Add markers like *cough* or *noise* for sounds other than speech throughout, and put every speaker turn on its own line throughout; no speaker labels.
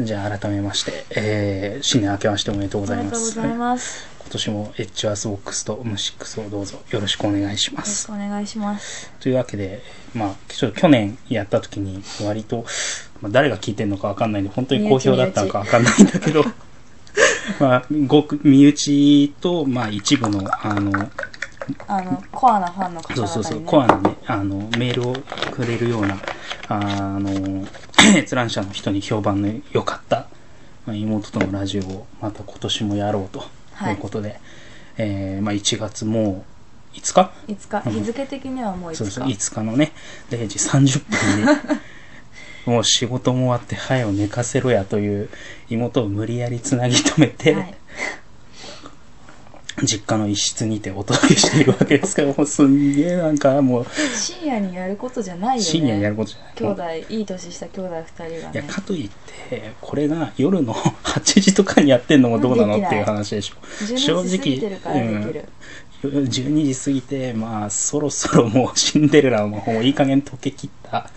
じゃあ改めまして、えー新年明けましておめでとうご
お
ざ
め
い
で
ま
とうご
す。
ざいます。
今年もエッジワースボックスとムシックスをどうぞよろしくお願いしま
よろし
す
く。お願いします。
というわけで、まあ、ちょっと去年やった時に割と、まあ、誰が聞いてるのかわかんないんで本当に好評だったのかわかんないんだけど *laughs* まあごく身内と、まあ、一部のあの
あの、コアなファンの
そ
方
う
々
そうそう、
にね
コアのね、あの、メールをくれるような、あの、 *clears throat* 閲覧者の人に評判の良かった、まあ妹とのラジオをまた今年もやろうと
はいいう
ことで、えーまあ1月もう5日
いつか、日付的にはもうい
そう
つ
そう、
か。
5日のね、0時30分に、
*laughs*
もう仕事も終わって、早を寝かせろやという妹を無理やりつなぎ止めて、
はい。
実家の一室にてお届けしているわけですけど、もうすんげえなんかも
深夜にやることじゃないよ
う、
ね。
深夜やることじゃない。
兄弟、いい年した兄弟二人が
いや
ね。
かといってこれが夜の *laughs* 8時とかにやってんのもどうなのっていう話でしょ
12時過ぎてるからできる。
うん12時過ぎてまあそろそろもうシンデレラのもういい加減溶けきった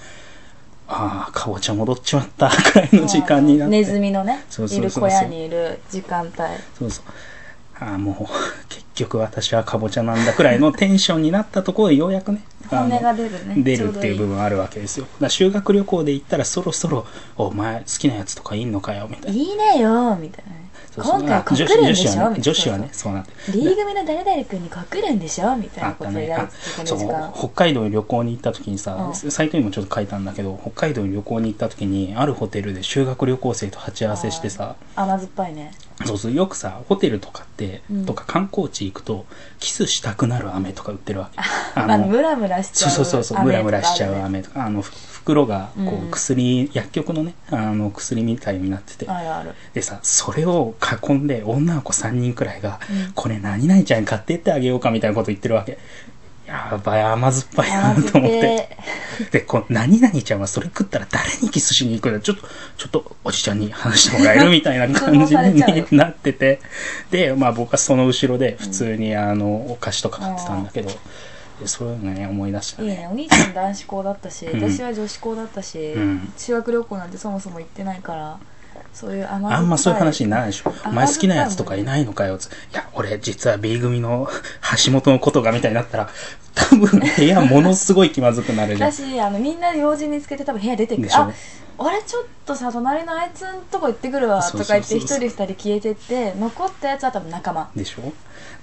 ああかぼちゃ戻っちまったくらいの時間になって
ネズミのね
そうそう
い
そうそ
る小
う
屋にいる時間帯
そうそうああもう結局私はかぼちゃなんだくらいのテンションになったところでようやくねあ
本
の
音が出るね
出るっていう部
分
分はあるわけですよだから修学旅行で行ったらそろそろ「お前好きなやつとかいんのかよ」みたいない
いねよーみたいなね
そうそう
今
女
回告
子
るんで
女
し
子
ょ
は
みたい
ね
な
女子はねそうなんて
リー組の誰々君に告るんでしょみたい
あ
な
っ
こ
た
とを
ね
やる
あ
ってこの
そ
時
う
間
北海道に旅行に行った時にさ、
う
サイトにもちょっと書いたんだけど北海道に旅行に行った時にあるホテルで修学旅行生と鉢合わせしてさ
甘酸っぱいね
そうそうよくさホテルとかって、
うん
とか観光地行くとキスしたくなる飴とか売ってるわけあ
*laughs* まあムラムラしちゃ
そう
う
そうそうそうムラムラしちゃう
雨
飴とかあのふ袋がこ
う
うん薬、薬局のねあの薬みたいになってて
あるある
でさそれを囲んで女の子3人くらいが、
うん
これ何々ちゃんに買ってってあげようかみたいなこと言ってるわけやばい甘酸っぱいな
甘
*laughs* と
酸っ
思って
て
でこう何々ちゃんはそれ食ったら誰にキスしに行くんだちょっとちょっとおじちゃんに話してもらえるみたいな感じ
通報されちゃ
になっててでまあ僕はその後ろで普通にあのお菓子とか買ってたんだけど、でそういうのね思い出した
いい
ね
ねお兄ちゃん男子校だったし
うん
私は女子校だったし
うん
修学旅行なんてそもそも行ってないからそういう甘酸っぱい
あんまそういう話にならないでしょ。お前好きなやつとか
甘酸っぱいもんね
いないのかよつ。いや、俺実は B 組の橋本のことがみたいになったら、多分部屋ものすごい気まずくなるじゃん。
私あのみんな用事見つけて多分部屋出てく
で
る
しょ
あ俺ちょっとさ隣のあいつんとこ行ってくるわ
そう
と
そ
か
う
言
そう
っ
そ
て
う
一人二人消えてって残ったやつは多分仲間
でしょだか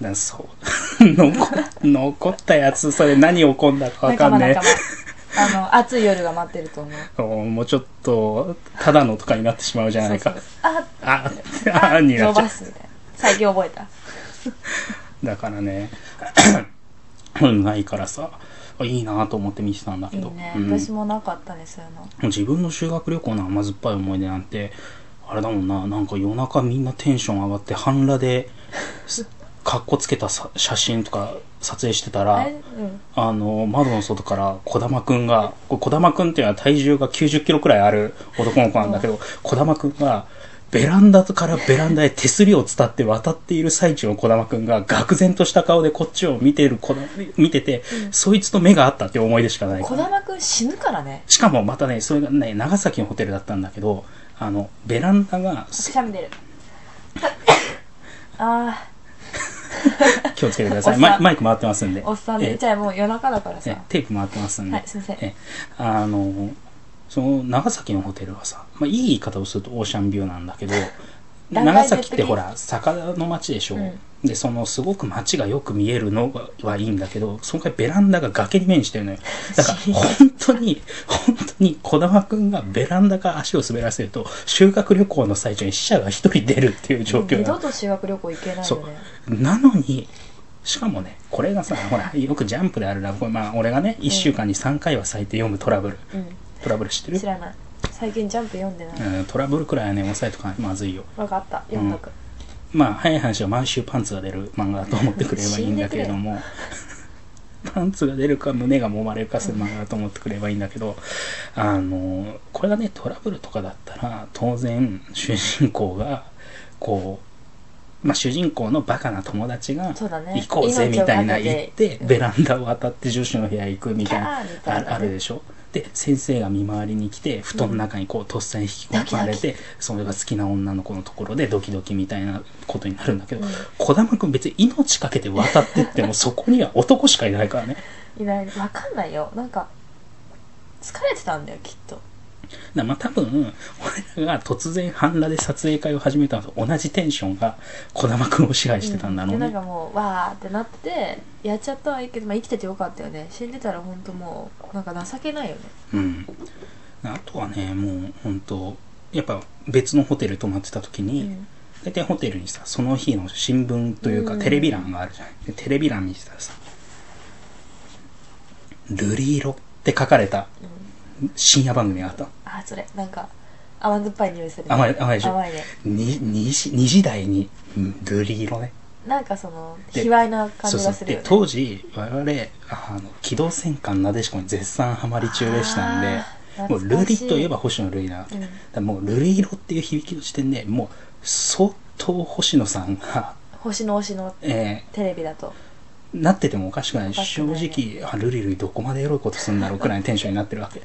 らそう *laughs* 残。残ったやつ、それ何起こんだかわか
仲
ん
間
ね
仲間あの暑い夜が待ってると思う
え。もうちょっと、ただのとかになってしまうじゃないか。
そうそう
あ、
あ
あ、
あ
にな
伸
っちゃう
ば。すみたいな最近覚えた
だからね、 *clears throat* うんないからさ、いいなと思って見てたんだけ
いい
ど。
ね、
うん
私もなかったねそういうの
自分の修学旅行の甘酸っぱい思い出なんてあれだもんななんか夜中みんなテンション上がって半裸
*laughs*
ですかっこつけたさ写真とか撮影してた
あ
ら
れうん
あの窓の外から児玉くんがこ児玉くんっていうのは体重が9 0キロくらいある男の子なんだけど児玉くんがベランダからベランダへ手すりを伝って渡っている最中の児玉くんが愕然とした顔でこっちを見てる子だ見てて、そいつと目があったっていう思い出しかないから
児玉くん死ぬからね
しかもまたね、それがね、長崎のホテルだったんだけど、あの、ベランダが、
く *laughs*
す
しゃ
*laughs*
み出るあ
気をつけてください。
おっさん
マイマイク回ってますんで。
あおっさんで
え
じゃあもう夜中だから
え
さ
テープ回ってますんで。
はいすいません
えあの、その長崎のホテルはさ、まあ、いい言い方をするとオーシャンビューなん
*laughs*
だけど、
断崖
長崎って
絶壁
ほら、坂の町でしょ。
うん
で、その、すごく街がよく見えるのはいいんだけど、その回ベランダが崖に面してるのよ。だ
*laughs*
から、本当に、本当に、児玉くんがベランダから足を滑らせると、修学旅行の最中に死者が一人出るっていう状況
二
なの
度と修学旅行行けない
そ
よ
う
ね。
なのに、しかもね、これがさ、ほら、よくジャンプであるラブコメ、まあ、俺がね、1週間に3回は最低読むトラブル。
う
トラブル知って
ん
る
知らない最近ジャンプ読んでない
うん、トラブルくらいはね、押さえとかないとまずいよ。
分かった読んどく、
まあ、早い話は毎週パンツが出る漫画だと思ってくれればいいんだけれども、 *laughs* パンツが出るか胸が揉まれるかする漫画だと思ってくれればいいんだけど、あの、これがね、トラブルとかだったら、当然、主人公が、こう、まあ、主人公のバカな友達が、
そうだね
行こうぜみたいな
命を
言っ
懸け
て、ベランダを渡って女子の部屋行くみたいな、
キャーみたいなね
ああるでしょ。で先生が見回りに来て布団の中にこうとっさに引き込まれてそれが好きな女の子のところでドキドキみたいなことになるんだけど、
うん
児玉君別に命かけて渡ってってもそこには男しかいないからね
いないわかんないよなんか疲れてたんだよきっと
だからまあ多分俺らが突然半裸で撮影会を始めたのと同じテンションが児玉君を支配してたんだろう
で
ね、
なんかもうわーってなってやっちゃったはいいけど、まあ、生きててよかったよね死んでたら本当もうなんか情けないよね
うん、あとはねもう本当やっぱ別のホテル泊まってた時に、
うん
大体ホテルにさその日の新聞というか
うん
テレビ欄があるじゃない、でテレビ欄にしたらさ「ルリーロ」って書かれた深夜番組があったの
あそれなんか甘酸っぱい匂いする
甘い甘いでしょ
甘いね
に 2, 2時台にうん「ルリーロね」
なんかその
で
卑猥な感
そう
じ
そ
が
う
するよ
で
ね
当時我々あの「機動戦艦なでしこ」に絶賛ハマり中でしたんで
あー
もう
懐
ル
かし
リ
い
といえば星野ルイな、
うん
だからもうルリ色っていう響きの時点でもう相当星野さんが、
星の推しの
え
テレビだと
ーなっててもおかしくない
おかし
正
くない
直あルリルイどこまでエロいことするんだろうくらいのテンションになってるわけ、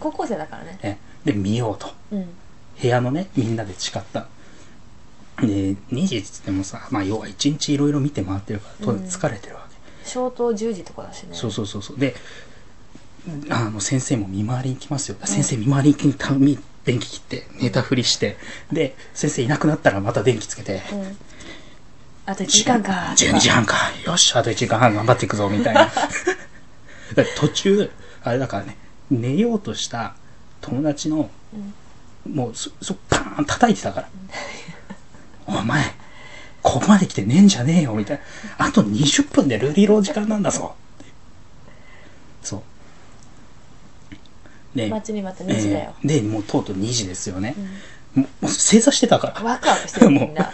高校生だからね
えーで見ようと
うん
部屋のねみんなで誓ったで2時っつってもさ、まあ、要は1日いろいろ見て回ってるから当然疲れてるわけ、
消灯10時とかだしね
そうそうそうそうであの先生も見回りに来ますよ先生見回りに来たみ電気切って寝たふりしてで先生いなくなったらまた電気つけて、
うんあと1時間かとか
12時半かよしあと1時間半頑張っていくぞみたい
*laughs*
なだから途中あれだからね寝ようとした友達の、もうそそパーン叩いてたから *laughs* 「お前ここまで来て寝んじゃねえよ」みたいな「あと20分でルリロー時間なんだぞ」ってそうで
待ちに待った2時だよ、
えーでもうとうとう2時ですよね、もうもう正座してたから
ワクワクしてるみんな、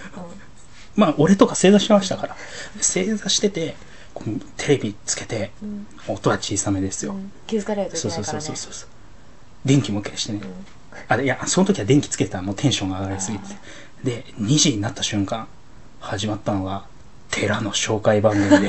まあ、俺とか正座してましたから。正座してて、こうテレビつけて、
うん
音は小さめですよ。
うんうん、気づかれるとい
そ
け
う
な
そ
いうか
そう
らね
そうそう。電気も消してね。あれ、いや、その時は電気つけてたらもうテンションが上がりすぎて。で、2時になった瞬間、始まったのが、寺の紹介番
*laughs*
組で。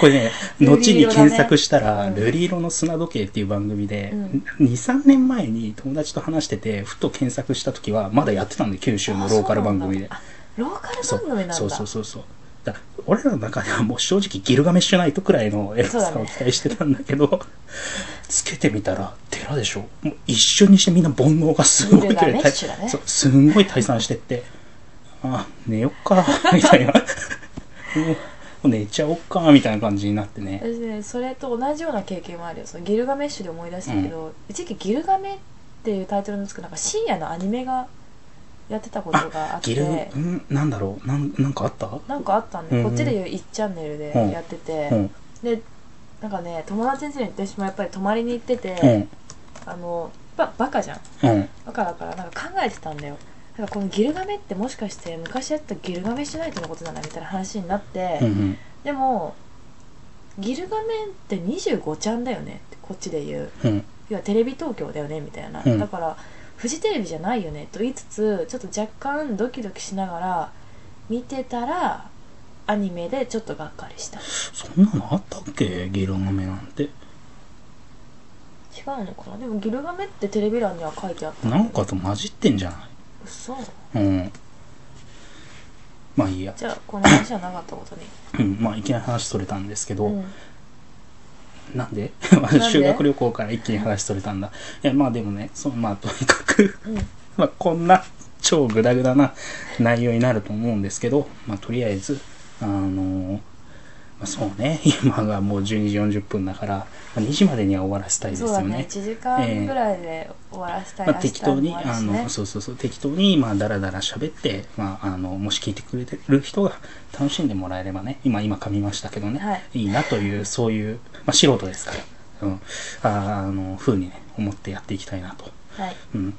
これね、
ルリ色だね
後に検索したら、
うん
ルリ色の砂時計っていう番組で、
うん
2、3年前に友達と話してて、ふと検索した時は、まだやってたんで、九州のローカル番組で。
あローカル
そう
番組なんだ
そうそうそうそうだ俺らの中ではもう正直ギルガメッシュナイトくらいのエロ
そう
さ
だ
を
ね
期待してたんだけど *laughs* つけてみたら寺でしょもう一瞬にしてみんな煩悩がすごい
ギルガメッ
た
シュだね
そうすんごい退散してってあ寝よっか *laughs* みたいなもう寝ちゃおっかみたいな感じになってね
私ねそれと同じような経験もあるよそのギルガメッシュで思い出したけど、一時期ギルガメっていうタイトルのつくなんか深夜のアニメがやってたことがあっ
ギ
て
ルうんなんだろうなんなんかあった
なんかあったん
う
で、
んうん
こっちでいう1チャンネルでやってて、
うん
でなんかね友達ん家に私もやっぱり泊まりに行ってて、
うん
あのばバカじゃん
うん
バカだからなんか考えてたんだよなんかこのギルガメってもしかして昔やってたギルガメッシュナイトのことなんだみたいな話になって、
うんうん
でもギルガメって25ちゃんだよねってこっちで言う
うん
要はテレビ東京だよねみたいな、
うん
だからフジテレビじゃないよねと言いつつちょっと若干ドキドキしながら見てたらアニメでちょっとがっかりした違
そんなのあったっけギルガメなんて
うのかなでもギルガメってテレビ欄には書いてあった
なんかと混じってんじゃない
嘘
うん。まあいいや。
じゃあこの話はなかったことに
うんまあいきなり話それたんですけど、
うん
なんで *laughs*
で
修学旅行から一気に話それたんだ。いやまあでもね、そのまあとにかく、
うん
*laughs* まあこんな超グダグダな内容になると思うんですけど、まあとりあえず、あのーまあ、そうね、 *laughs* 今がもう12時40分だから、まあ、2時までには終わらせたいです
そう
よ
だね1時間ぐらいで終わらせたい、
まあ、適当に
明日も
あ
るしね
のそうそうそう適当にまあダラダラ喋ってまああのもし聞いてくれてる人が楽しんでもらえればね今今噛みましたけどね、、
はい
いなというそういうまあ素人ですから、うん、ああの風にね思ってやっていきたいなと。
はい
うん、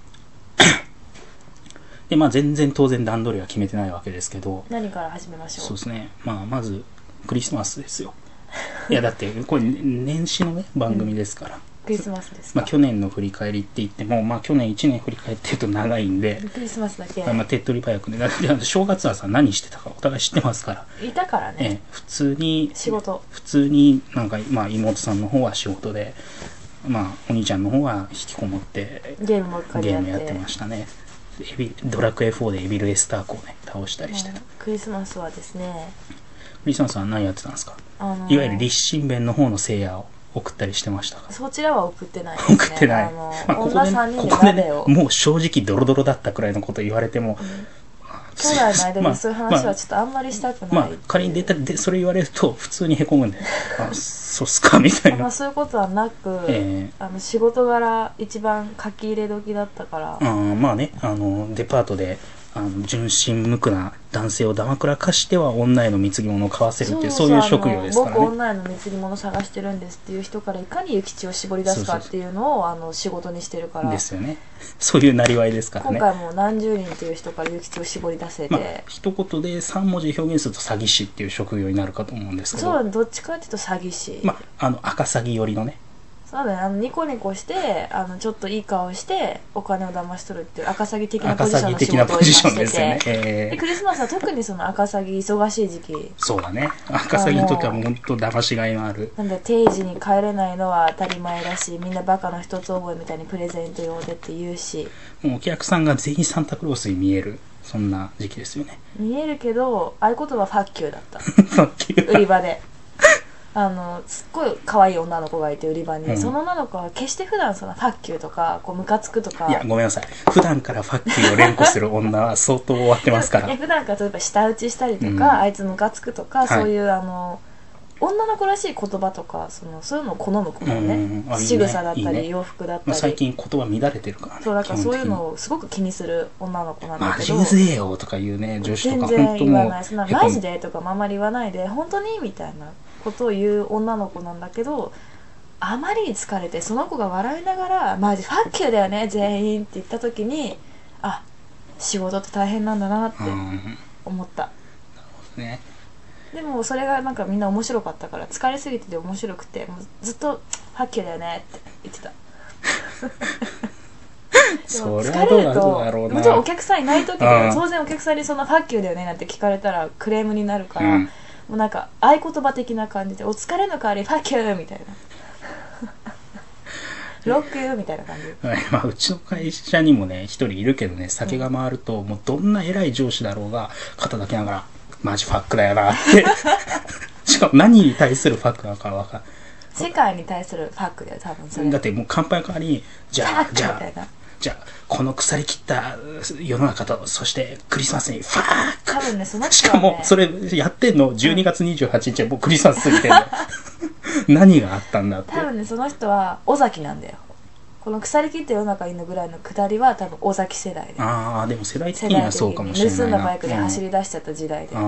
でまあ全然当然段取りは決めてないわけですけど
何から始めましょう
そうですねまあまずクリスマスですよ。いやだってこれ年始のね番組ですから、
クリスマスですか、
まあ、去年の振り返りって言っても、まあ、去年1年振り返ってると長いんで、
クリスマスだけ、
まあ、手っ取り早くねだってあの正月はさ何してたかお互い知ってますから、
いたから
ええ
ね、
普通に
仕事
普通になんか、まあ、妹さんの方は仕事で、まあ、お兄ちゃんの方は引きこもって
ゲームもう一回
ゲ
や
ー
っ
ム
て
やってましたねエビドラクエ4でエビル・エスターコをね倒したりしてた、
うんクリスマスはですね
リサンさんは何やってたんですか
あの
いわゆる立身弁の方の聖夜を送ったりしてましたか
そちらは送ってないです、ね、
送ってない。
あの、
まあ、ここ
女
で
3
ね、こ
人
こで
で
ね
鍋を、
もう正直ドロドロだったくらいのこと言われて *laughs* も、
兄弟の間にそういう話
まあ
はちょっとあんまりしたくない
まあ、仮に出たでそれ言われると普通にへこ
*laughs*
むんであそうっすかみたい
まあ
な、
そういうことはなく、
え
あの仕事柄一番書き入れ時だったから、
ー、あーまあねあのデパートであの純真無垢な男性をだまくらかしては女への貢ぎ物を買わせるっていうそういう職業ですか
あの
らね
僕女への貢ぎ物探してるんですっていう人からいかに諭吉を絞り出すかっていうのをあの仕事にしてるから
ですよねそういうなりわいですから
今
ね
回も何十人という人から諭吉を絞り出せて、
まあ一言で3文字表現すると詐欺師っていう職業になるかと思うんですけど
そうどっちかっていうと詐欺師、
まああの赤詐欺寄りのね
そうだねあのニコニコしてあのちょっといい顔してお金を騙し取るっていう赤詐欺的な
赤
ポジシ
詐欺
ョンの仕
的な
事を
ポ
今
ジション
して
で
て
すよね、え
で
ー
クリスマスは特にその赤詐欺忙しい時期
そうだね赤詐欺にとってはもう本当騙しがいのある
なんで定時に帰れないのは当たり前だしみんなバカの一つ覚えみたいにプレゼント用でって言うし
もうお客さんが全員サンタクロースに見えるそんな時期ですよね *laughs*
見えるけど合言葉ファッキューだった
さっき
売り場で *laughs* あのすっごい可愛い女の子がいて売り場に、
うん
その女の子は決して普段そのファッキューとかこうムカつくとか
いやごめんなさい普段からファッキーを連呼する女は相当終わってますか
*laughs* いや
ら
普段から例えば舌打ちしたりとか、
うん
あいつムカつくとか、
い
そういうあの女の子らしい言葉とかそのそういうのを好む子も
うんうん
ね
うんあいいね
仕草だった
い
り
いね
洋服だったり、
まあ、最近言葉乱れてるからね
そうだからそういう
基本
のをすごく気にする女の子なん
的に
だ
マ
け
ジ
ど
でせえよとか言うね女子と
全
か
然
本当
言わ
も
ないそんな
うへこ
マジ
む
でとかもあんまり言わないで本当にみたいなことを言う女の子なんだけどあまりに疲れてその子が笑いながら「マジファッキューだよね全員」って言った時にあ仕事って大変なんだなって
うん
思った。
ね
でもそれがなんかみんな面白かったから疲れすぎてて面白くてもうずっと「ハッキューだよね」って言ってた
*laughs*
で
そ
も
り
疲
ゃどうな
れる
る
と
だろう
もちろんお
な
客さんいない時で
うん
も当然お客さんにそんな「ハッキューだよね」なんて聞かれたらクレームになるから、
うん
もうなんか合言葉的な感じで「お疲れの代わりハッキュー」みたいな
*laughs*
「ロックユー」みたいな感じ
はい *laughs* まあ、うちの会社にもね、一人いるけどね、酒が回ると、もうどんな偉い上司だろうが、肩だけながら、マジファックだよなって。 *laughs* しかも何に対するファックなのかわか
世界に対するファックだよ多分そ
ん
れ
ない。だってもう乾杯の代わりに、じ
ファ
ゃあ
ッ、ク
じ
み
ゃ
たい
あ、
な
じゃあ、この腐り切った世の中と、そしてクリスマスにファ
多分ねその
ッし
人
か
は、
も
ね、、
それやってんの12月28日はもうクリスマス過ぎてん
*laughs*
の。何があったんだって。
多分ねその人は尾崎なんだよこの腐り切って世の中にいるぐらいの下りは多分尾崎世代で
ああ、でも世代的
世
に
代
は
的
そうかもしれ
に
ないな。
盗んだバイクで走
うん
り出しちゃった時代で、
ああ、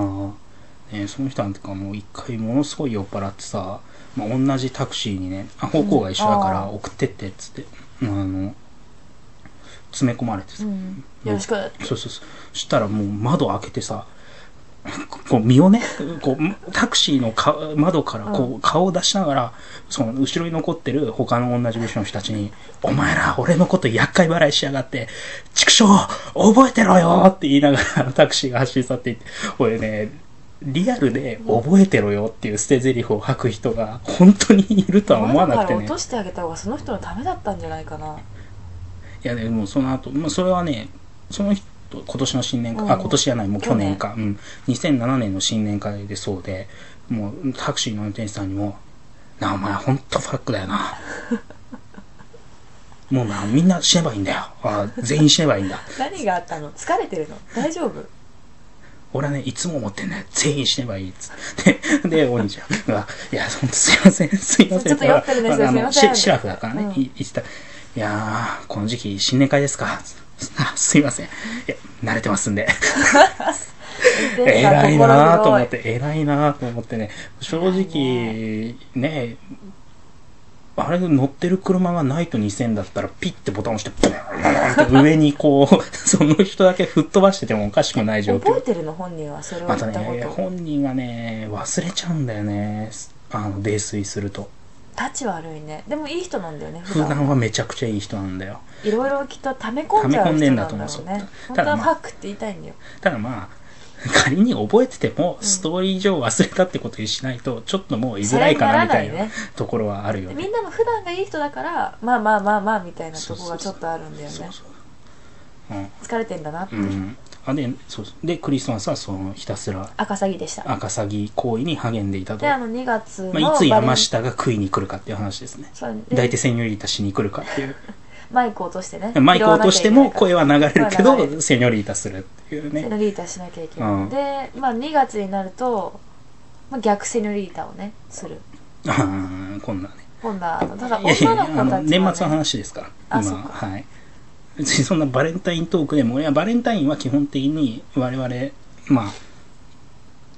ね、その人なんかもう一回ものすごい酔っ払ってさ、まあ、同じタクシーにねあ方向が一緒だか
うんあ
ら
あ
送ってってっつって、あの詰め込まれて
う
さ、
ん、よろしく、
そうそうそうそしたらもう窓開けてさこう身をねこうタクシーのか窓からこう顔を出しながらその後ろに残ってる他の同じ部署の人たちに「お前ら俺のこと厄介払いしやがって畜生覚えてろよ!」って言いながらタクシーが走り去っていって俺ねリアルで「覚えてろよ」っていう捨て台詞を吐く人が本当にいるとは思わ
窓
な
か
くて
ら
ね
落としてあげた方がその人のためだったんじゃないかない
やでもその後、まあそれはねその人今年の新年会、
うん
あ今年じゃないもう去年か、うん、2007年の新年会でそうでもうタクシーの運転手さんにも「なあお前ほんとファックだよな」もうなみんな死ねばいいんだよあ全員死ねばいいんだ
何があったの疲れてるの大丈夫
俺はね、いつも思ってんだよ。全員死ねばいいっつって。 *laughs* で、で、お兄ちゃんが、いや、ほんとすいません、すいません。
ちょっと酔ってるんですよ
あの
すいません
シシラフだからね、
うん
い言ってた。いやー、この時期、新年会ですか。あすいません。いや、慣れてますんで。 *laughs* 偉いなーと思って、偉いなーと思ってね。正直、ね、あれ乗ってる車がないと2000だったらピッてボタン押してブーンって上にこう *laughs* その人だけ吹っ飛ばしててもおかしくない状況
覚えてるの本人はそれを言
ま
ったたこ
ね
と、
本人はね、忘れちゃうんだよね。すあの、泥酔すると。
たち悪いねでもいい人なんだよね
普段はめちゃくちゃいい人なんだよ
いろいろきっと溜め込んじゃう人なんだろうね
溜め込んでんだと思うそう
本
た
当
だ
は
まあ
ファックって言いたいんだよ、
ただまあ仮に覚えてても
ん
ストーリー上忘れたってことにしないとちょっともう居づらいかなみたい
それは
な
ならな
い
ね
ところはあるよ
で
ね
みんなも普段がいい人だからまあまあまあまあみたいな
そ
と
うそうそう
こがちょっとあるんだよね
そうそううん
疲れてんだなって、
うん、あでそうそうでクリスマスはそのひたすら
赤サギでした
赤サギ行為に励んでいたと、
であ
ま
の2月の
あ、いつ
バレン
山下が食いに来るかっていう話ですね
そうで
抱いてセニョリータしに来るかっていう
マイク落として
*laughs*
ね
マイク落としても声
は
は流れるけ
声は流れ
ど
る
セニョリータするっていう
セニ
ね
ョリータしなきゃいけない、
うん
で、まあ、2月になると、まあ、逆セニョリータをねする
あーこんなね
今度はあのただ
いやいや
女の子たち
あ
は、ね、
の年末の話ですから
あそ
今
っか
はい別にそんなバレンタイントークでもいやバレンタインは基本的に我々まあ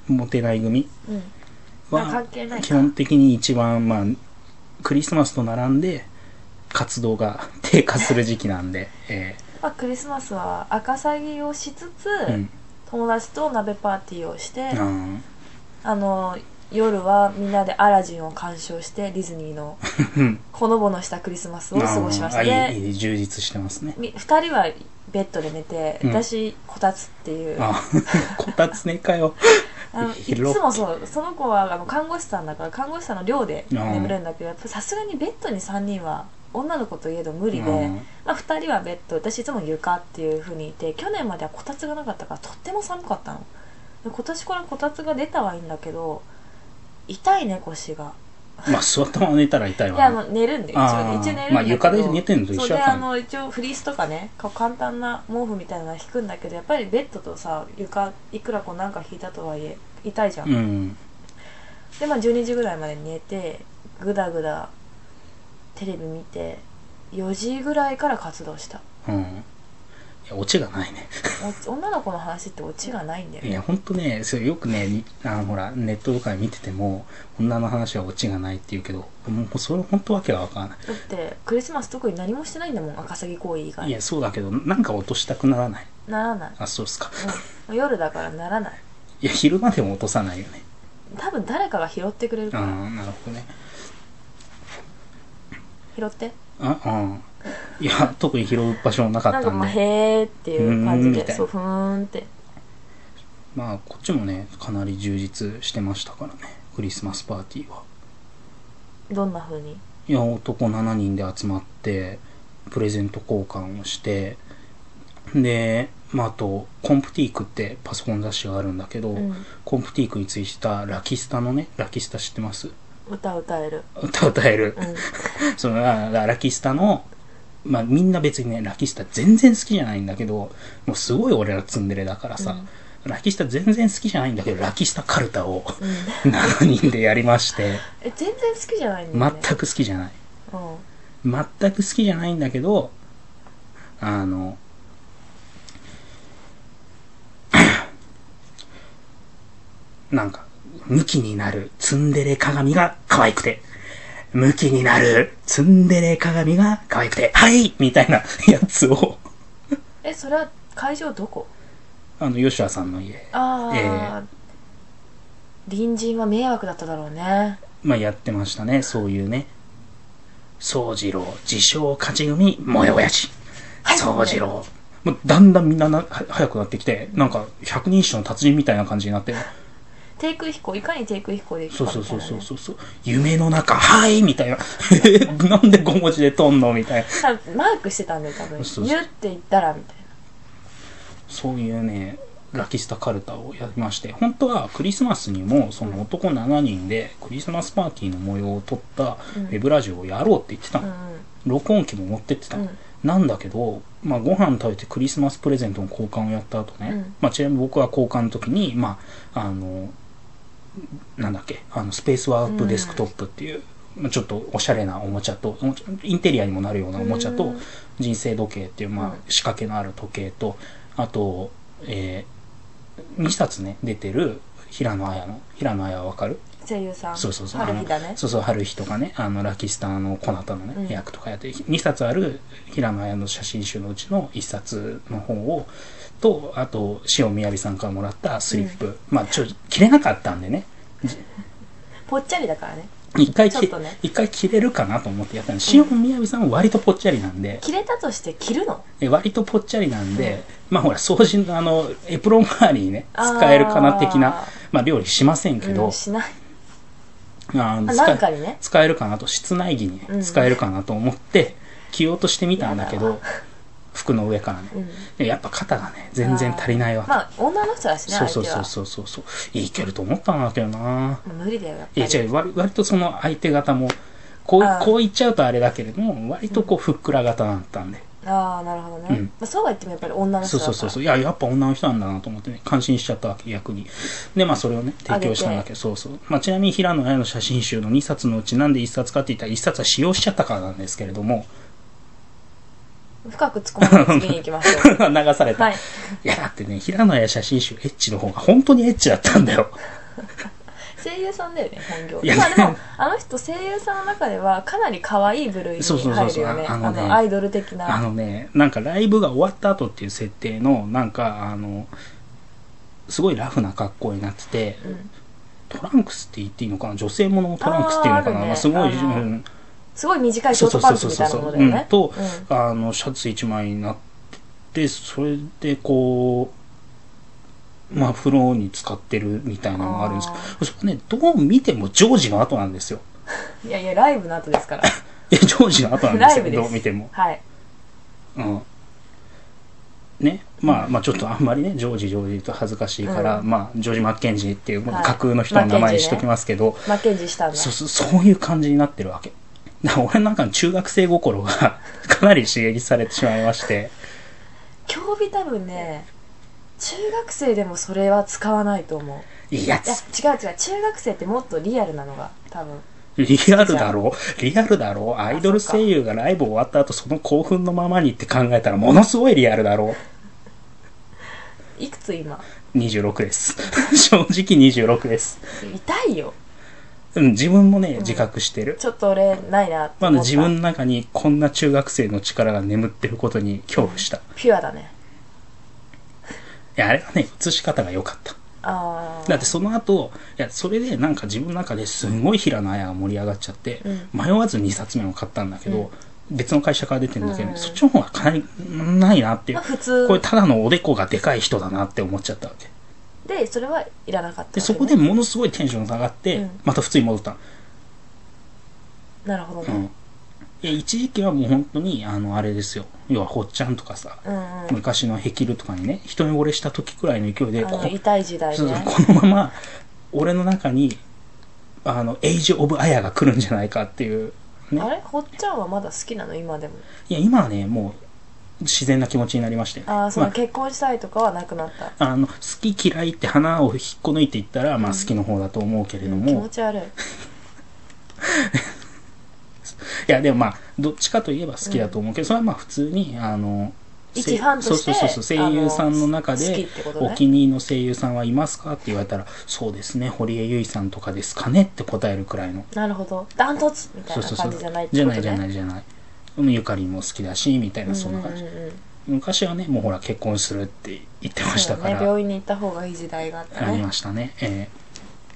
モテない組
うんまあ
は
関係ないか
基本的に一番まあクリスマスと並んで活動が *laughs* 低下する時期なん
*laughs*
で、え
まあ、クリスマスは赤サギをしつつ、
ーうん
友達と鍋パーティーをして、
うん
あの夜はみんなでアラジンを鑑賞してディズニ
*laughs*
ーのほのぼのしたクリスマスを過ごしました
あーい
ね
いいい充実してます
*laughs*
ね
2人はベッドで寝て、
うん
私こたつっていう
あこたつねかよ
あのいつ
広っ
もそうその子はあの看護師さんだから看護師さんの寮で
うん
眠るんだけどやっぱさすがにベッドに3人は女の子といえど無理で、
うん
まあ、2人はベッド私いつも床っていう風にいて去年まではこたつがなかったからとっても寒かったので今年からこたつが出たはいいんだけど痛いね腰が
まあ座ったまま寝たら痛い
いやあ
わ、ね、
の寝るんで一
あ
応
ー
一応寝るんだけど、
まあ床で寝てんのと一緒
そう
だ
で
から
あ
ね
の一応フリースとかねこう簡単な毛布みたいなのは引くんだけどやっぱりベッドとさ床いくらこうなんか引いたとはいえ痛いじゃん、
うん
でまあ12時ぐらいまで寝てぐだぐだテレビ見て4時ぐらいから活動した
うんいやオチがないね *laughs*
お女の子の話ってオチがないんだよ
い
ね
や、ほんとね、そうよくね、にあのほら、ネットとかで見てても、女の話はオチがないって言うけど、もうそれほんとわけがわからな
だってクリスマス特に何もしてないんだもん赤サギ行為以
い。い
外
や、そうだけど、なんか落としたくならない。
ならない、
あ、そうっすか。
うん、夜だからならない
いや、昼間でも落とさないよね。
多分誰かが拾ってくれる
う
から、
ん、なるほどね。
拾って
あ、うん。いや、特に拾う場所もなか
な
っ
ん
た
か
ん
まあ
で。
へーっていう感じ
うーんみたい
で
な
そうふーんって
まあ、こっちもね、かなり充実してましたからね。クリスマスパーティーは。
どんな風に
いや、男7人で集まって、プレゼント交換をして、で、まあ、あと、コンプティークってパソコン雑誌があるんだけど、
うん
コンプティークについてたラキスタのね、ラキスタ知ってます *laughs*
歌歌える
歌歌える
う。ん
その、あラキスタの、まあ、みんな別にね、ラキスタ全然好きじゃないんだけど、もうすごい俺らツンデレだからさ、ラキスタ全然好きじゃないんだけど、ラキスタカルタを *laughs*
うん
7人でやりまして、
え全然好きじゃないんだよね
全く好きじゃない。
うん
全く好きじゃないんだけど、あの、 *coughs* なんか、ムキになるツンデレ鏡が可愛くて、ムキになるツンデレ鏡が可愛くて、はいみたいなやつを、
えそれは会場どこ
あの、吉田さんの家、
ああ、隣人は迷惑だっただろうね
まあ、やってましたね、そういうね。宗次郎、自称勝ち組、萌え親父。
はい
宗次郎。もうだんだんみんななは早くなってきて、なんか、百人一首の達人みたいな感じになって、
低空飛行いかに低空飛行でき
そ
る
う
か
そう
みた
そ
いう
そ
なね
うそうそう、夢の中、はいみたいな。 *laughs* えなんで5文字で飛んのみたいな。
多分マークしてたんだよ多分
そうそう
ニュって言ったらみたい
そういうね、ラキスタカルタをやりまして、本当はクリスマスにも、その男7人で、クリスマスパーティーの模様を撮った、ウ
うん
ェブラジオをやろうって言ってたの。
な
録音機も持ってってたの、
うん
なんだけど、まあ、ご飯食べてクリスマスプレゼントの交換をやった後ね、
うん
まあ、ちなみに僕は交換の時に、まあ、あのなんだっけあのスペースワープデスクトップっていう、まあ、ちょっとおしゃれなおもちゃとおもちゃインテリアにもなるようなおもちゃと、
うん
人生時計っていう、まあ
うん、
仕掛けのある時計とあと、え2冊ね出てる平野綾の平野綾はわかる
うん声優さん
そうそうそう。
春日だ
あ
ね
のそうそう、春日とかね、あの、ラキスターのコナタのね、
うん
役とかやって、2冊ある平野綾の写真集のうちの1冊の本を、と、あと、塩みやびさんからもらったスリップ。まあ、ちょ、切れなかったんでね。
ぽっちゃりだからね
一回
ちょっ
き
とね
一回切れるかなと思ってやったんです塩見やびさんは割とぽっちゃりなんで、
切れたとして切るの
え割とぽっちゃりなんで、まあほら掃除のあのエプロン代わりにね使えるかな的な
あー
まあ料理しませんけ
う
ど *laughs*
ん、、しない
あの
あ
使
なん
え
かにね
使えるかなと室内着に
うん
使えるかなと思って着ようとしてみたんだけ
や
ど、
だわ
服の上からね
うん
でやっぱ肩がね全然足りないわけ、
まあ女の人だしね
そうそうそう
う
そうそうそういけると思ったんだけどな
無理だよやっぱ
い
り
や違う割割とその相手方もこう
あー
こう言っちゃうとあれだけれども割とこうふっくら型だったんで、
ああなるほどね、
うん
まあ、そうは言ってもやっぱり女の人
そうそ
だ
う
から
そうそういややっぱ女の人なんだなと思ってね感心しちゃったわけ逆にでまあそれをね提供したんだけどそうそう、まあ、ちなみに平野綾の写真集の2冊のうちなんで1冊かって言ったら1冊は使用しちゃったからなんですけれども
深く突っ込まないで次に行きましょ
*laughs* 流され
う
た、
はい
い、やだってね平野綾写真集エッチの方が本当にエッチだったんだよ
声優さんだよね本業
いや
まあでもあの人声優さんの中ではかなり可愛い部類に
そうそうそう
入る
そう
よね
ああのね
あのアイドル的
あ
な
のねなんかライブが終わった後っていう設定のなんかあのすごいラフな格好になってて
うん、
トランクスって言っていいのかな女性もののトランクスっていうのかな
あーあるね
まあ、すごい、
あの
うん
すごい短いシ
そ
ョ
うそ
ー
う
トパ
そ
ン
う
ツ
そう
みたいな
そ
も
う
のだ
う
よ
ん
ね
と
うん
あのシャツ1枚になってそれでこうまあ風呂に使ってるみたいなのがあるんですけどそこねどう見てもジョージの後なんですよ
いやいやライブの後ですから
いやジョージの後なんで
ラ
す
イ
よ
ブです
どう見ても
はい
うんねまあ、まあちょっとあんまりねジョージジョージと恥ずかしいから、
う
まあジョージ・マッケンジーっていう、
はい
架空の人の名
マッケ
前
ン
に
ジー
し
ね
ときますけど、
マッケンジーしたんだ
そうそうそういう感じになってるわけだから俺の中の中学生心が *laughs* かなり刺激されてしまいまして
競技多分ね中学生でもそれは使わないと思う
いや
いや
つ
違う違う中学生ってもっとリアルなのが多分
リアルだろうリアルだろうアイドル声優がライブ終わった後その興奮のままにって考えたらものすごいリアルだろ
いくつ今
う26です *laughs* 正直26です、
痛いよ
うん、自分もね自覚してる、
ちょっと俺ないなって
ま
思
あ
った、
自分の中にこんな中学生の力が眠ってることに恐怖したい
ピュアだね
やあれはね映し方が良かった
ああ
だってその後いやそれでなんか自分の中ですごい平野綾が盛り上がっちゃって、
うん
迷わず2冊目を買ったんだけど、別の会社から出てるんだけど、
うん
そっちの方がかなりないなっていう、
まあ普通
これただのおでこがでかい人だなって思っちゃったわけ
でそれはいらなかったわ
で
けね
そこでものすごいテンション下がって、
うん
また普通に戻ったの
なるほど
う
ね
んいや一時期はもう本当にあのあれですよ要はほっちゃんとかさ、
うん、うん
昔の壁ルとかにね一目惚れした時くらいの勢いで
あ
こ
の痛い時代
そう
ね
このまま俺の中にあのエイジ・オブ・アヤが来るんじゃないかっていう、ね、
あれほっちゃんはまだ好きなの今でも
いや今はねもう自然な気持ちになりまして、ね
ああその
ま
結婚したいとかはなくなった、
あ、あの好き嫌いって花を引っこ抜いていったら、まあ、好きの方だと思うけれど
気
も、
持
い
ち悪い
やでもまあどっちかといえば好きだと思うけど、それはまあ普通にあの
一ファンとして
そうそうそうそう声優さんの中
あの好き
で
ってことね
お気に入りの声優さんはいますかって言われたらそうですね堀江由衣さんとかですかねって答えるくらいの
なるほどダントツみた
そう
いな
そうそう
感じじゃないって
じゃ
こと、
な
ね、
いじゃないじゃないうんゆかりも好きだしみたいなそんな感じ、
うんうんうん
昔はねもうほら結婚するって言ってまし
そ
た
う
か
ね
ら、
病院に行った方がいい時代があった
あり
ね
ましたねえ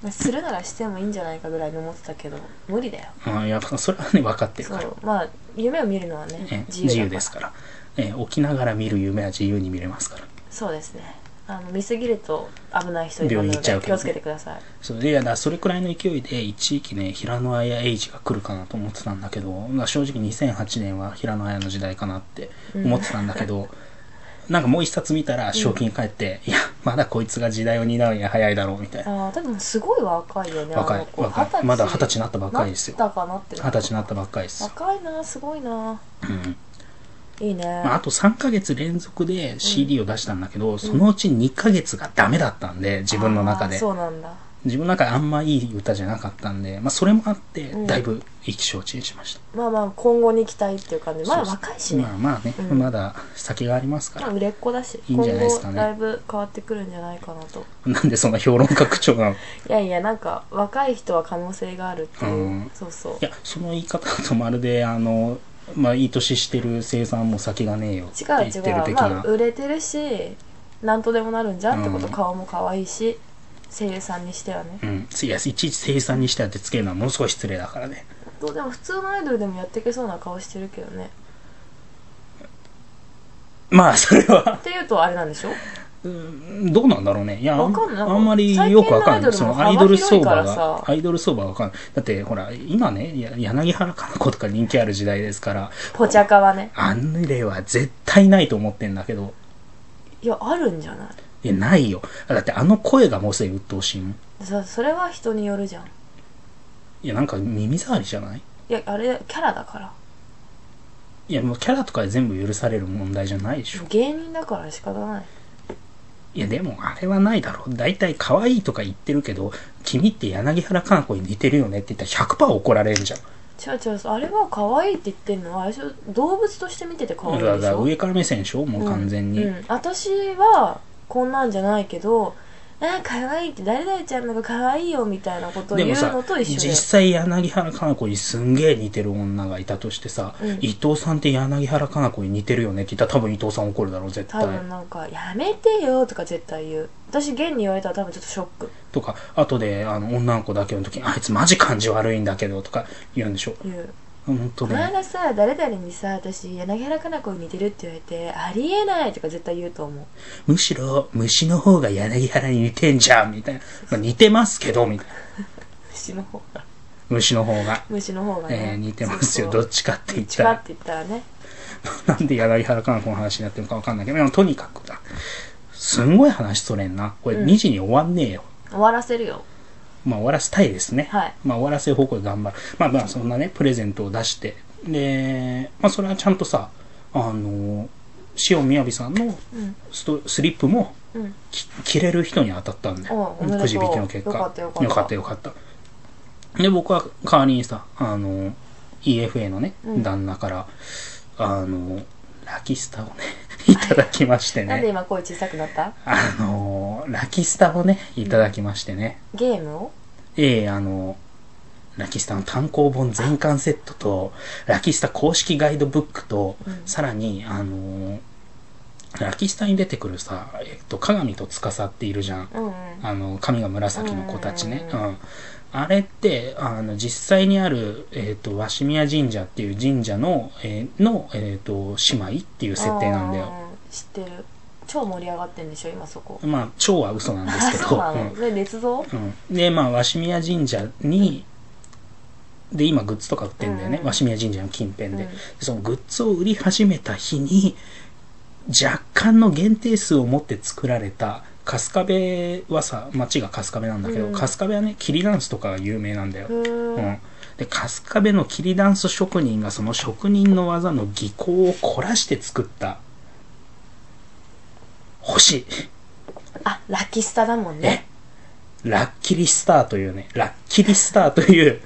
まあするならしてもいいんじゃないかぐらいに思ってたけど無理だよ
えうんやっぱそれはね分かってる
そ
から、
うまあ夢を見るのは
ええ
ね
自
自
由
由
です
か
から、ええ起きながら見る夢は自由に見れますから
らそうですねあの見すぎると危ない人いる
病院
の
行っちゃう
で
け
気
どね
をつけてください
そういやだからそれくらいの勢いで一時期ね平野綾エイジが来るかなと思ってたんだけどまあ正直2008年は平野綾の時代かなって思ってたんだけど、なんかもう一冊見たら賞金返って、いやまだこいつが時代を担うには早いだろうみたいな
ああでもすごい若いよね
若
あ
い
の子
若いまだ二十歳になったばっかりですよ
なったかなって
二十歳になったばっかりです、
若いなすごいな
うん
いいね、
まあ、あと3ヶ月連続で CD を出したんだけど、そのうち2ヶ月がダメだったんで自分の中
あー
で
そうなんだ
自分の中であんまいい歌じゃなかったんで、まあ、それもあって
うん
だいぶ意気消沈しました、
まあまあ今後に期待っていう感じまだ
そうそう
若いしね、
まあまあね、
うん
まだ先がありますか
まあ
ら、
売れっ子だし
いいんじゃないですか
今
ね
後だいぶ変わってくるんじゃないかなと
なんでそんな評論家口調なのい
いやいやなんか若い人は可能性があるっていう、
うん
そうそう
やその言い方だとまるであのまあいい年してる生産も先がねえよって
違う
言っ
違
てる
う
的
まあ
な
売れてるしなんとでもなるんじゃんってこと、
うん
顔も可愛いし声優さんにしてはね
うん、いやいちいち声優さんにして当てつけるのはものすごい失礼だからね
どうでも普通のアイドルでもやっていけそうな顔してるけどね
まあそれは
っていうとあれなんでしょ
うんどうなんだろうねいやあ
わかんないなんか
あんまりよくわかんない
最近
そ
の
の
ア
ア
イ
イド
ドル
ル
も
相
幅広いか
場
らさ
がアイドル相場がわかんないだってほら今ねや柳原かな子とか人気ある時代ですから
ポチャカはね
あんれは絶対ないと思ってんだけど
いやあるんじゃない
いやないよだってあの声がもうすでに鬱陶しいもん
そそれは人によるじゃんい
いやなんか耳障りじゃない
やあれキャラだから
いやもうキャラとかで全部許される問題じゃないでしょ
芸人だから仕方ない
いやでもあれはないだろう大体可愛いとか言ってるけど君って柳原かな子に似てるよねって言ったら100%怒られるじゃん
違う違うあれは可愛いって言ってるのはあれでしょ動物として見てて可愛い
だか
で
らだ
し
から
ょ
上から目線でしょもう完全に、
うんうん私はこんなんじゃないけどあー可愛いって誰々ちゃんのが可愛いよみたいなことを
で
言う
も
の
さ
と一緒だ
実
よ
際柳原かな子にすんげえ似てる女がいたとしてさ、
うん
伊藤さんって柳原かな子に似てるよねって言ったら多分伊藤さん怒るだろう絶
多
対
分なんか「やめてよ」とか絶対言う私現に言われたら多分ちょっとショック
とか後であの女の子だけの時にあいつマジ感じ悪いんだけどとか言うんでしょ
言う
本当
この
だよ
間さ誰々にさ私柳原加奈子に似てるって言われてありえないとか絶対言うと思う
むしろ虫の方が柳原に似てんじゃんみたいな、まあ、似てますけどみたいな
虫の方が
虫の方が、
虫の方がね、
えー似てますよ
そうそう
どっちかって
ど
言
っ
っ
ち
た
からって言ったらね
なんで柳原かな子の話になってるのかわかんないけど、でもとにかくだ。すんごい話それんな。これ
うん
2時に終わんねえよ。
終わらせるよ
まあ終わらせたいですね。
はい
まあ終わらせる方向で頑張る。まあまあそんなね、プレゼントを出して。で、まあそれはちゃんとさ、あの、塩みやびさんの
うん
ストスリップも
うん
き着れる人に当たったんだよ。
おうおめでとう
くじ引きの結果。
よかったよかった
よかったよかったで、僕は代わりにさ、あの、EFA のね、
うん
旦那から、あの、ラキスタをね、 *laughs* いただきまして
なんで
ね。
今声小さくなった
あの、ラキスタをね、いただきましてね。
ゲームを
ええあの、ラキスタの単行本全巻セットと、ラキスタ公式ガイドブックと、
うん
さらに、あの、ラキスタに出てくるさ、えっと、鏡と司っているじゃん。
うんうん
あの髪が紫の子たちね、
う
うんんあれってあの実際にある、えー、と鷲宮神社っていう神社の,、えーのえー、と姉妹っていう設定なんだ
う
よ
ううん知ってる超盛り上がってんでしょ今そこ
まあ蝶は嘘なんで
あ
すけ
*laughs* そ
ど
うなの、それ捏造
うんうん、でまあ鷲宮神社にで今グッズとか売ってんだよね、
うん
鷲宮神社の近辺で、
うん
そのグッズを売り始めた日に若干の限定数を持って作られた春日部はさ町が春日部なんだけど、
うん
春日部はね霧ダンスとかが有名なんだよ、
うー
うんん、で春日部の霧ダンス職人がその職人の技の技巧を凝らして作った星
あラキスタだもんね
ラッキリスターというねラッキリスターという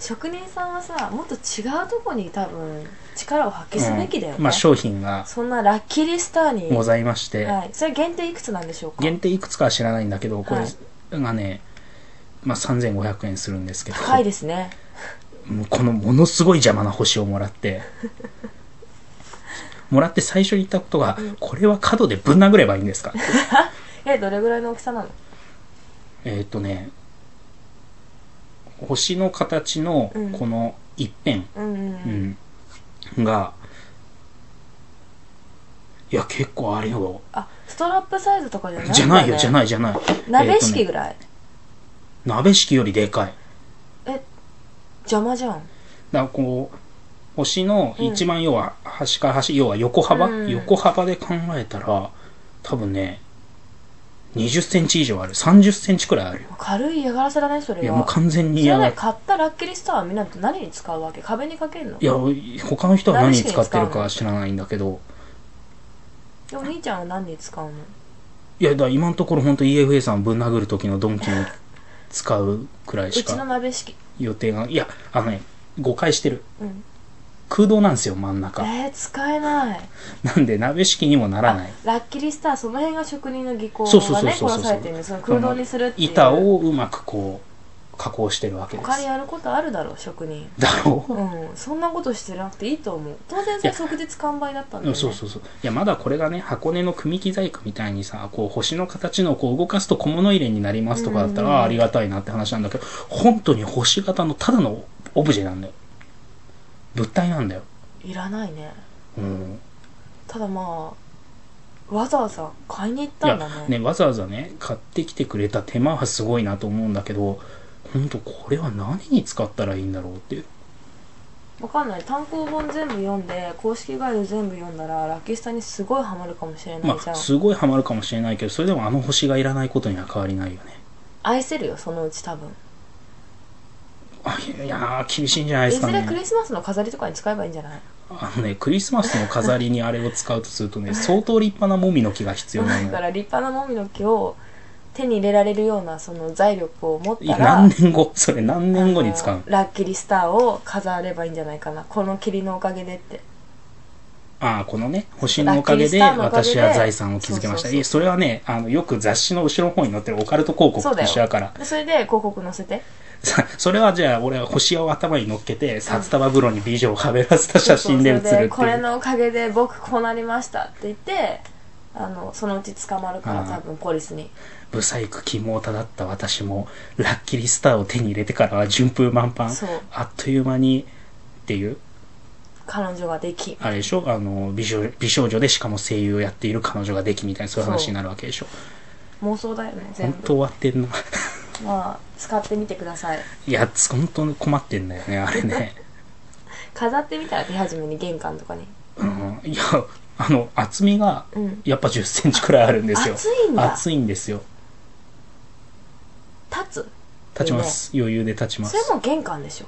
職人さんはさもっと違うとこに多分力を発揮すべきだよね、
うんまあ、商品が
そんなラッキーリスターに
ございまして、
はい、それ限定いくつなんでしょうか
限定いくつかは知らないんだけどこ
はい
れがね、まあ、3500円するんですけど
高いですね
もうこのものすごい邪魔な星をもらって *laughs* もらって最初に言ったことが、これは角でぶん殴ればいいんですか
えどれぐらいの大きさなの
えーっとね星の形の
うん
この一辺、
うんうんう
うんんがいや結構あれよ
あストラップサイズとかじゃないんだね
じゃないよじゃないじゃない
鍋敷
えーっとね
ぐらい、
鍋敷よりでかい
邪魔じゃん
だからこう星の一番要は端から端、要は横幅、
うん
横幅で考えたら多分ね20センチ以上ある30センチくらいあるよ
軽い嫌がらせだねそれはい
やもう完全に
それ
嫌が
ね
る
買ったラッキーリスターはみんな何に使うわけ壁にかけるの
いや他の人は何に使ってるか
何
は知らないんだけど
でお兄ちゃんは何に使うの
いやだから今のところ本当 EFA さんぶん殴る時のドンキに使うくら
う
いし
ちの
か
鍋敷
予定がいやあのね誤解してる
うん
空洞なんですよ真ん中
えー、使えない
なんで鍋敷にもならない
ラッキーリスターその辺が職人の技巧
そうそう
が
そう
ね
そうそう
殺されてるんでその空洞にするっていう
板をうまくこう加工してるわけです
他にやることあるだろう職人
だろう
うんそんなことしてなくていいと思う当然
いや
それ即日完売だったんだ
う
よ、
ん
ね、
そうそうそういやまだこれがね箱根の組木細工みたいにさこう星の形のこう動かすと小物入れになりますとかだったら、
うんうんうん
あありがたいなって話なんだけど本当に星型のただのオブジェなんだよ物体なんだよ、
いらないね
うん、
ただまあわざわざ買いに行っ
い
た
や
んだね
ねわざわざね買ってきてくれた手間はすごいなと思うんだけど本当これは何に使ったらいいんだろうっていう
わかんない単行本全部読んで公式ガイド全部読んだらラッキースタにすごいハマるかもしれな
ま
いじゃ
あ
ん、
すごいハマるかもしれないけどそれでもあの星がいらないことには変わりないよね
愛せるよそのうち多分
あいやー厳しいんじゃない
い
です
ず
か
れクリ
ね
スマスの飾りとかに使えばいいんじゃない
あのねクリスマスの飾りにあれを使うとすると
*laughs*
ね相当立派なもみの木が必要な
だ
の
か
よ
ら立派なもみの木を手に入れられるようなその財力を持っ
い
た
や
ら
何年後 *laughs* それ何年後に使う
あ
の
のラッキリスターを飾ればいいんじゃないかなこの霧のおかげでって
ああこのね星のおかげで
ラッキースターのおかげ
私
で
は財産を築けました
そうそうそう
いやそれはねあのよく雑誌の後ろの方に載ってるオカルト広告と一緒だから
でそれで広告載せて
さ *laughs* それはじゃあ俺は星を頭に乗っけて札束風呂に美女をはべらせた写真で写るって
そ
いう
うそうそれでこれのおかげで僕こうなりましたって言ってあのそのうち捕まるから
あー
多分ポリスに
ブサイクキモータだった私もラッキリスターを手に入れてからは順風満帆
そう
あっという間にっていう
彼女ができ
あれでしょあの美少美少女でしかも声優をやっている彼女ができみたいなそういう話になるわけでしょ
妄想だよね全
本当終
部
わってんな *laughs*
まあ使ってみてください
いや本当に困ってんだよねあれ
*laughs*
ね
飾ってみたら手始めに玄関とかに
うんいやあの厚みが
うん
やっぱ1 0センチくらいあるんですよ
厚いんだ
厚いんですよ
立
立ちます余裕で立ち
つ
ます
それも玄関でしょ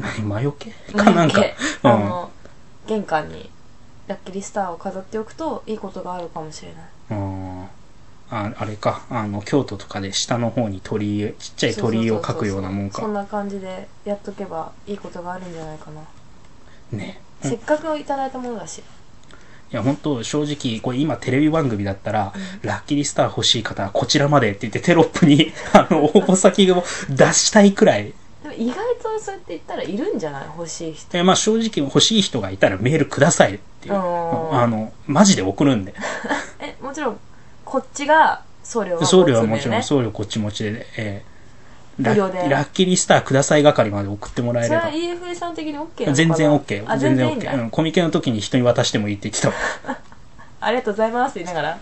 何魔除けかなんか
だっ。け
う
あ
ん
の玄関にラッキリスターを飾っておくといいことがあるかもしれない
うん。ああれか、あの、京都とかで下の方に鳥居、ちっちゃい鳥居を描くようなもん
そん
か。
な感じでやっとけばいいことがあるんじゃないかな、
ね。うん
せ
い
っかくいただいたものだし
や、本当正直、これ今テレビ番組だったら、ラッキリスター欲しい方はこちらまでって言ってテロップに、 *laughs* あの、応募先を出したいくらい。
でも意外とそうやって言ったらいるんじゃない欲しい人
でまあ正直欲しい人がいたらメールくださいっていう。
う
うんんあの、マジで送るんで。
えもちろんこっちが送料は
送料はもちろん、
そ
送料こっち持ちで、えーラ
無料で
ラッキリスターください係まで送ってもらえ
そ
れ
れ
ば
は。EFA さん的に OK なのかな
全然 OK
あ
よ。全
全然
然
いいんだ、
OK。うん、コミケの時に人に渡してもいいって言ってたわ。
ありがとうございますって言いながら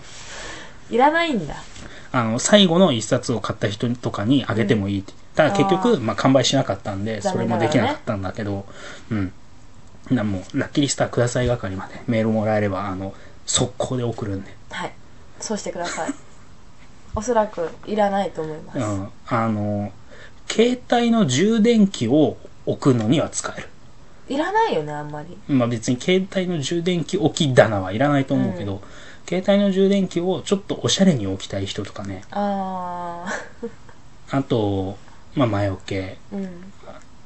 いらないんだ
あの、最後の一冊を買った人とかにあげてもいいって。ただ結
あ
局、
ー
まあ、完売しなかったんで、
残
それ
念な
も
が
で
らね
きなかったんだけど、うん。な、もう、ラッキリスターください係までメールもらえれば、あの、速攻で送るんで。
はいそうしてください *laughs* おそらくいらないと思います、
うん。あの、携帯の充電器を置くのには使える。
いらないよねあんまり
まあ別に携帯の充電器置き棚はいらないと思うけど、携帯の充電器をちょっとおしゃれに置きたい人とかね、
あ
あと、まあ、前置け。
ー *laughs* うん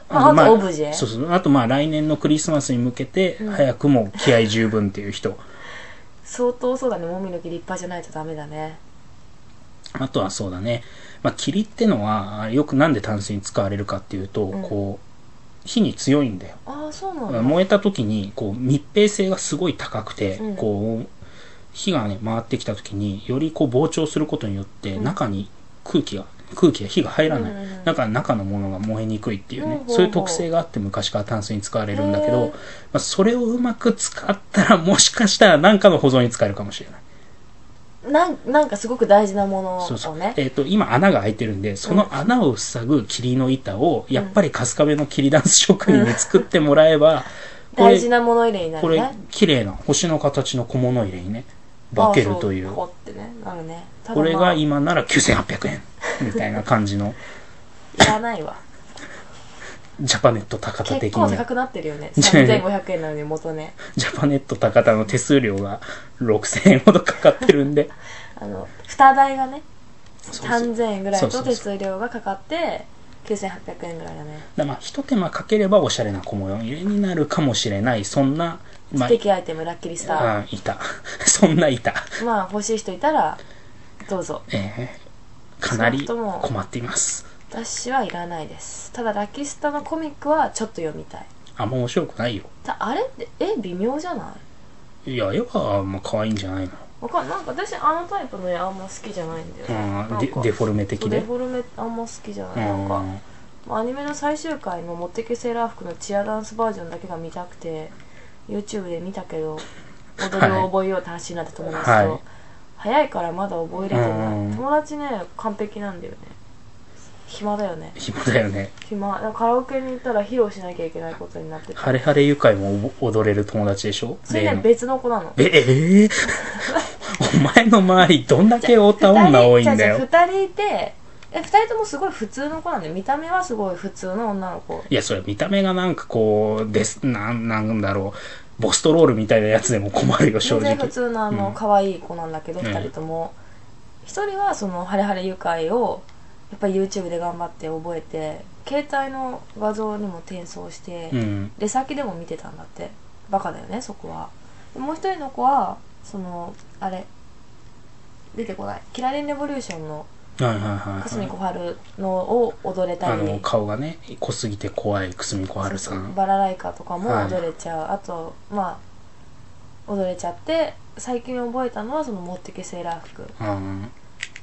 まああとオブジェ
そうそう。あと、まあ、来年のクリスマスに向けて、
うん
早くも気合十分っていう人。
相当そうだねもみの木立派じゃないとダメだね
あとはそうだね。まあ、霧ってのは、よくなんで炭水に使われるかっていうと、
うん
こう、火に強いんだよ。
ああそうなんだ、
燃えた時に、こう、密閉性がすごい高くて、
うん
こう、火がね、回ってきた時に、よりこう、膨張することによって、
うん
中に空気が、空気や火が入らない。
うんうんうん
だから中のものが燃えにくいっていう
ほう
ね
ほうほう
そういう特性があって昔から炭素に使われるんだけ
へ
ど、
ー
まあ、それをうまく使ったらもしかしたら何かの保存に使えるかもしれない。
なんなんかすごく大事なものをね
そうそう。えっ、と、今穴が開いてるんで、その穴を塞ぐ霧の板を、やっぱり春日部の霧ダンス職人に作ってもらえば、こ
*laughs* 大事
れ、
な物入れにな
こ
る
れ
ね、
綺麗な星の形の小物入れにね、化けるという。
あーそこってねなるねただ、ま
こ
あ、
れが今なら9800円。みたいな感じの、
*laughs* いらないわ
ジャパネット高田
結
的
構
に
高
は。
くなってる
*laughs*
よね
じゃあね
3500円なのに元ね
ジャパネット高田の手数料が6000円ほどかかってるん
*laughs*
で。
あの蓋代がね
そうそう
3000円ぐらい
そうそ
と
うそう
手数料がかかって9800円ぐらいだね
だまあ、ひと手間かければおしゃれな小物入れになるかもしれない、そんな、ま
素敵アイテムラッキリスター
あ、 *laughs* いた。そんないた。
まあ欲しい人いたらどうぞ
えーかなり
少なくとも
困っています
私はいらないですただラキスタのコミックはちょっと読みたい
あんま面白くないよ
たあれって絵微妙じゃない
いや絵はまあ可愛いんじゃないの
わかんなんか私あのタイプの絵あんま好きじゃないんだよね
あー
なん
で
か
デフォルメ
そう
的
デ
で
フォルメあんま好きじゃ
う
ないなんか
ん
アニメの最終回の「モテキセーラー服」のチアダンスバージョンだけが見たくて YouTube で見たけど踊りを覚えようって話になったと思うんですけど、
はい
早いからまだ覚えれてない、
うん
友達ね完璧なんだよね暇だよね
暇だよね
暇だからカラオケに行ったら披露しなきゃいけないことになってて
ハレハレ愉快も踊れる友達でしょ
それ
例
ね
の
別の子なの
ええー *laughs* お前の周りどんだけオタ女多いんだ
二
よ
人じゃあじゃあ二人いてえ二人ともすごい普通の子なんで見た目はすごい普通の女の子
いやそれ見た目がなんかこうですなんなんだろうボストロールみたいなやつでも困るよ正
全然
直
普通のあ
う
の
ん
可愛い子なんだけど、
うん
二人とも一人はその「ハレハレ愉快」をやっぱり YouTube で頑張って覚えて携帯の画像にも転送して、
うん
出先でも見てたんだってバカだよねそこはでもう一人の子はそのあれ出てこない「キラリンレボリューション」の
はいはいはい
かすみこ
はい
はるのを踊れた
あ
り、
の顔がね濃すぎて怖いくすみこはるさん
バラライカとかも
はい
踊れちゃう、あとまあ踊れちゃって最近覚えたのはその「持ってけセーラー服」
うん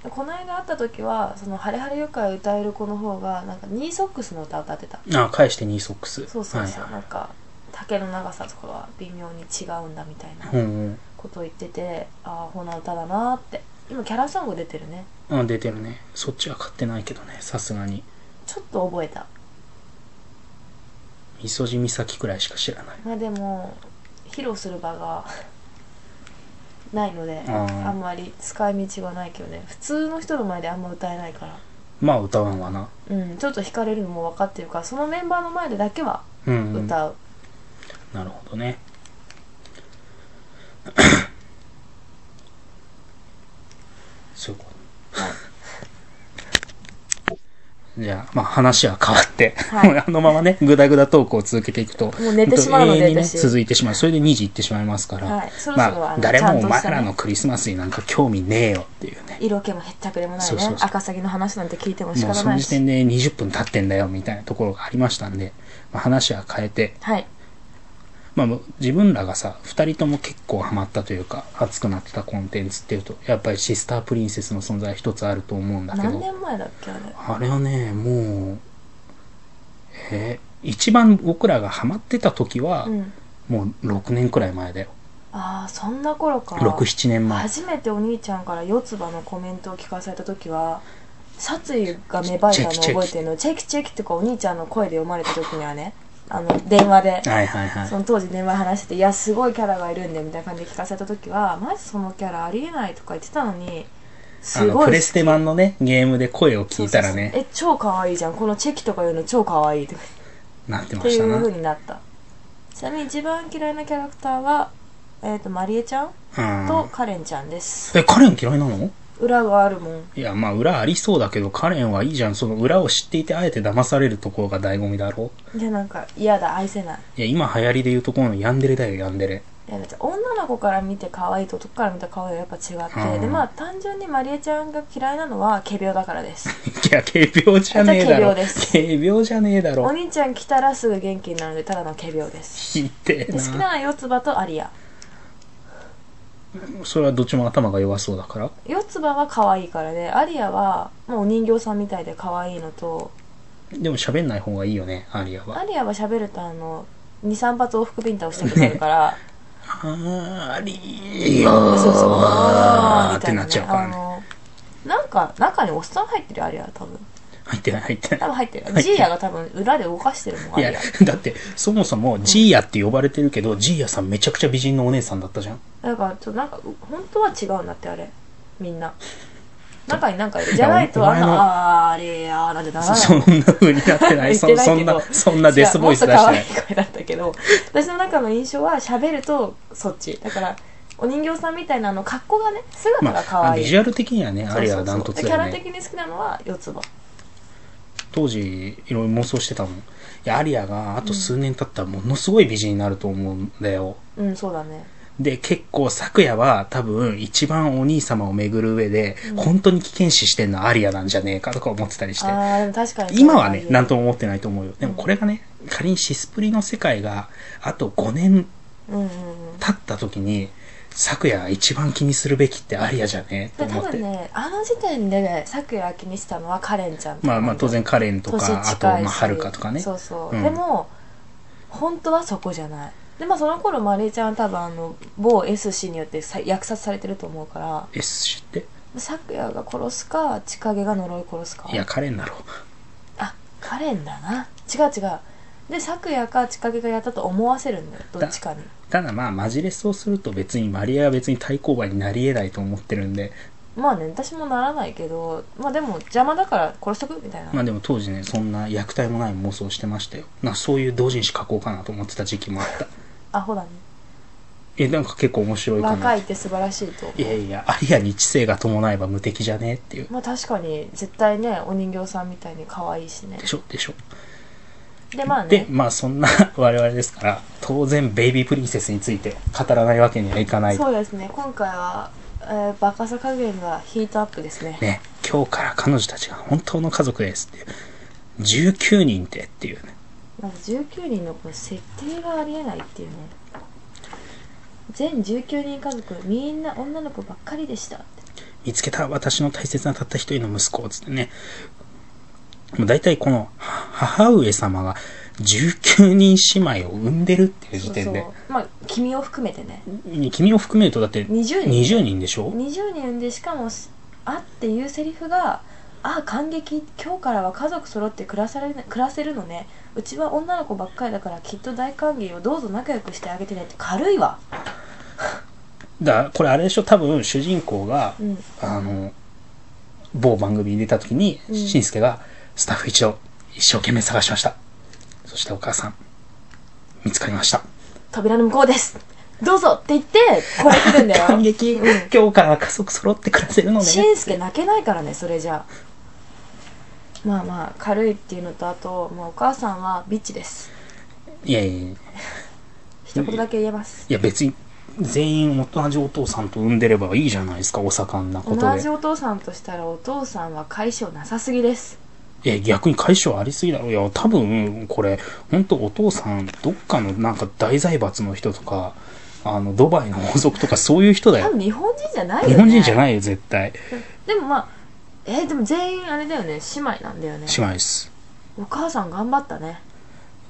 でこの間会った時はその「ハレハレ愉快」歌える子の方がなんかニーソックスの歌歌ってた
あ返してニーソックス
そうそうそう、
はい
なんか丈の長さとかが微妙に違うんだみたいな
うん
ことを言っててああほな歌だなーって今キャラソング出てるね
うんあ出てるねそっちは買ってないけどねさすがに
ちょっと覚えた
みそじみさきくらいしか知らない
まあでも披露する場が *laughs* ないので
あー
あんまり使い道がないけどね普通の人の前であんま歌えないから
まあ歌わんわな
うんちょっと惹かれるのも分かってるからそのメンバーの前でだけは
うん、うん、 *laughs*
歌う、
なるほどね *coughs* そういうことじゃあ、まあ話は変わって、
はい
*laughs* あのままね、ぐだぐだトークを続けていくと、
もう寝てしまうの
本
で
当に永遠にね、
私
続いてしまう。それで2時行ってしまいますから、
はいそろそろ
ま
あ
あ、
の
誰
ちゃん
も
と
お
した
前
ね
らのクリスマスになんか興味ねえよっていうね。
色気もへったくれもないね
そうそうそう
赤鷺の話なんて聞いても仕
もう
方
その
ない
時
し
点で20分経ってんだよみたいなところがありましたんで、まあ、話は変えて、
はい
まあ、もう自分らがさ2人とも結構ハマったというか熱くなってたコンテンツっていうとやっぱりシスタープリンセスの存在は一つあると思うんだけ
何
ど
年前だっけあれ
あれはねもうえー一番僕らがハマってた時は、
うん
もう6年くらい前だよ
ああそんな頃か
67年前
初めてお兄ちゃんから四つ葉のコメントを聞かされた時は殺意が芽生えたのを覚えてるのチェキチェキとかお兄ちゃんの声で読まれた時にはねあの電話で
はいはいはい
その当時電話で話してて「いやすごいキャラがいるんで」みたいな感じで聞かされた時は「マジそのキャラありえない」とか言ってたのに
あ
す
の
ごい
プレステ版のねゲームで声を聞いたらね
そうそうそうえ超可愛いじゃんこのチェキとかいうの超可愛いとか
なって
っ
ま
てい
したな
う風になったちなみに一番嫌いなキャラクターはえっ、とまりえちゃん
う
と
ん
カレンちゃんです
えカレン嫌いなの
裏があるもん
いや、まあ、裏ありそうだけど、カレンはいいじゃん。その裏を知っていて、あえて騙されるところが醍醐味だろ
いやなんか嫌だ愛せない
いや、今流行りで言うところのヤンデレだよ、ヤンデレ。 *laughs*
いやだって女の子から見て可愛いと男から見た可愛いはやっぱ違って、
うん
でまあ単純にまりえちゃんが嫌いなのは仮病だからです
いや、軽病じゃねえだ
あ
ろ
じゃあ軽病です。
軽病じゃねえだ
お
ろ。
兄ちゃん来たらすぐ元気になるのでただの仮病です
ひでえ
で好きなの
な。
は四つ葉とアリア
それはどっちも頭が弱そうだから。
四つ葉は可愛いからでアリアはもうお人形さんみたいで可愛いのと
でも喋んない方がいいよね、アリア
ア
は。
リアは喋るとあの23発往復ビンタをしてくれるから
*laughs* あー、アリア
そうそう
ー
あー
っ
み
て
たい
なっ
な
ちゃう
ね
から
あ
ね。
のなんか中におっさん入ってるよアリアは多分
入ってない、入って
多
な
分
い。
入ってる
入ってる
ジーヤが多分裏で動かしてるもんア
い
リア
や、だって、そもそも、ジーヤって呼ばれてるけど、ジーヤさんめちゃくちゃ美人のお姉さんだったじゃん。
なんかちょっとなんかう本当は違うんだってあれみんな中になんかいるじゃないと
お
あ
前の
のあーれやーなんてならない
そんな風になってない。
言っ
そ
てない
そ
け
んな
ど、
そんなデスボイス出してな
違
いう
もっと可愛い声だったけど私の中の印象は喋るとそっちだからお人形さんみたいなあの格好がね姿
ま
が
あ、
可
あ
愛
ビ
い、
ジュアル的にはね、
そう
アリア
そ
は
うそ
ダ
う
ントツ
で
だよ
キャ
ね。
ラ的に好きなのは四つ葉
当時、いろいろ妄想してたもん。いや、アリアがあと数年経ったらものすごい美人になると思うんだよ。
うんそうだね
で、結構、昨夜は多分一番お兄様を巡る上で、本当に危険視してんのはアリアなんじゃねえかとか思ってたりして。
ああでも確かに
今はね、なん
と
とも思ってないと思うよ。でもこれがね、仮にシスプリの世界が、あと5年
うんうんうん
経った時に、昨夜一番気にするべきってアリアじゃねえと
で
思
多
って。
分ねあの時点でね昨夜気にしたのはカレンちゃんとか
まあまあ当然カレンと
年近い
か、あ
し
と、まあ、はるかとかね。
そうそう、
うん
でも本当はそこじゃないでまあその頃マリーちゃんは多分あの某 S 氏によってさ虐殺されてると思うから
S 氏って
昨夜が殺すか千景が呪い殺すか
いや、カレンだろう。
あカレンだな違う違うで昨夜か千景がやったと思わせるんだよどっちかに
ただまあ、マジレスをすると別にマリアは別に対抗馬になり得ないと思ってるんで、
まあね私もならないけどまあでも邪魔だから殺しとくみたいな、
まあでも当時ね、そんな虐待もない妄想してましたよ。なそういう同人誌書こうかなと思ってた時期もあった。 *laughs*
アホだね
え、なんか結構面白いか
若
な。
い
い
って素晴らしいと思う
やいや、アリアに知性が伴えば無敵じゃねえっていう。
まあ確かに絶対ねお人形さんみたいに可愛いしね
でしょでしょ、
でまあ
で
ね、
まあそんな *laughs* 我々ですから、当然ベイビープリンセスについて語らないわけにはいかない。
そうですね今回は、えー、バカさ加減がヒートアップですね
ね、今日から彼女たちが本当の家族ですっていう。19人ってっていうね。
まず19人のこの設定がありえないっていうね全19人家族みんな女の子ばっかりでしたって
見つけた私の大切なたった一人の息子つってね。もう大体このは母上様が19人姉妹を産んでるっていう時点で
そう。そうまあ君を含めてね
に君を含めるとだって
20人
20人でしょ
20人でしかもし「あ」っていうセリフが「ああ感激今日からは家族揃って暮らされ暮らせるのねうちは女の子ばっかりだからきっと大歓迎をどうぞ仲良くしてあげてね」って軽いわ
だからこれあれでしょ多分主人公が、
うん
あの、某番組に出た時に、
うん
しんすけがスタッフ一同一生懸命探しました。そしてお母さん、見つかりました。
扉の向こうですどうぞって言ってこれ来るんだ
*laughs*
よ
感激、
うん
今日から家族揃って暮らせるのね。
しんすけ泣けないからねそれじゃあまあまあ軽いっていうのとあともうお母さんはビッチです
いやいやいや。
一言だけ言えます
いや別に全員同じお父さんと産んでればいいじゃないですかお盛んなこ
同
とで
じお父さんとしたらお父さんは解消なさすぎです
いや逆に解消ありすぎだろいや多分これ本当お父さんどっかのなんか大財閥の人とかあのドバイの王族とかそういう人だ
多
よ
分日本人じゃないよね
日本人じゃ
い
ないよ絶対
でもまあえーでも全員あれだよね姉妹なんだよね
姉妹です
お母さん頑張ったね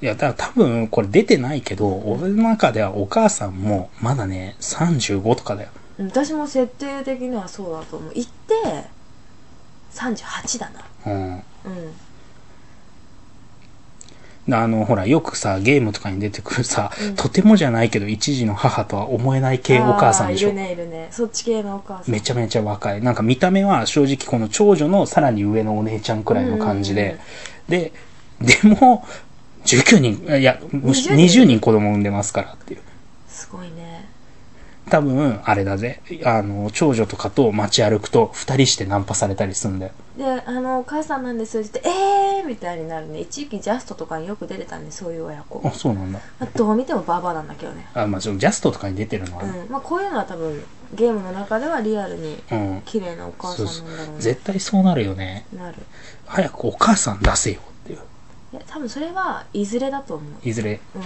いやだから多分これ出てないけど俺の中ではお母さんもまだね35とかだよ
うん私も設定的にはそうだと思う行って38だな
うん
うん
あの、ほら、よくさ、ゲームとかに出てくるさ、とてもじゃないけど、一時の母とは思えない系お母さんでしょ
あーいるねいるねそっち系のお母さん
めちゃめちゃ若い。なんか見た目は正直この長女のさらに上のお姉ちゃんくらいの感じで。で、でも、19人、いや、むし
20
20人子供産んでますからっていう。
すごいね
多分、あれだぜ。あの、長女とかと街歩くと、二人してナンパされたりするんだよ。
で「あのお母さんなんです」って言って「えー!」みたいになるね一時期ジャストとかによく出てたんでそういう親子
あ、そうなんだ。
まあどう見てもバーバアなんだけどね
あ、まあ、そのジャストとかに出てるのは
う
ね。
んまあこういうのは多分ゲームの中ではリアルに
うん。
綺麗なお母さ
そ
ん
う
な
そ
んだろう
う。
ね
絶対そうなるよね。
なる
早くお母さん出せよっていう。
いや多分それはいずれだと思う
いずれ
うん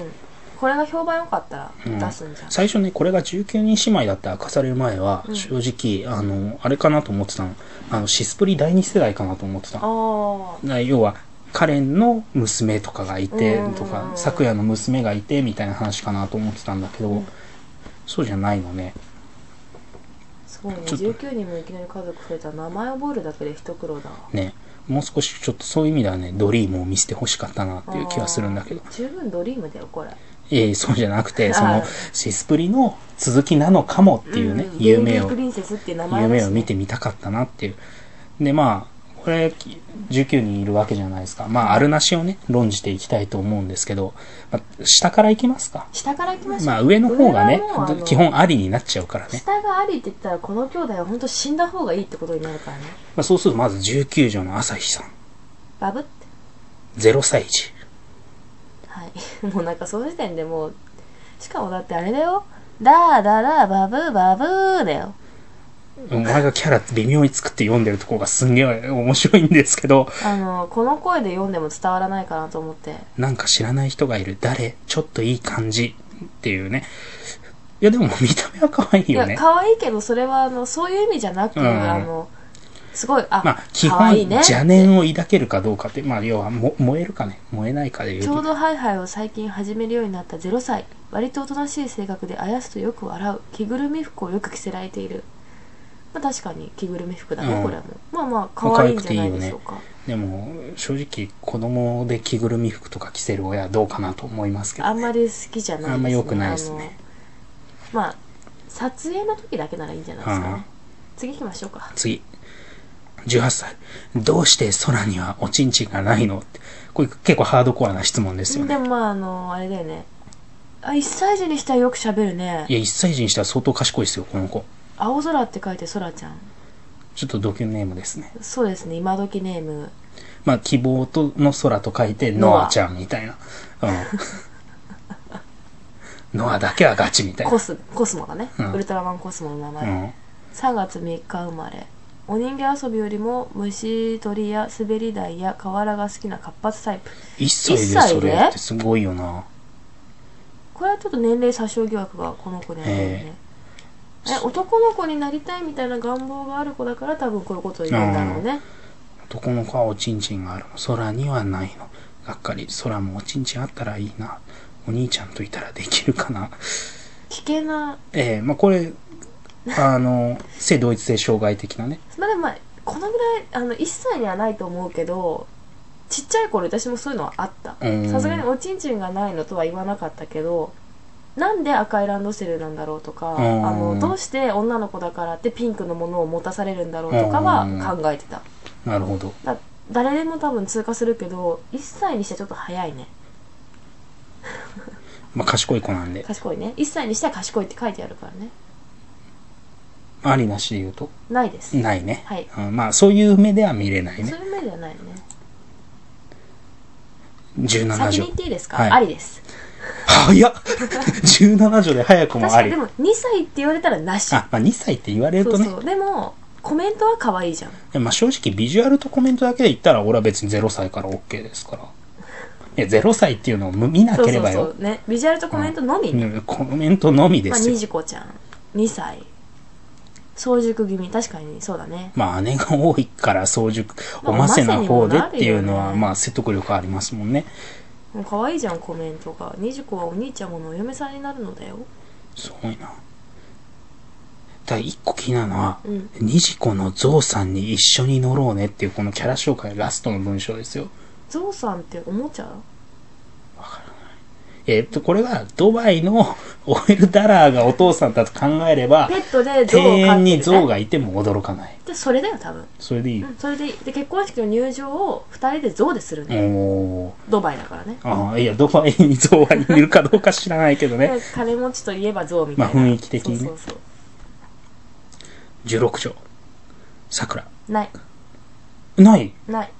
これが評判良かった
うん
ら出すんじゃん、
最初ねこれが19人姉妹だって明かされる前は、
うん
正直あのあれかなと思ってたのあのシスプリ第2世代かなと思ってたの
ああ
な要はカレンの娘とかがいて
うん
と
うん
か
うん
昨夜の娘がいてみたいな話かなと思ってたんだけど、
うん
そうじゃないのね
すごいね
ちょっ
19人もいきなり家族増えたら名前覚えるだけで一苦労だわ
ねもう少しちょっとそういう意味ではねドリームを見せてほしかったなっていう気はするんだけど
あー十分ドリームだよこれ
ええそうじゃなくてそ
は
の
い
シスプリの続きなのかもっていうね、
んん
夢
ベイビー
を
プリンセスっていう名前だしね
夢を見てみたかったなっていう。で、まあ、これ、き19人いるわけじゃないですか。まあ、あるなしをね、論じていきたいと思うんですけど、まあ、下からいきますか。
下から行きましょう
まあ、上の方がね
上はもうあの、
基本ありになっちゃうからね。
下がありって言ったらこの兄弟は本当死んだ方がいいってことになるからね
まあ、そうすると、まず19条の朝日さん、
バブって
0歳児。
はいもうなんかその時点でもうしかもだってあれだよダーダダバブーバブーだよ
お前がキャラ微妙に作って読んでるとこがすんげえ面白いんですけど、
あのこの声で読んでも伝わらないかなと思って
なんか知らない人がいる。誰ちょっといい感じっていうね。いや、でも見た目は可愛い
い
よ
や
ね。
可愛いけどそれはあのそういう意味じゃなく、
うん
あのすごいあ、
まあ、基
可愛い
本、
ね
邪念を抱けるかどうかって、まあ、要はも、燃えるかね、燃えないかで言う
ち
と
ょうどハイハイを最近始めるようになった0歳割とおとなしい性格であやすとよく笑う着ぐるみ服をよく着せられているまあ確かに着ぐるみ服だね、
うん
これもまあまあ可愛いんじゃないでしょうか
でも、正直、子供で着ぐるみ服とか着せる親はどうかなと思いますけど、
あんまり好きじゃないですね
あんま良くないですね
あのまあ撮影の時だけならいいんじゃないですかね、
うん
次行きましょうか
次。18歳。どうして空にはおちんちんがないのって。これ結構ハードコアな質問ですよね
で。もまああのあれだよねあ1歳児にしてはよく喋るね
いや、一歳児にしては相当賢いですよ、この子。
「青空」って書いて「空ちゃん
ちょっとドキュネームですね。」
そうですね今時ネーム
まあ、希望との空と書いて、ノアちゃんみたいな。 *laughs* うん。ノアだけはガチみたい
コ
な。
スコスモだね、
うん
ウルトラマンコスモの名前、
うん。
3月3日生まれお人形遊びよりも虫取りや滑り台や瓦が好きな活発タイプ
一歳でそれってすごいよな。
これはちょっと年齢詐称疑惑がこの子にあるよね、
ええ
え男の子になりたいみたいな願望がある子だから多分こういうことを言うんだろうね、
男の子はおちんちんがあるの。空にはないの。がっかり。空もおちんちんあったらいいな。お兄ちゃんといたらできるかな。
危険な
ええまあ、こ *laughs* れ、あの、性同一性障害的なね。
まあでもまあこのぐらいあの1歳にはないと思うけどちっちゃい頃私もそういうのはあった
うん
さすがにおちんちんがないのとは言わなかったけどなんで赤いランドセルなんだろうとかあ
うん
のどうして女の子だからってピンクのものを持たされるんだろうとかは考えてた
なるほど。
だ誰でも多分通過するけど1歳にしてはちょっと早いね
まあ、賢い子なんで。
賢いね1歳にしては賢いって書いてあるからね
ありなしで言うと
ないです、
ないね、
はい
うんまあそういう目では見れない
そ
ね
ういう目ではないね
17
先に
条
言っていいですか、
はい
ありです *laughs*
早っ17条で早く
確
も
か
あり
にでも2歳って言われたらなし
あ、まあ、2歳って言われる
そ
と
う
ね
そうでもコメントは可愛いじゃん
まあ、正直ビジュアルとコメントだけで言ったら俺は別に0歳から OK ですからいや0歳っていうのを見な
そう
けれ
そう
ばよ
そうねビジュアルとコメントのみね、
うんコメントのみで
まあ、
すよ、
にじこちゃん2歳早熟気味確かにそうだね
まあ、姉が多いから早熟、
まあ
おませな方でっていうの
おませにもなる
は、
よね
まあ、説得力ありますもんね。
もう可愛いじゃんコメントがにじこはお兄ちゃんものお嫁さんになるのだよ
すごいな。ただ、一個気になるのは、
うん
ニジコのゾウさんに一緒に乗ろうねっていうこのキャラ紹介ラストの文章ですよ。
ゾウさんっておもちゃ
えーっと、これがドバイの *laughs* OL ダラーがお父さんだと考えれば
ペ、ットでゾウ
庭
を飼ってる、
園
ね、
にゾウがいても驚かない。
でそれだよ多分、
それでいい。
うん、それでいいで結婚式の入場を2人でゾウでするね、
おー。
ドバイだからね
ああ、いや、ドバイにゾウがいるかどうか知らないけどね。
で金持ちといえばゾウみたいな、
まあ雰囲気的にね
そうそうそう
16条。桜。
ない
ない
ない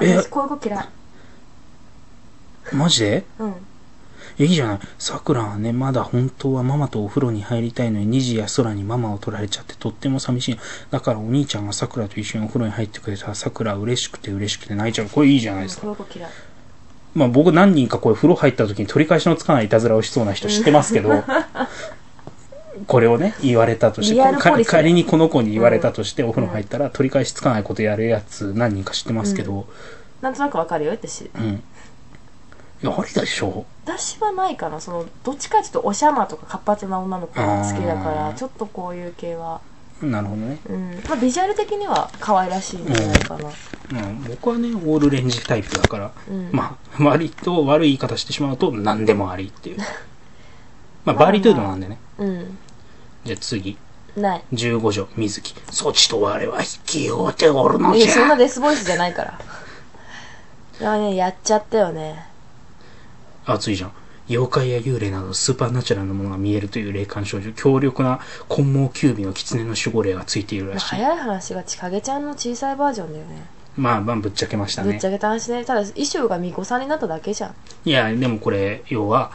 え
私こういう子嫌い
マジで
うん
いいじゃない。桜はね、まだ本当はママとお風呂に入りたいのに、虹や空にママを取られちゃってとっても寂しいの。だからお兄ちゃんが桜と一緒にお風呂に入ってくれたら、桜は嬉しくて嬉しくて泣いちゃう。これいいじゃないです
こう
か。
いう子嫌い
まあ僕何人かこれ風呂入った時に取り返しのつかないいたずらをしそうな人知ってますけど、これをね、言われたとして、
リアルポリスね
か仮にこの子に言われたとして、お風呂入ったら取り返しつかないことやるやつ何人か知ってますけど、
なんとなくわかるよってし
うん。いや、ありでしょ
私はないかなそのどっちかちょっとおしゃまとか活発な女の子が好きだか
あ
ら
ー
ちょっとこういう系は、
なるほどね。
うんまあ、ビジュアル的には可愛らしいんじゃないかな、
うん、僕はね、オールレンジタイプだから、
うん
まあ、割と悪い言い方してしまうと、何でもありっていう。まあ、
まあまあ
バリトゥードなんでね。
うん
じゃあ次、
ない
15条、水木。そちと我は引き合うておるの
い
じ
やそんな
ゃ。
デスボイスじゃないからいやねやっちゃったよね
熱いじゃん。妖怪や幽霊などスーパーナチュラルなものが見えるという霊感症状、強力な根毛キュービの狐の守護霊がついている
ま
ら
あ
しい。
早い話がちかげちゃんの小さいバージョンだよね
まあ、まあ、ぶっちゃけました
ぶっ
ね
ち。ゃけた話ねただ衣装が巫女さんになっただけじゃん
いや、でもこれ、要は、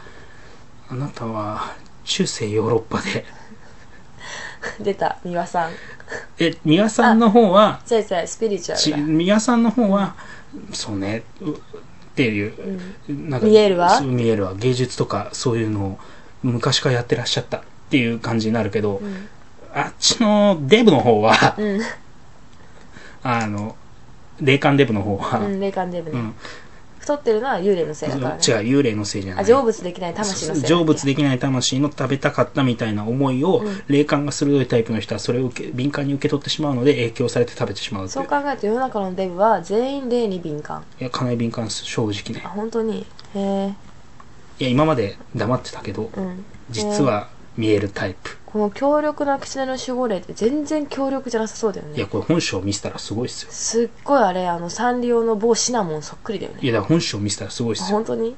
あなたは中世ヨーロッパ
*laughs*
で。
*laughs* 出た美輪さん
え、ミヤさんの方は、
じゃあじゃあスピリチ
ち
ュアルだ
ミヤさんの方は、そうね、うっていう、なんか
見えるわ
そう見えるわ。芸術とかそういうのを昔からやってらっしゃったっていう感じになるけど、
うん
あっちのデブの方は、
うん
あの、霊感デブの方は、
うん霊感デブ
う
ね、
ん
太ってるのは幽霊のせいだからね
違う、幽霊のせいじゃな
あ
い。
成仏できない魂のせいだっけ
成仏できない魂の食べたかったみたいな思いを、
うん
霊感が鋭いタイプの人はそれを受け敏感に受け取ってしまうので影響されて食べてしまうと
そ
いうう
考えると世の中のデブは全員霊に敏感
いやかなり敏感です正直
あ
ね
本当にへえ
いや今まで黙ってたけど、
うん
実は見えるタイプ
この強力な口の守護霊って全然強力じゃなさそうだよ
いや
ね
これ本性見せたらすごいっすよ
すっごいあれあのサンリオの某シナモンそっくりだよ
い
ね
やだから本性見せたらすごいっ
あ
すよ
本当にへ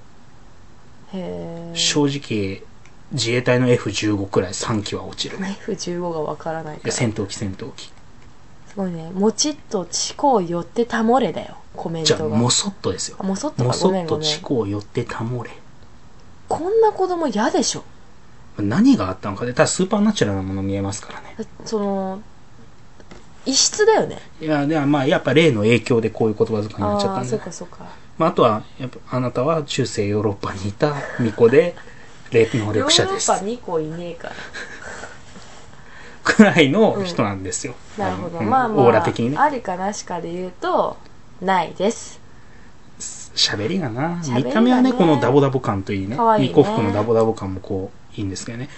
え
正直自衛隊の F15 くらい3機は落ちるね
F15 がわからない
いや
からす
戦闘機戦闘機
ごいねもちっと地高寄ってたもれだよコメン
じゃあ
トが
もそっとですよ
あもそっと
も
か
そ
ごめ
っ
ん
と
ごめん
地高を寄ってたもれ
こんな子供嫌でしょ
何があったのかでただスーパーナチュラルなもの見えますからね
その異質だよね
いや、ではまあ、やっぱ例の影響でこういう言葉遣いになっちゃった
あ
ん
あー
で、
そうかそうか
まあ、あとは、やっぱ、あなたは中世ヨーロッパにいた巫女で、霊能
ヨ
力
ー
者
ロ
で
ッ
す
パ。2個いねえから
くらいの人なんですよ。
なるほど
あのうん
まあまあ
オーラ的にね。
ありかなしかで言うとないです
喋りがな。
喋りがね
見た目はね、このダボダボ感といいね。
可愛いね
巫女服のダボダボ感もこう、いいんですけどね。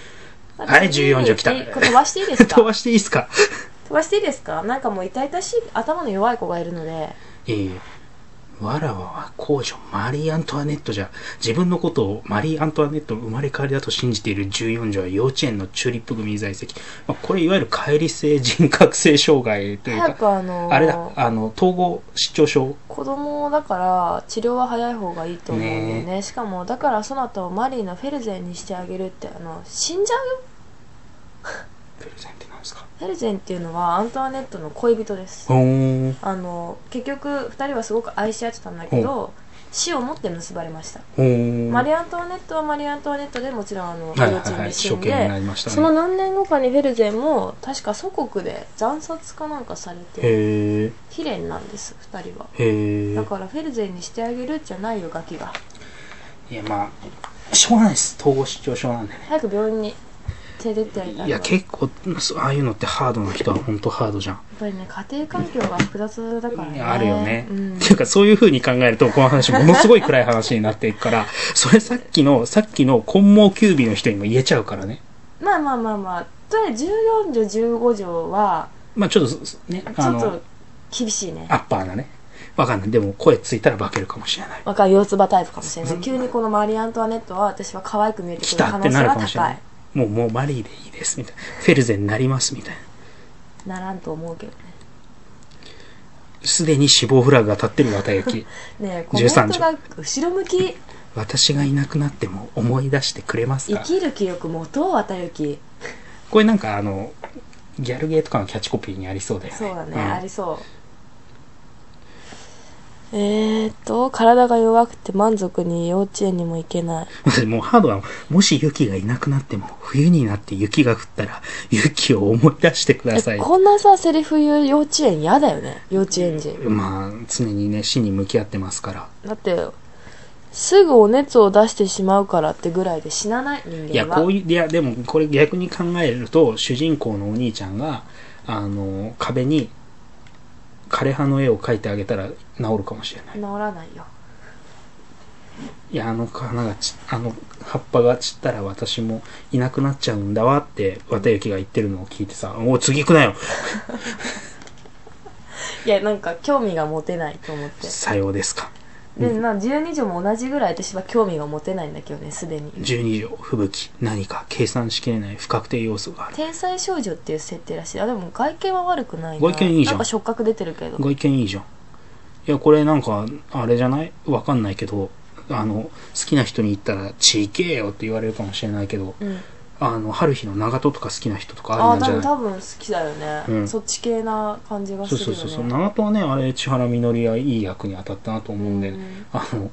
はい14条来た
いいこれ飛ばしていいです
*laughs*
か
飛ばしていいですか
飛ばしていいですかなんかもう痛々しい頭の弱い子がいるので
いえいえ。わらわは公女マリー・アントワネットじゃ自分のことをマリー・アントワネットの生まれ変わりだと信じている14女は幼稚園のチューリップ組に在籍、まあ、これいわゆる乖離性人格性障害という
早
か
くあのー
あれだあの統合失調症
子供だから治療は早い方がいいと思うんだよねしかもだからそなたをマリーのフェルゼンにしてあげるってあの死んじゃうよ
プレゼンってなんですか
フェルゼンっていうのはアントワネットの恋人です
ほーん
あの結局2人はすごく愛し合ってたんだけど死をもって結ばれました
ほーん
マリアントワネットはマリアントワネットでもちろんあの
はい
幼
は
稚
い
園
はい
で
初
死
見
ん
に
で、
なりました
その
ね
何年後かにフェルゼンも確か祖国で惨殺かなんかされて
へえ
悲恋なんです2人は
へ
だ
え
からフェルゼンにしてあげるじゃないよガキが
いやまあしょうがないです統合失調症なんでね
早く病院に連れてってあげた
い
らや
や
っ
結構そうああいうのってハードな人は本当ハードじゃん
ぱりね家庭環境が複雑だからね
あるよね。
うん
っていうか、そういう風に考えると、この話、ものすごい暗い話になっていく
*laughs*
から、それさっきの、さっきの根毛キュービの人にも言えちゃうからね。
まあまあまあまあとりあえず14条15条は
まあちょっと、ね、
ち
あ
ょっ
の
と、厳しいね
アッパーなね。わかんない。でも、声ついたら化けるかもしれない。
若い四つ葉タイプかもしれな
う
い
ん
急にこのマリー・アントワネットは私は可愛く見えてく
来
る
た
可
っ
能
て
性
なる
は
かもしれな
高い
い。もう、もうマリーでいいです、みたいな。フェルゼンになります、みたいな。
ならんと思うけどね
すでに死亡フラグが立ってる綿
*laughs*
焼き。
ねえコメン
13
ト
条
が後ろ向き
私がいなくなっても思い出してくれます
生
か
きる気力持とう綿雪
これなんか、あの、ギャルゲーとかのキャッチコピーにありそうだよね。
そうだね、
ん
ありそうえー、っと体が弱くて満足に幼稚園にも行けない
私 *laughs* もうハードは、もし雪がいなくなっても、冬になって雪が降ったら、雪を思い出してくださ
え
い。
こんなさセリフ言う幼稚園嫌だよね幼稚園児
まあ、常にね、死に向き合ってますから。
だってすぐお熱を出してしまうからってぐらいで死なない人間はい
や、こういう、いや、でもこれ逆に考えると、主人公のお兄ちゃんが、あの、壁に、枯葉の絵を描いてあげたら治るかもしれない。
治らないよ
いや、あの花がち、あの葉っぱが散ったら私もいなくなっちゃうんだわって、綿雪が言ってるのを聞いてさ、おい、次行くなよ
いやなんか興味が持てないと思って
さようですか。
でな12条も同じぐらい私は興味が持てないんだけどねすでに
12条吹雪何か計算しきれない不確定要素がある
天才少女っていう設定らしいあでも外見は悪くないな
外見いいじゃん
なんか触覚出てるけど
外見いいじゃんいやこれなんかあれじゃないわかんないけどあの好きな人に言ったら「ちいけえよ」って言われるかもしれないけど
うん
あの春日の長門とか好きな人とかあ
ああ
るんじゃ
多分
ない
多分好きだよね、
うん
そっち系な感じがす
そう
るよ
そう
ね
そうそう長門はねあれ千原みのりはいい役に当たったなと思うんで、
うん
あの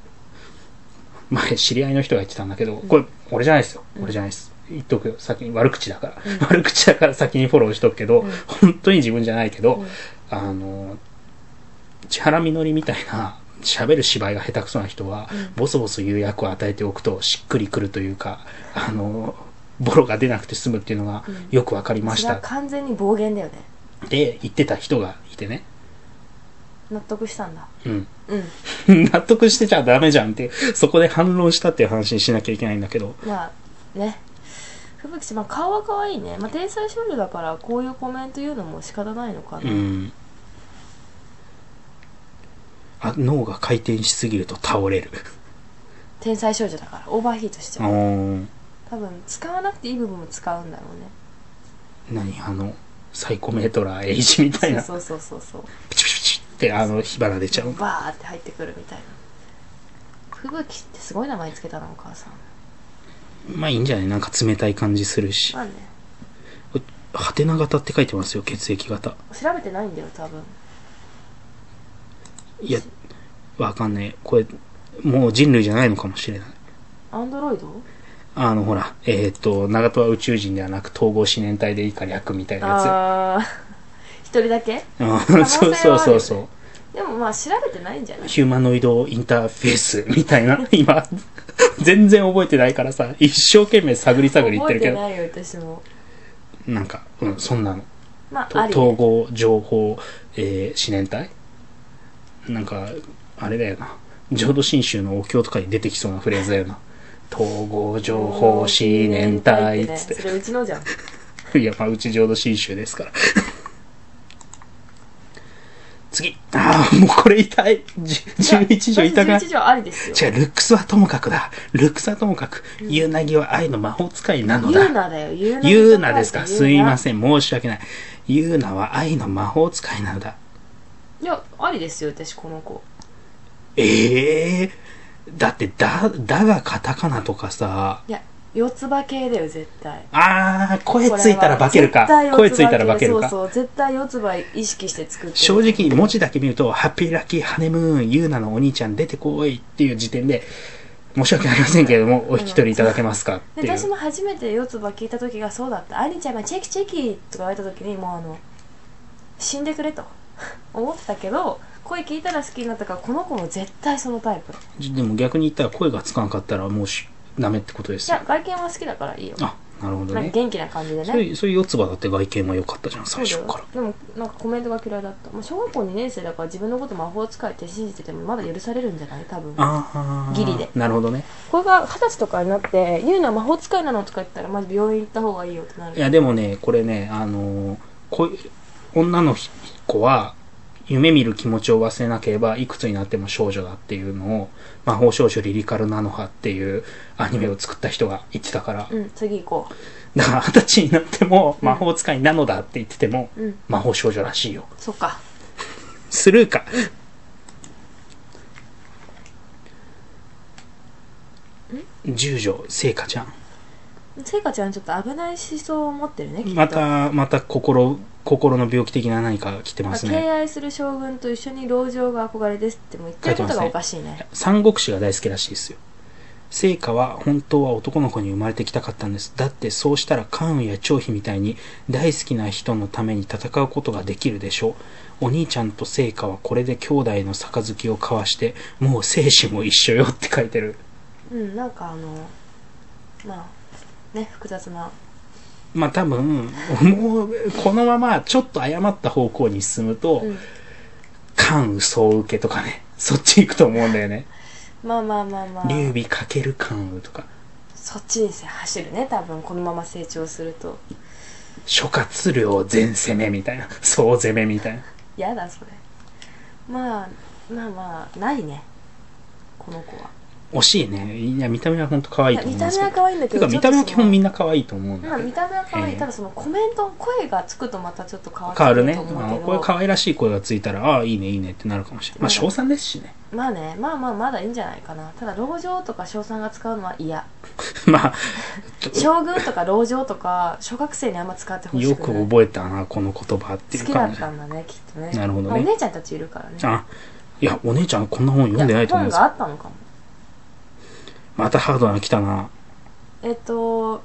前知り合いの人が言ってたんだけどこれ俺じゃないですよ
うん
俺じゃないです、言っとくよ。先に悪口だから。悪口だから先にフォローしとくけど、
うん
本当に自分じゃないけど、
うん
あの、千原みのりみたいな、喋る芝居が下手くそな人は、
うん
ボソボソ言う役を与えておくとしっくりくるというか、あの、ボロが出なくて済むっていうのが
うん
よくわかりまし
それは
た
完全に暴言だよね
って言ってた人がいてね。 *laughs*
納得したんだ
うん。
うん
納得してちゃダメじゃんって、そこで反論したっていう話にしなきゃいけないんだけど、
まあね吹雪ちゃん、まあ、顔は可愛いね、まあ、天才少女だからこういうコメント言うのも仕方ないのか
う
な、
ん。あ、脳が回転しすぎると倒れる。
天才少女だからオーバーヒートしち
お
ゃう
ー
多分使わなくていい部分も使うんだろうね
何あの、サイコメートラーエイジみたいな、
そうそうそうそう
ピチピチピチってあの、火花出ちゃう。
バーって入ってくるみたいな吹雪ってすごい名前つけたなお母さん
まあいいんじゃないなんか冷たい感じするし
ま。あね
ハテナ型って書いてますよ、血液型。
調べてないんだよ多分
いや、わかんない。これ、もう人類じゃないのかもしれない。
アンドロイド
あの、ほら、えっ、と、長戸は宇宙人ではなく統合思念体で以下略みたいなや
ああ *laughs* 一人だけ
つ。うん *laughs* そうそうそうそう。
でもまあ調べてないんじゃない
ヒューマノイドインターフェースみたいな、 *laughs* 今、全然覚えてないからさ、一生懸命探り探り言って
覚え
るけ
て
ど、
ないよ私も
なんか、うん、そんなの。
ま
と
ああり
統合情報、えー、思念体なんか、あれだよな。浄土真宗のお経とかに出てきそうなフレーズだよな。統合情報思念体っつっ
それうち
*laughs*
のじゃん
て。いや、まあ、うち浄土真宗ですから。次。ああ、もうこれ痛い。じ11条痛くない
11。条ありですよ
違う、ルックスはともかくだ。ルックスはともかく、ユーナギは愛の魔法使いなの
言う
だ。
なだよ言うな
ユーナですか
言うな
すいません、申し訳ない。ユーナは愛の魔法使いなのだ。
いやありですよ私この子
ええだって、だ、だがカタカナとかさ、
いや四つ葉系だよ絶対
あー、声ついたら化けるか
これ。は
声つ
絶
い
対
た
四
ら
葉
化
系
けるか。
そうそう絶対四つ葉意識して作ってる
正直、文字だけ見ると、ハッピーラッキーハネムーン、ユーナのお兄ちゃん出てこいっていう時点で、申し訳ありませんけれども、お引き取りいただけますかって
で
いう。
私も初めて四つ葉聞いた時がそうだった「アリちゃんがチェキチェキ」とか言われた時にもうあの死んでくれと *laughs* 思ってたけど声聞いたら好きになったからこの子も絶対そのタイプい
でも逆に言ったら声がつかなかったらもうしダメってことですよ
や。外見は好きだからいいよ、
あ、なるほど
なんか
ね。
元気な感じでね
そういう、そういう四つ葉だって外見は良かったじゃん、最初
そうだ
か
よでもなんかコメントが嫌いだった、まあ、小学校2年生だから自分のこと魔法使いって信じててもまだ許されるんじゃない多分
ら。ああ。
ギリで
なるほどね。
これが二十歳とかになって「言うのは魔法使いなの?」とか言ったらまず病院行った方がいいよってなる
いや、でもね、これね、あのーこい女の子は、夢見る気持ちを忘れなければ、いくつになっても少女だっていうのを、魔法少女リリカルなのはっていうアニメを作った人が言ってたから、
うん次行こ
だから二十歳になっても魔法使いなのだって言ってても、
ううん
魔法少女らしいよ。
そっか
スルーか。十条聖華ちゃん。
せいかちゃんちょっと危ない思想を持ってるねきっと
また、また心、心の病気的な何か来てま
あ
す
敬
ね。
愛する将軍と一緒に老女が憧れですっても言ってることがおかしいね
三国志が大好きらしいですよ。聖華は本当は男の子に生まれてきたかったんです。だってそうしたら関羽や張飛みたいに大好きな人のために戦うことができるでしょう。お兄ちゃんと聖華はこれで兄弟の杯を交わして、もう生死も一緒よって書いてる。
うんなんかあのまあね複雑な
まあ多分、もう、このままちょっと誤った方向に進むと、
うん
関羽総受けとかね、そっち行くと思うんだよね。
まあまあまあまあ
劉備×関羽とか、
そっちに走るね多分このまま成長すると
諸葛亮全攻めみたいな、総攻めみたいな。
やだそれまあまあまあないねこの子は
惜しいね。いや、見た目は本当可愛い
い
と
や
思う
見
んで
た
す
目
けど。
は可愛いんだけ
て
ど
か見た目は基本み
なん
な可愛いと思うんだ
まあ
けど
見。た目は可愛い、
ええ
ただそのコメント声がつくとまたちょっと変わって
変わる
く
ね。
と思う
あ
け
の
ど
こういう可愛らしい声がついたら、ああ、いいね、いいねってなるかもしれない。まあ、賞賛ですしね。 *laughs*
まあねまあまあまだいいんじゃないかなただ老女とか小3が使うのは嫌
まあ、
将軍とか老女とか小学生にあんま使ってほし
よ
く
く
ない
覚えたな、この言葉っていう
好きだ
感
っ
じ。
たんだねきっとね
なるほどね
まあお姉ちゃんたちいるからね
あ、いや、お姉ちゃんこんな本読んでないと思うん
い
で
や
す
本が
よ。
あったのかも
またハードなの来たな。
えっと、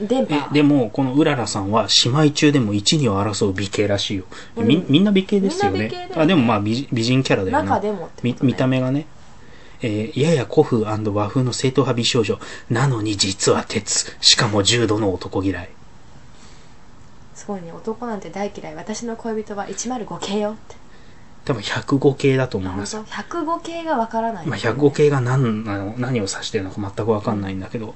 電
え
波
でもこのうららさんは姉妹中でも一二を争う美形らしいよ、
うん
みみんな美形ですよ
みんな
ね
美形だよね
あでもまあ美美人キャラだよな
中でもってことね
み見た目がね、えーやや古風和風の正統派美少女なのに実は鉄しかも重度の男嫌い
すごいね男なんて大嫌い私の恋人は105系よって
多分105系だと思い
本
ます
当
よ
105系がわからない、
まあ、105系が何なの何を指してるのか全く分かんないんだけど、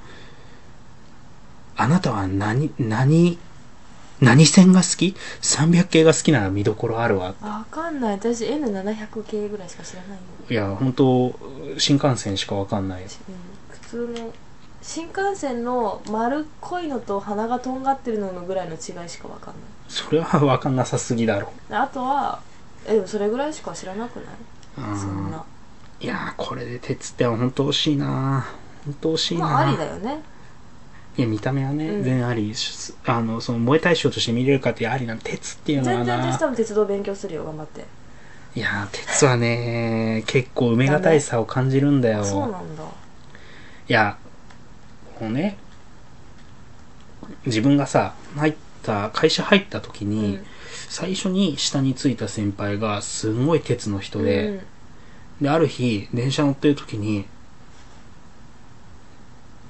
あなたは何、何、何線が好き ?300 系が好きなら見どころあるわ。
わかんない私 N700 系ぐらいしか知らないよ、
いや、本当新幹線しか分かんないよ。
うん、普通の新幹線の丸っこいのと鼻がとんがってるののぐらいの違いしかわかん
それは分かんなさすぎだろ。
ないあとはえでもそれぐらいしか知らなくない
うん
そんない
やー、これで鉄って本当惜しいな本当惜しいな、
まあありだよね
いや、見た目はね、
うん
全然あり。しあの、その、燃え対象として見れるかってありなの鉄っていうのは
全
な
然私多分鉄道勉強するよ頑張って
いやー、鉄はね、結構埋めがたいさを感じるんだよ。
あそうなんだ
いや、こうね、自分がさ、入った、会社入った時に、
うん
最初に下についた先輩が、すんごい鉄の人で、
うん
で、ある日、電車乗ってる時に、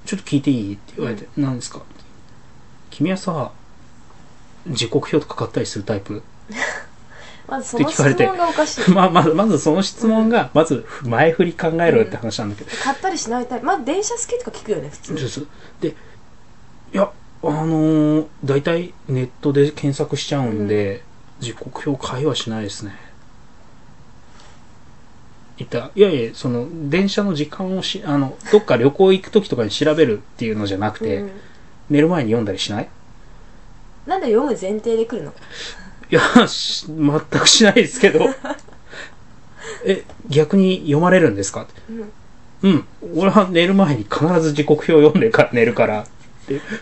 ちょっと聞いていいって言われて、何ですか君はさ、時刻表とか買ったりするタイプ *laughs*
まず
っ
そ
て
の
聞
質
かれて
問がおかしい
まあ、まず、まずその質問が、まず、前振り考えろよって話なんだけど、
買ったりしないタイプまあ *laughs* 電車好きとか聞くよね普通
そうそうでいやあのー、大体ネットで検索しちゃうんで、時刻表会話しないですねいたいやいやその電車の時間をしあのどっか旅行行く時とかに調べるっていうのじゃなくて、
うん
寝る前に読んだりしない *laughs*
なんで読む前提で来るの
いやし全くしないですけ
*laughs*
どえ逆に読まれるんですか
うん
うん俺は寝る前に必ず時刻表読んでから寝るから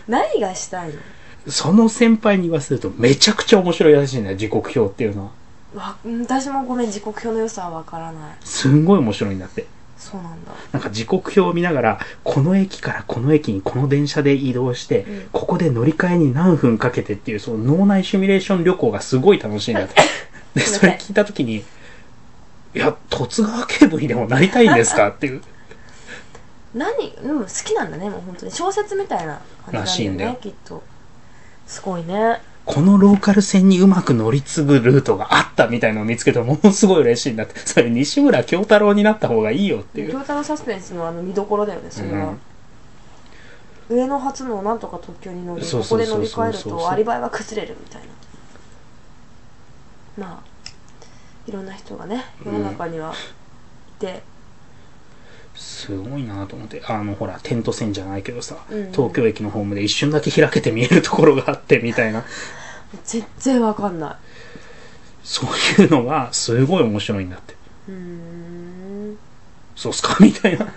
何がしたいの
その先輩に言わせるとめちゃくちゃ面白いらしいんだよ、時刻表っていうのは。
わうん私もごめん時刻表の良さはわからない
すんごい面白いんだって。
そうなんだ
なんか時刻表を見ながら、この駅からこの駅にこの電車で移動して、
うん
ここで乗り換えに何分かけてっていう、その脳内シミュレーション旅行がすごい楽しいんだ
*laughs*
って。で、
すいま
そ
せん
れ聞いたときに、いや、十津川警部にでもなりたいんですかっていう。
何うん好きなんだねもう本当に小説みたいな感
らし
じ
い
なん
ん
だ
だ
よ
よ
ねきっとすごいね
このローカル線にうまく乗り継ぐルートがあったみたいのを見つけたらものすごい嬉しいんだって。それ西村京太郎になった方がいいよっていう。
京太郎サスペンスのあの見どころだよねそれは、上野発のなんとか特急に乗り
そう
こ
そ
こ
う
で
そ
乗
う
り
そうそう
換えるとアリバイは崩れるみたいなまあいろんな人がね世の中にはいて、
すごいなと思ってあのほらテント線じゃないけどさ、
うん
東京駅のホームで一瞬だけ開けて見えるところがあってみたいな *laughs*
全然わかんな
そういうのがすごい面白いんだって
いうーん
そうっすかみたいな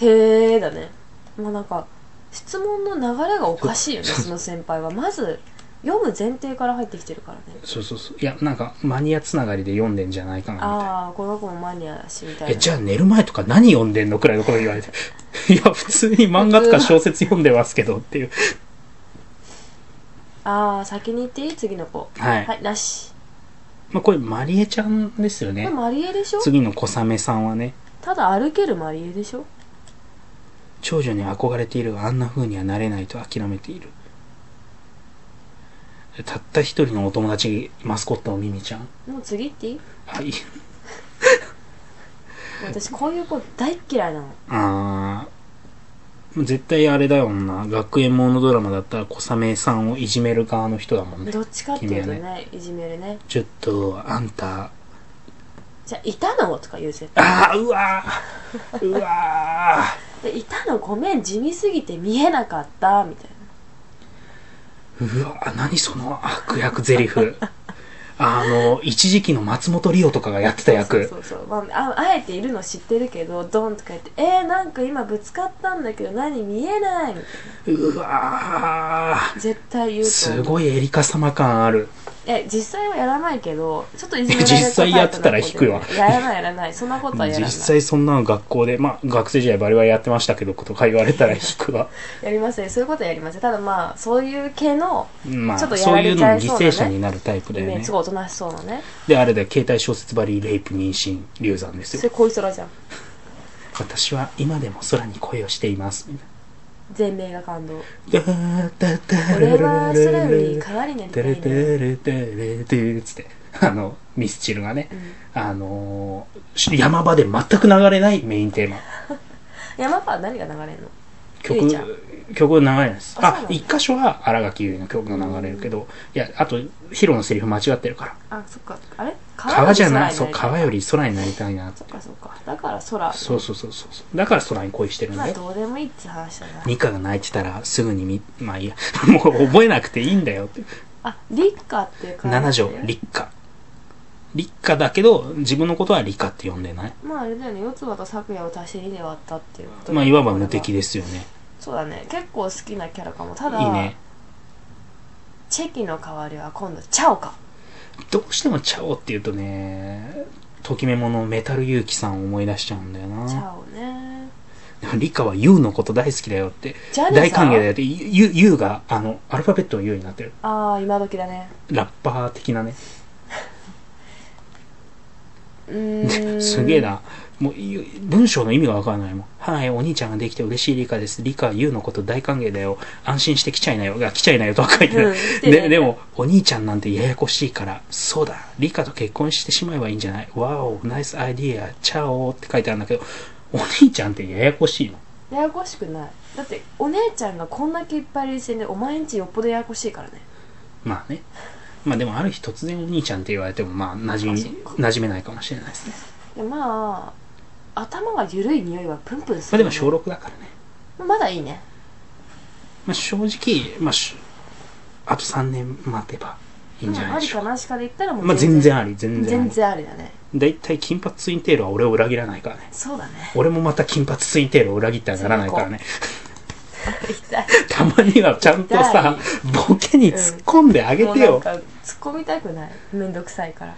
へえだねまあなんか質問の流れがおかしいよね
そうそう
その先輩はまず読む前提から入ってきてるからね
そうそうそういやなんかマニアつながりで読んでんじゃないかなみたいな
ああこの子もマニアだしみたい
え
な
じゃあ寝る前とか何読んでんのくらいのこと言われて *laughs* いや普通に漫画とか小説読んでますけどっていう
ああ先に行っていい次の子
はい、
はいなし
まあ、これマリエちゃんですよ
これ
ね
マリエでしょ
次の小雨さんはね
ただ歩けるマリエでしょ
長女に憧れているがあんな風にはなれないと諦めているたった一人のお友達マスコットのミミちゃん
もう次行っていい
はい
私こういう子大っ嫌いなの
あー絶対あれだよな学園モノドラマだったら小雨さんをいじめる側の人だもんね
どっちかっていうとね
君
いじめるね
ちょっとあんた
じゃあいたのとか言うぜ
あーうわ
*laughs*
ーうわ
でいたのごめん地味すぎて見えなかったみたいな
ーうわー何その悪役ゼリフあの一時期の松本梨央とかがやってた役
そうそうそう、まあ、ああえているの知ってるけどドンとか言って「えー、なんか今ぶつかったんだけど何見えない」みたいう
わー
な絶対言うと
すごいエリカ様感ある。
え実際はやらないけどちょっといじめられ
*laughs* 実際やってたら引くわ
タイプな子でやらないやらないそんなことはやらな
実
い
際そんなの学校で、まあ学生時代バリバリやってましたけど、とか言われたら引くわ。
やりますよそういうことはやりますよただまあそういう系の
まあ、
ちょっとや
そう
ら
いう
れち
の
ゃ
の
い
犠
そうだね
牲者になるタイプだ
イ
よ
メー
ね
ジ。すごいおとなしそうなね
で、あれだよ、携帯小説バリ、レイプ、妊娠、流産です
そ
よ。
れ恋空じゃん
私は今でも空に恋をしています。みたいな
全米が感動
ダーダーダー
俺は空よりかなり寝
テ
て
レ
いね
テレテレテレつって、あの、ミスチルがね、あのー山場で全く流れないメインテーマ。
山川何が流れんのゆ
曲
いちゃん、
曲が流れないです。
あそうな
あ
ん、だ
一箇所は荒垣結衣の曲が流れるけど、いや、あと、ヒロのセリフ間違ってるから。
あそっかあれ
川じゃない、
より
そう、
空
川
に
よ
なり
り空になりたいな。
たいそっかそっかだから空
そうそうそうそうそう。だから空に恋してるん
ま
だ
あ
よ。
どうでもいいって話だな
ニカが泣いてたらすぐにみ、まあいいや、 *laughs* もう覚えなくていいんだよって。
あ立夏っていう感
7条、立夏。立夏だけど、自分のことは理科って呼んでない。
まああれだよね四つ葉と咲夜を足し2で割ったっていうこと
まあ、いわば無敵ですよね。
そうだね結構好きなキャラかもただ
いいね。
チェキの代わりは今度チャオか
どうしてもチャオっていうとね、ときめものメタル勇気さんを思い出しちゃうんだよ
チ
な。
ャオね
でもリカはユウのこと大好きだよって。
ジャニーさん
大歓迎だよって。ユウユウが、あの、アルファベットのユウになってる。
ああ今時だね
ラッパー的なね。
うー
*laughs*
ん
すげえな。もう、ゆ文章の意味がわからないもん。はい、お兄ちゃんができて嬉しいリカです。リカ、ユウのこと大歓迎だよ。安心して来ちゃいなよ。が、来ちゃいなよとは書いてない。
うん来てね
で、でも、お兄ちゃんなんてややこしいから、そうだ、リカと結婚してしまえばいいんじゃないわお、ナイスアイディア、チャオって書いてあるんだけど、お兄ちゃんってややこしいの。
ややこしくないだってお姉ちゃんがこんだけいっぱいいる時点でお前んちよっぽどややこしいからね
まあね。まあでも、ある日突然お兄ちゃんって言われても、まあ、馴染
あそっ
み、馴染めないかもしれないですね。
でまあ頭が緩い匂いはプンプンす
まあ
る
で
よ
も、小
ね、
6だからね。
まだいいね
まあ正直、まあ、しあと3年待てばいいんじゃ
ま
ない
ああ
で
り
しょ
か
うか。
なしかで言ったらもう
まあ全然あり、全然あ
全
り。
然ありだね
だいたい金髪ツインテールは俺を裏切らないからね。
そうだね
俺もまた金髪ツインテールを裏切ってはならないからね。
痛い
たまにはちゃんとさ、ボケに突っ込んであげて
も
よ
う。なんか突っ込みたくないめんどくさいから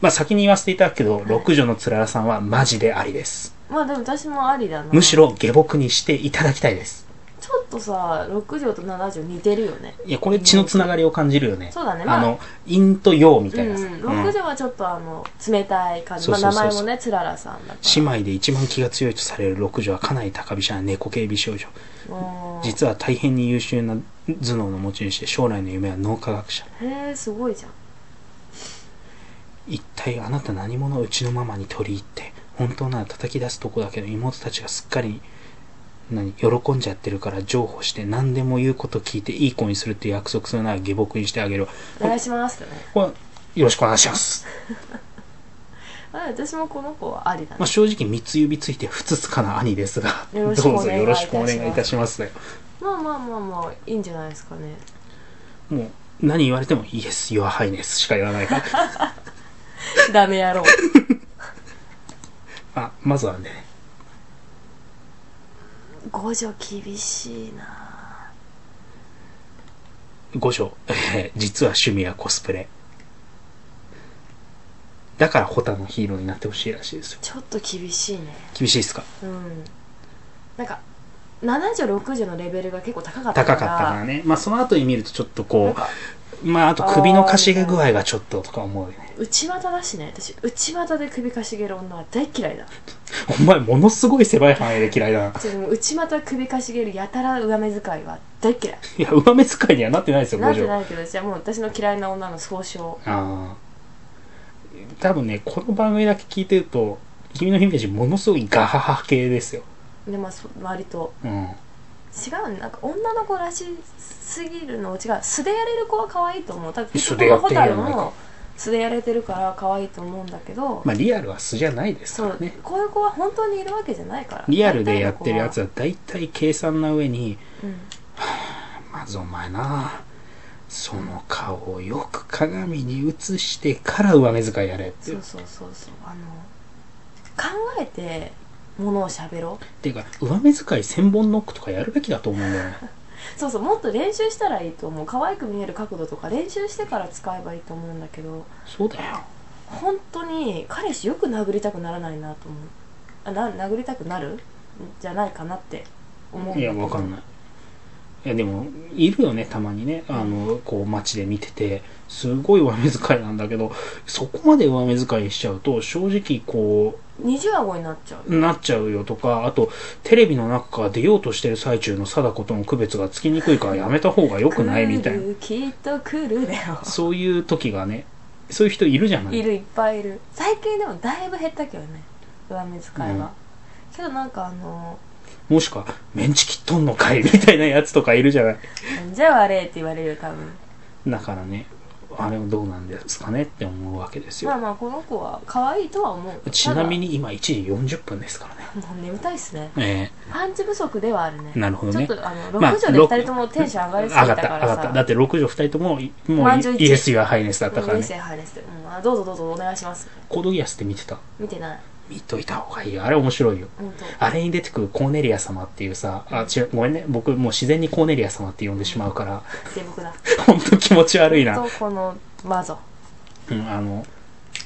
まあ先に言わせていただくけど、六女のつららさんはマジでありです。
まあでも私もありだな
むしろ下僕にしていただきたいです。
ちょっとさ6条と7条似てるよね
いや、これ血のつながりを感じるよね。
そうだねまあ
あの、陰と陽み
う
たい
ん
なさ。
6条はちょっとあの冷たい感じ、
そうそうそうそう
まあ、名前もねつららさんだから
姉妹で一番気が強いとされる六女はかなり高飛車な猫系美少女
うん
実は大変に優秀な頭脳の持ち主で将来の夢は脳科学者
へえすごいじゃん
一体あなた何者をうちのママに取り入って本当なら叩き出すとこだけど妹たちがすっかり何喜んじゃってるから譲歩して何でも言うこと聞いていい子にするって約束するなら下僕にしてあげるわ
お願いしますってね、
これはよろしくお願いします、
まあ、私もこの子はありだ
まあ、
ね
正直三つ指ついてふつつかな兄ですが
よ
ど
ろ
う
しくお
ぞ
願いいたします
よろしくお願いいたしますね
まあまあまあまあいいんじゃないですかね
もう何言われても「イエス・ヨア・ハイネス」しか言わ *laughs* ないから
ダメ野郎
あまずはね
五条厳しいな
五条、えー実は趣味はコスプレだからホタのヒーローになってほしいらしいですよ
ちょっと厳しいね
厳しいですか
うんなんか7条6条のレベルが結構高かったか
高
ら
かったからねまあその後に見るとちょっとこうまああと首のかしげ具合がちょっととか思うよね
内股だしね私内股で首かしげる女は大嫌いだ
お前ものすごい狭い範囲で嫌いだな
ちょっともう内股首かしげるやたら上目遣いは大嫌い
いや上目遣いにはなってないですよ
な
五
んて
条
ないけどじゃあもう私の嫌いな女の総称
ああ多分ねこの番組だけ聞いてると君のイメージものすごいガハハ系ですよ
でまあそ割と
うん
違うねなんか女の子らしすぎるの違う素でやれる子は可愛いと思う多分
素でやってるやないか
も素でやれてるから可愛いと思うんだけど、
まあリアルは素じゃないです
そ
から
う、
ね
こういう子は本当にいるわけじゃないから
リアルでやってるやつ
は、
は大体計算な上に
うん
まずお前なその顔をよく鏡に映してから上目遣いやれってい
そううそうそうそうあの考えてものを喋ろう
っていうか上目遣い千本ノックとかやるべきだと思うんだよね
そうそうもっと練習したらいいと思う可愛く見える角度とか練習してから使えばいいと思うんだけど
そうだよ
本当に彼氏よく殴りたくならないなと思うあな殴りたくなるんじゃないかなって思うんだ
い
けど
やわかんないいやでもいるよねたまにねあのこう街で見ててすごい上目遣いなんだけどそこまで上目遣いしちゃうと正直こ
二重顎になっちゃう
うなっちゃうよとかあとテレビの中から出ようとしてる最中の貞子との区別がつきにくいからやめた方が良くないみたい
来
な
るきっと来るだよ
そういう時がねそういう人いるじゃない
いるいっぱいいる最近でもだいぶ減ったけどね上目遣いは、けどなんかあの
もしくはメンチ切っとんのかいみたいなやつとかいるじゃない
「じゃあ悪い」って言われるよ多分
だからねあれはどうなんですかねって思うわけですよ
まあまあこの子は可愛いとは思う
ちなみ
に
に今1時40分ですからね。
もう眠たいっすね
え
パンチ不足ではあるね
えなるほどね。
ちょっとあの
まあ
6畳で2人ともテンション上がりすぎ
上が
た
っ
か
た、上
ら
が
さ、
った。だって6畳2人とも、も
満
う
場一致
イエス・ユア・ハイネスだったから
冷
ね
静。派ですうんあどうぞどうぞお願いします
コードギアスって見てた
見てない
見といた方がいいよ。あれ面白いよ。
本当
あれに出てくるコーネリア様っていうさ、あ、違う、ごめんね。僕もう自然にコーネリア様って呼んでしまうから、 *laughs*
低木だ
ほんと気持ち悪いな。
とこのマゾ
うん、あの、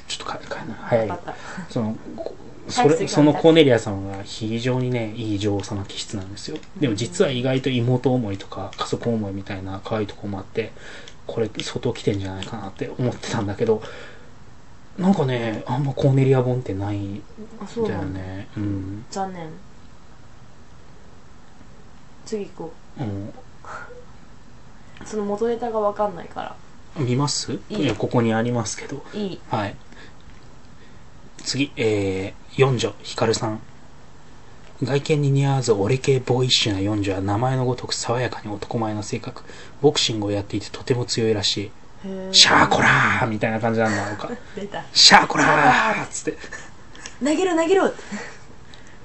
ちょっとか、かな。早い
バ
よ
ッ。タ
その、こそ
早くしてくださ
れ
い
そのコーネリアさんは非常にね、いい女王様気質なんですよ。でも実は意外と妹思いとか家族思いみたいな可愛いとこもあって、これ相当来てんじゃないかなって思ってたんだけど、なんかね、あんまコーネリア本ってないん
あそう
だよ
なんだ
ね。うん。
残念次行こ
うん
うその元ネタが分かんないから
見ます
いい
いや、ここにありますけど。
いい
はい。次、えー、四女、ヒカルさん。外見に似合わず、俺系ボーイッシュな四女は名前のごとく爽やかに男前の性格。ボクシングをやっていてとても強いらし
へー
い。シャーコラーみたいな感じなんだろうか。
出た
シャーコラーっつって、
投げろ投
*laughs*
げろ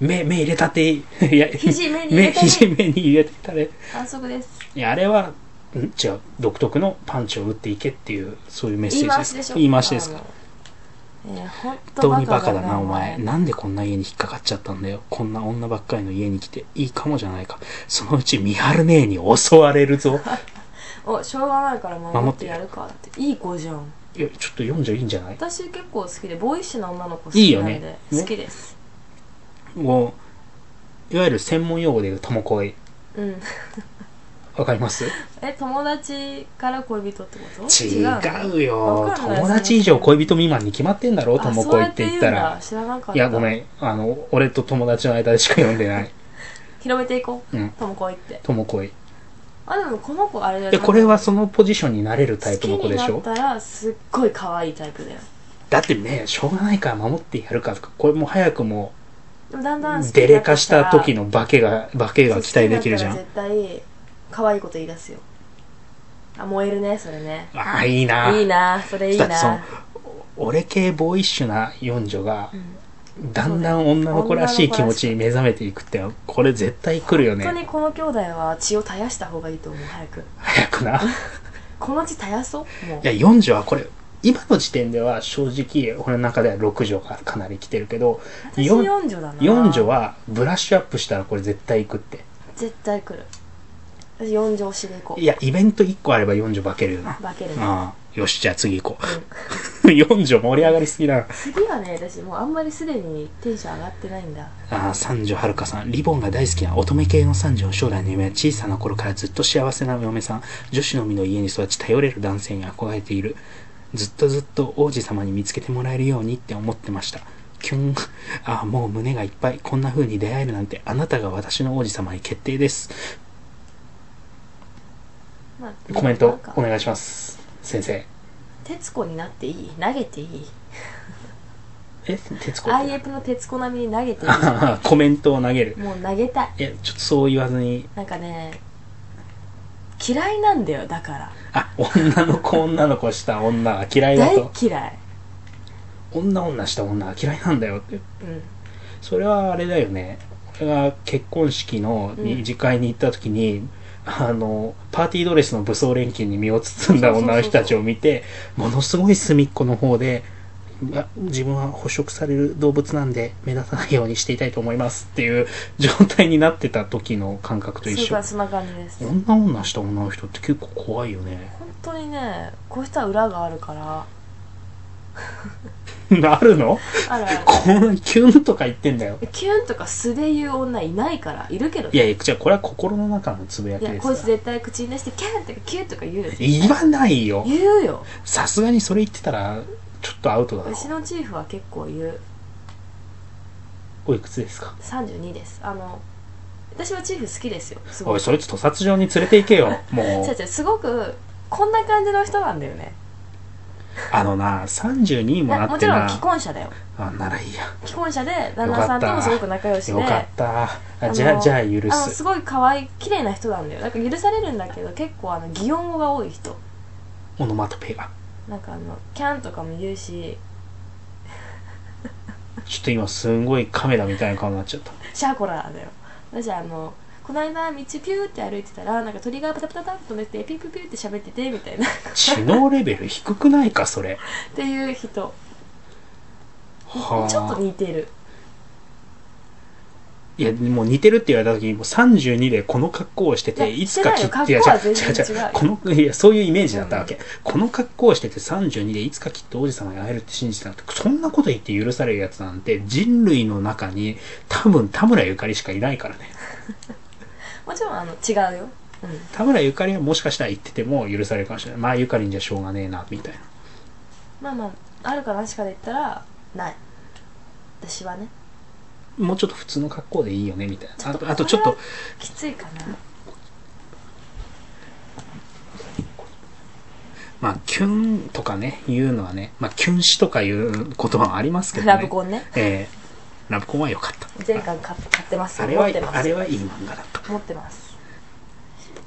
目、目入れた
*laughs*
っていい。いや、
肘目に入
目、
れたね
肘目に入れてたね。
反則です
いや、あれは、ん違う、独特のパンチを打っていけっていう、そういうメッセージ
言い
で
回
す
し
か。
でしょ
言い回しですか。
あのえー、本
本当
当
に
に
バ
バ
カ
カ
だ
だ
な
な
お
お
前
前
なんでこんな家に引っかかっちゃったんだよこんな女ばっかりの家に来ていいかもじゃないかそのうち三春姉に襲われるぞ
おしょうがないから守ってやるかっていい子じゃん
いやちょっと40いいんじゃない
私結構好きでボーイッシュな女の子好
いい
き
よ
なんで
ねね
好きです、
もういわゆる専門用語で言う友恋
うん
わかります
え友達から恋人ってこと
違うよ
わかんない
友達以上恋人未満に決まってんだろ
あ
友
そう
恋
や
って言ったら
言うんだ知らなかった
いやごめ
ん
んあの俺と友達の間でしか読んでない
広めていこう
うん
友恋って
友恋
あでもこの子あれだよ
でこれはそのポジションになれるタイプの子でしょ
好きになったらすっごい可愛いタイプだよ
だってねしょうがないから守ってやるかとかこれもう早くもう
でもだんだん好き
デレ化した時
の
の化けが、化けが期待できるじゃん。
絶対可愛いこと言い出すよあ燃えるねそれね
ああ、いいな。
いいなそれいい
だ
な
ってその、俺系ボーイッシュな四女が
う、ん
だんだん女の子らしい気持ちに目
女
覚めていくってのは、これ絶対来るよ
本当
ね。
にこの兄弟は血を絶やした方がいいと思う早く
早くな。い
この血絶やそうもう
や、四女はこれ、今の時点では正直、俺の中では六女がかなり来てるけど、
私
よん
四女だな
四女はブラッシュアップしたらこれ絶対行くって。
絶対来る私四女推しでいこ
いや、イベント一個あれば四女化けるよな
う。化けるね、
ああ、よし、じゃあ次行こ
うん
う。 *laughs* 四女盛り上がりすぎだな。
次はね私もうあんまりすでにテンション上がってないんだ
ああ、三女はるかさん。リボンが大好きな乙女系の三女。将来の夢は小さな頃からずっと幸せなお嫁さん。女子のみの家に育ち頼れる男性に憧れている。ずっとずっと王子様に見つけてもらえるようにって思ってました。キュン。ああ、もう胸がいっぱい。こんな風に出会えるなんて、あなたが私の王子様に決定です。
まあ
コメン
な
ト
んか
お願いします。先生。
徹子になっていい投げていい
え *laughs* 徹子って
IF の徹子並みに投げて
*laughs*
い
あははコメントを投げる
い。もう投げたい
いや、ちょっとそう言わずに。
なんかね嫌いなんだよだから
あ、女の子女の子した女は嫌いだ
大
と。
嫌い
女女した女は嫌いなんだよって
うん
それはあれだよね俺が結婚式の
うん
二次会に行った時に、あのパーティードレスの武装錬金に身を包んだ女の人たちを見てものすごい隅っこの方でが自分は捕食される動物なんで目立たないようにしていたいと思いますっていう状態になってた時の感覚と一
そう
緒
かそんな感じです本
女女した女の人って結構怖いよね *laughs*
当にねこういう人は裏があるから
なるの
あるある
*laughs* こんなキュンとか言ってんだよ
キュンとか素で言う女いないからいるけど
いやいやじゃあこれは心の中のつぶや
い
き
や
ですか
こ
ら
いつ絶対口に出してキャンとかキュンとか言うよ
言わないよ
言うよ
さすがにそれ言ってたらちょっとアウトだろ
うちのチーフは結構言う
おいくつですか
32ですあの私はチーフ好きですよす
お
ご
い
い
それちょっと殺場に連れて行けよも
違う
う
違うすごくこんな感じの人なんだよね
あのな32も
な
な
も
っ
ち
て
ろ
なん
既婚者だよ
あならいいや
既婚者で旦那さんともすごく仲良しで
よかった
あ
あ
の
じゃあじゃあ許
あの
す
すごい可愛い綺麗な人なんだよなんか許されるんだけど結構あの擬音語が多い人
オノマトペが
なんかあのキャンとかも言うし
ちょっと今すんごいカメラみたいな顔になっちゃった
シャーコラーだよ私あのこの間道ピューって歩いてたらなんか鳥がパタパタパタって飛んでてピューピューピューって喋っててみたいな *laughs* っ
知能レベル低くないかそれ
ていう人
は
ちょっと
あ
似てる
いやもう似てるって言われた時にもう32でこの格好をしてて
いや
いつかき
してないよ
いや
格好は全
違う違う
然違う
違うこのいやそういうイメージだったわけ、この格好をしてて32でいつかきっと王子様に会えるって信じてたってそんなこと言って許されるやつなんて人類の中に多分田村ゆかりしかいないからね
もちろんあの違うよ、うん、
田村ゆかりはもしかしたら言ってても許されるかもしれないまあゆかりんじゃしょうがねえなみたいな
まあまああるかなしかで言ったらない私はね
もうちょっと普通の格好でいいよねみたいなあ
ことれは
あとちょっと
きついか
*laughs*
な
まあキュンとかね言うのはねまあキュンしとかいう言葉もありますけどね
ラブコンね
えーラブコンは良かった
前回買買ってます
あれ
よ持
は
ってます
あれはいい漫画だった
持ってます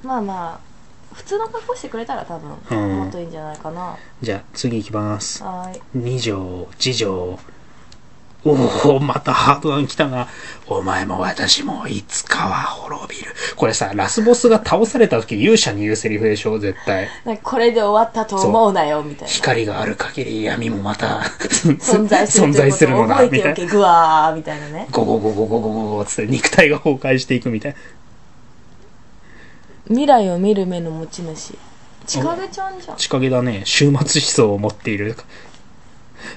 まあまあ普通の格好してくれたら多分
うん
もっといいんじゃないかな、
じゃあ次行きます
はーい
二条次条おおまたハードワン来たなお前も私もいつかは滅びるこれさラスボスが倒された時勇者に言うセリフでしょ絶対
なんかこれで終わったと思うなよみたいな
光がある限り闇もまた
存
*laughs* 存
在する
存在するのだ
という
み
こと
た
を覚
い
えて
な
おけぐわーみたいなね
ゴゴゴゴゴゴゴゴつって肉体が崩壊していくみたいな
未来を見る目の持ち主ちかげちゃんじゃん
仕掛けだね終末思想を持っている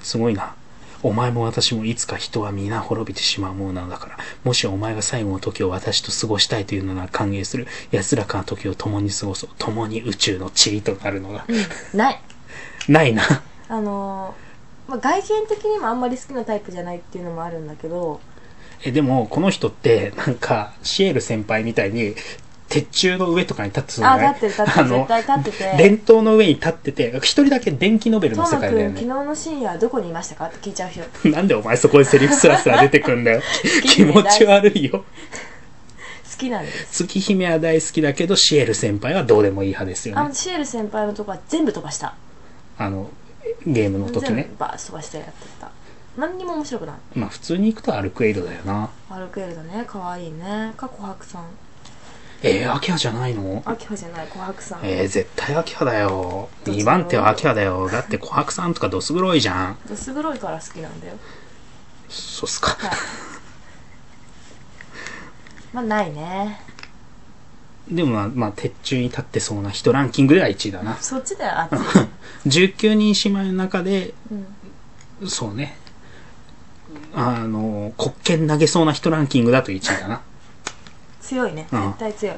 すごいなお前も私もいつか人は皆滅びてしまうものなのだからもしお前が最後の時を私と過ごしたいというのなら歓迎する安らかな時を共に過ごそう共に宇宙の塵となるのだ
うんない
ないな
あのーまあ、外見的にもあんまり好きなタイプじゃないっていうのもあるんだけど
えでもこの人ってなんかシエル先輩みたいに鉄柱の上とかに立ってそうじゃ
あ
ない
立ってる立って
あ
る
の
絶対立ってて
電灯の上に立ってて一人だけ電気ノベ
「
ル
ト
の世
ム
界だ
君
よ
昨日
ね
の深夜はどこにいましたか?」って聞いちゃう人
*laughs* なんでお前そこでセリフスラスラ出てくん *laughs* だよ気持ち悪いよ
好きなんです
月姫は大好きだけどシエル先輩はどうでもいい派ですよ
あ
ね
のシエル先輩のとこは全部飛ばした
あのゲームの
全部
時ね
バーッ飛ばしてやってた何にも面白くない
まあ普通に行くとアルクエイドだよな
アルクエルだね可愛いねか琥珀さん
えー、アキハじゃないの
アキホじゃない琥珀さん、
えー、絶対アキハだよ2番手はアキハだよだって琥珀さんとかドス黒いじゃん
ドス黒いから好きなんだよ
そうっすか
はいまあないね
でもまあ、まあ、鉄柱に立ってそうな人ランキングでは1位だな
そっちだよあっち、
19人姉妹の中で
うん、
そうねあの黒剣投げそうな人ランキングだと1位だな
強いね
うん
絶対強い、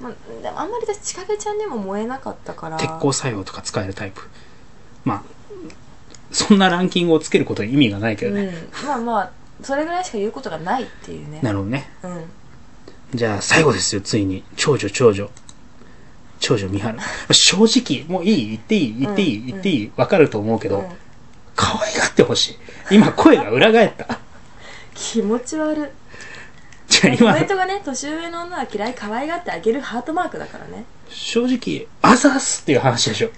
まあ、でもあんまり私千景ちゃんでも燃えなかったから
鉄鋼作用とか使えるタイプまあそんなランキングをつけることに意味がないけどね、
うんまあまあそれぐらいしか言うことがないっていうね
なるほどね
うん
じゃあ最後ですよついに長女長女長女美春正直もういい言っていい言っていい、
うん
言っていいわかると思うけど、
うん
可愛がってほしい今声が裏返った
*laughs* 気持ち悪
じゃあ
いコ
今
メントがね年上の女は嫌い可愛がってあげるハートマークだからね
正直「あざっす」っていう話でしょ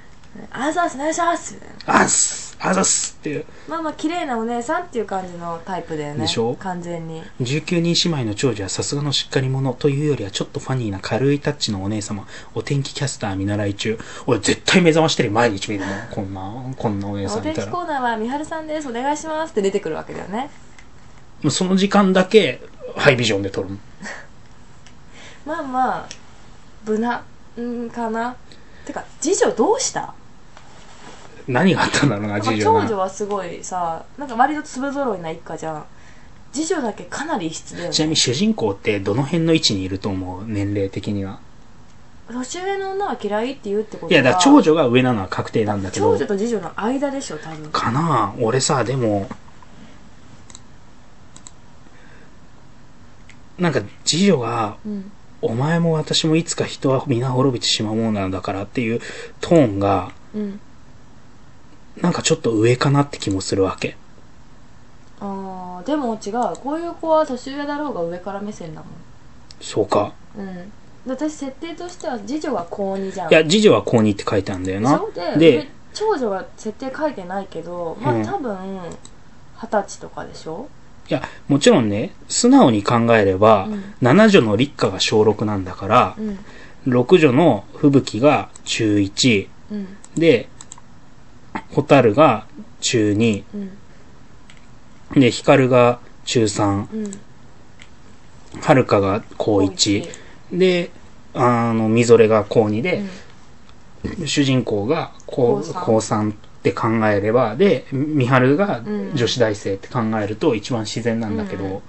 「あざーすナイスアース」みたい
「
な
あっす」すあざっすっていう
まあまあ綺麗なお姉さんっていう感じのタイプだよね
でしょ
完全に
19人姉妹の長女はさすがのしっかり者というよりはちょっとファニーな軽いタッチのお姉様お天気キャスター見習い中俺絶対目覚ましてる毎日見るもんこんなこんなお姉さ
お
んい
天
た
気
ら
コーナーは「みはるさんですお願いします」って出てくるわけだよね
もうその時間だけハイビジョンで撮るもん
まあまあ無難うんかなてか次女どうした
何があったんだろうな
なんか
次
長
女
女
な
はすごいさなんか割と粒揃いな一家じゃん次女だけかなり異質だよ
ちなみ
ね
に主人公ってどの辺の位置にいると思う年齢的には
年上の女は嫌いって言うってことはい
やだから長女が上なのは確定なんだけ
長
ど
女と次女の間でしょ多分
かなあ俺さでもなんか次女が
うん
「お前も私もいつか人は皆滅びてしまうものなんだから」っていうトーンが
うん
なんかちょっと上かなって気もするわけ
あーでも違うこういう子は年上だろうが上から目線だも
そうか
んうんで私設定としては次女は高2じゃん
いや次女は高2って書いてあるんだよな
そうで
で
長女は設定書いてないけどま
うん
あ多分二十歳とかでしょ、
いやもちろんね素直に考えれば、
うん
7女の立花が小6なんだから
うん
6女の吹雪が中1
うん
で蛍が中2
うん
で、ヒカルが中3、
うん
はるかが高1、で、あの、みぞれが高2
う
で
ん、
主人公が高
高
高3っ
三
て考えれば、で、みはるが
うん
女子大生って考えると一番自然なんだけど、
うん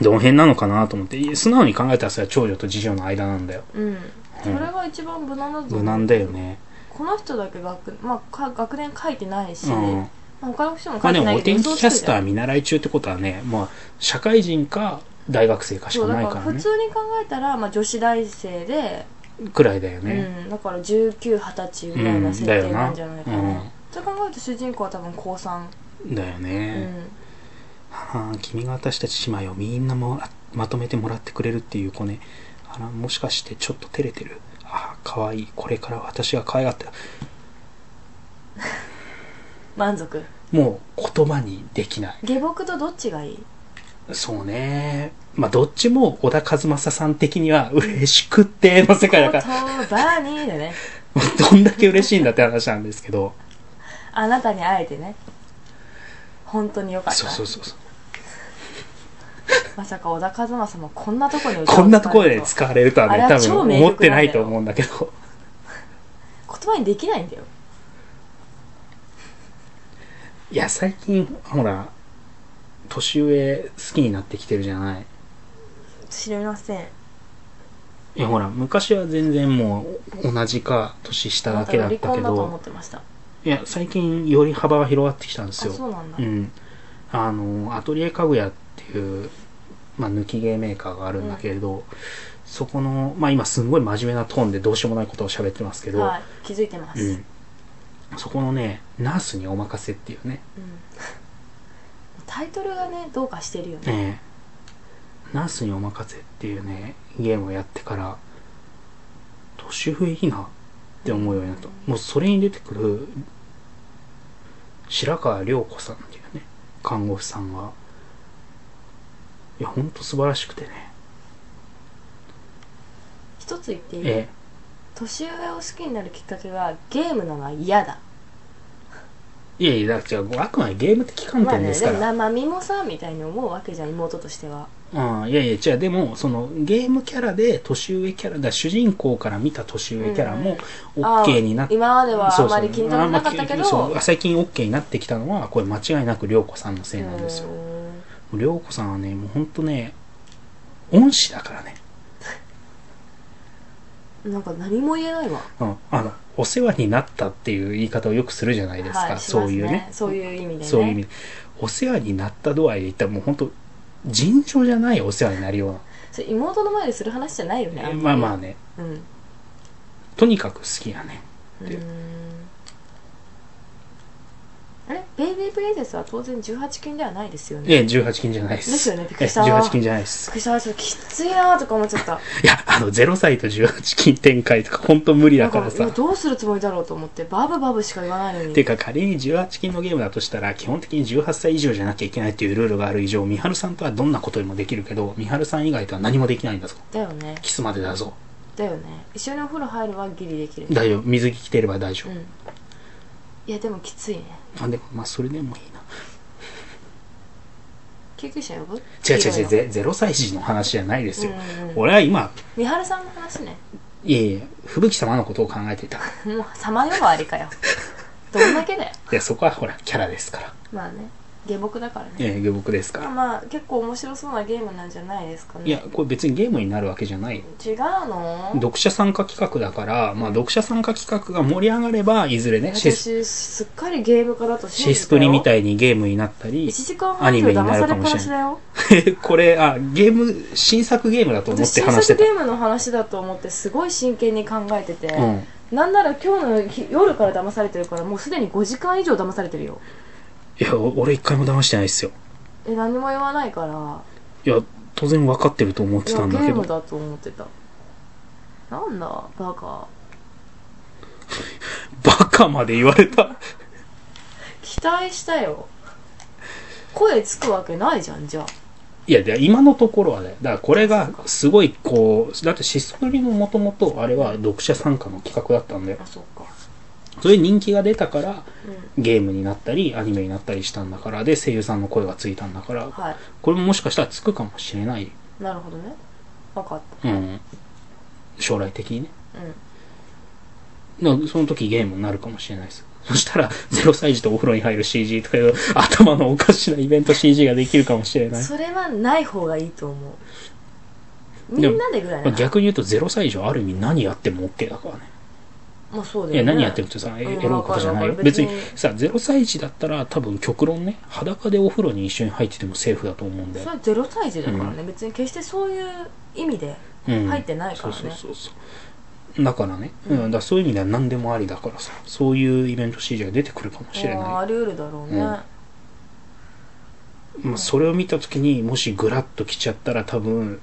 どの辺なのかなと思って、素直に考えたらそれは長女と次女の間なんだよ。
うんそれが一番無難だと思う
無難だよね。
この人だけ学,、まあ、か学年書いてないし、
うん。
まあ、他の人も書
まあ
い
で
てな
も
い
お
けど
天気キャスター
ー
見習い中ってことはね、まあ、社会人か大学生かし
そ
か
うだ
ない
か
からら
普
ね
通。に考えたら、まあ、女子大生で、
くらいだよね。
うん、だから1920歳ぐらいな設定なんじゃないかな、
うんだよなうん
そう考えると主人公は多分高3、
だよ
う
ね。
ん、
はあ、君が私たち姉妹をみんなもらまとめてもらってくれるっていう子ね。あら、もしかしてちょっと照れてる。ああ、かわいい。これから私が可愛がって。
満足
もう言葉にできない。
下僕とどっちがいい
そうね。まあ、どっちも小田和正さん的には嬉しくっての世界だ
言
から、
葉にでね
どんだけ嬉しいんだって話なんですけど。
あなたに会えてね本当によかった
そうそうそうそう。
まさか小田和正もこんなとこに歌を
こんなところ
使え
で
ると
使われるとは
あれ
ね、多
は超
分
名曲
思ってないと思うんだけど。
言葉にできないんだよ
いや、最近、ほら、年上好きになってきてるじゃない。
知りません
いやほら昔は全然もう同じか年下だけだった
離
け
婚だと思
ど
ってましたあ
いや最近より幅が広がってきたんですよ
そうなんだ、
んあのアトリエ家具屋っていう、まあ、抜き毛メーカーがあるんだけれど、そこのまあ今すんごい真面目なトーンでどうしようもないことを喋ってますけど、
はい気づいてます、
う
うん
ん、そこのねナースにお任せっていうね
タイトルがねどうかしてるよね
ねえナースにお任せっていうね、ゲームをやってから、年上いいなって思うようになった。もうそれに出てくる、白川涼子さんっていうね、看護婦さんが、いや、ほんと素晴らしくてね。
一つ言っていい、
え
年上を好きになるきっかけがゲームなのは嫌だ
え、いやいや、だから違う、あくまでゲーム的観
まあ
点で
ね
す
で
か
も
ら。
なまあみもさみたいに思うわけじゃん妹としては
うん、いやいや、違う、でも、その、ゲームキャラで年上キャラだ、主人公から見た年上キャラも、
ああ
OK になって
今まではあんまり気にならなかっ
そうそう
たけ
あ
ど
んまりそう最近 OK になってきたのはこれ間違いなく涼子さんのせいなんですよ
うーん
涼子さんはねもうほんとね恩師だからね、
なんか何も言えないわ
うん、あのお世話になったっていう言い方をよくするじゃないですか、
はいし
そ
ます
ういうね
そういう意味でね
そういう意味でお世話になった度合いで言ったらもうほんと尋常じゃないお世話になるような、
それ妹の前でする話じゃないよねん
まあ
り
まあね
うんう
とにかく好きやね
ーんあれベイビープリンセスは当然18禁ではないですよね
ええ、18禁じゃないです。
ですよねびっく
ええ
りした
18禁じゃないで
びっ
す。
くりしたちょっときついなーとか思っちゃった
いや、あの、0歳と18禁展開とか、本当無理だ
だ
か
からら
さ。
どうするつもりだろうと思ってバブバブしか言わないのに
っていうか仮に18禁のゲームだとしたら基本的に18歳以上じゃなきゃいけないっていうルールがある以上三春さんとはどんなことにもできるけど三春さん以外とは何もできないんだぞ
だよね
キスまでだぞ
だよね一緒にお風呂入るはギリできる
大丈夫水着着てれば大丈
うんいやでもきついね
夫、あでもまあそれでもいいな
救急車呼ぶ
違う違う違う
黄色いの
ゼ0歳児の話じゃないですよ、
うんうん
俺は今
三原さんの話ね *laughs*
いえいえ吹雪様のことを考えていた
もうさまようあり *laughs* かよどんだけだよ
でそこはほらキャラですから
まあね下僕だからね
ええ下僕ですから、
まあ結構面白そうなゲームなんじゃないですかね
いやこれ別にゲームになるわけじゃないよ
違うの
読者参加企画だから、まあ、読者参加企画が盛り上がればいずれねシス
私すっかりゲーム化だと信
シ
じてた
スプ
よ
リみたいにゲームになったり
1、時間半以上騙されっぱなしだよ
*laughs* これ、あ、ゲーム、新作ゲームだと思っ
私
て
新
話して
作
た
ゲ。ームの話だと思ってすごい真剣に考えてて、
うん。
なんなら今日の日夜から騙されてるからもうすでに5時間以上騙されてるよ
いや、お俺一回も騙してないですよ。
え何も言わないから
いや、当然分かってると思っ
い
て
や
たん
ゲ
だけ
ーム
ど。
だと思ってたなんだバカ
バカまで言われた。
期待したよ声つくわけないじゃんじゃあ
いや、で今のところはね、だからこれがすごいこう、だってシスプリももともとあれは読者参加の企画だったんだよ
あ。そっか
それで人気が出たから
うん
ゲームになったり、アニメになったりしたんだから、で声優さんの声がついたんだから、
は
これももしかしたらつくかもしれない。
いなるほどね分かっ
うん。将来的にね。
たうん
なその時ゲームになるかもしれないです。そしたら、0歳児とお風呂に入る CG とかいう頭のおかしなイベント CG ができるかもしれない。
それはない方がいいと思うみ
でも
んなでぐらい
まあ
な
逆に言うと0歳児はある意味何やっても OK だからね。
まあそうだよ、ね、
いや、何やってもってさ、え
うん
エロいことじゃないよ。
わかるわ
別
かる
にさ、0歳児だったら多分極論ね、裸でお風呂に一緒に入っててもセーフだと思うんだ
それ
よ。
はゼロ歳児だからね、別に決してそういう意味で
うん。
入ってないからね
そうそうそうそう。だからね、う
うん
ん、だからそういう意味では何でもありだからさ、そういうイベント CG が出てくるかもしれない。
ああり得るだろうね、
うんまあ、それを見た時にもしグラッと来ちゃったら多分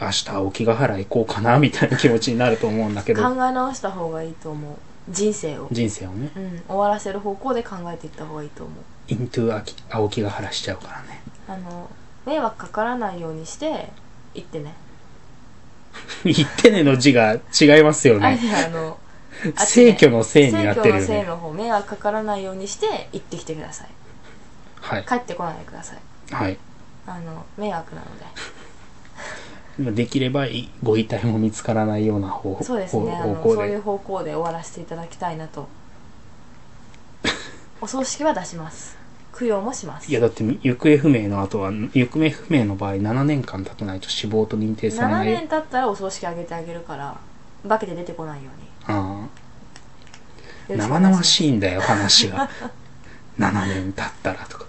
明日青木ヶ原行こうかなみたいな気持ちになると思うんだけ
考
ど
え直した方がいいと思う人生を、
人生をね
うん、終わらせる方向で考えていった方がいいと思う
イントゥ青木ヶ原しちゃうからね *laughs*
あの迷惑かからないようにして行ってね
言ってねの字が違いますよ
あれ
ね
ね
*laughs*
あのあっちね
聖居のせいになってるよ
生協の
ね
生の方迷惑かからないようにして行ってきてください
はい
帰ってこないでください
はい
あの迷惑なので
できればいご遺体も見つからないような方法
そうですねあ
方
の
向
そういう
で
方向で終わらせていただきたいな
*laughs*
とお葬式は出します供養もします
いやだって行方不明の後は行方不明の場合7年間経たないと死亡と認定され
7
ない
年経ったらお葬式あげてあげるから化けて出てこないよ
ああ
うに
生々
い
しいんだよ話 *laughs* が7年経ったらとか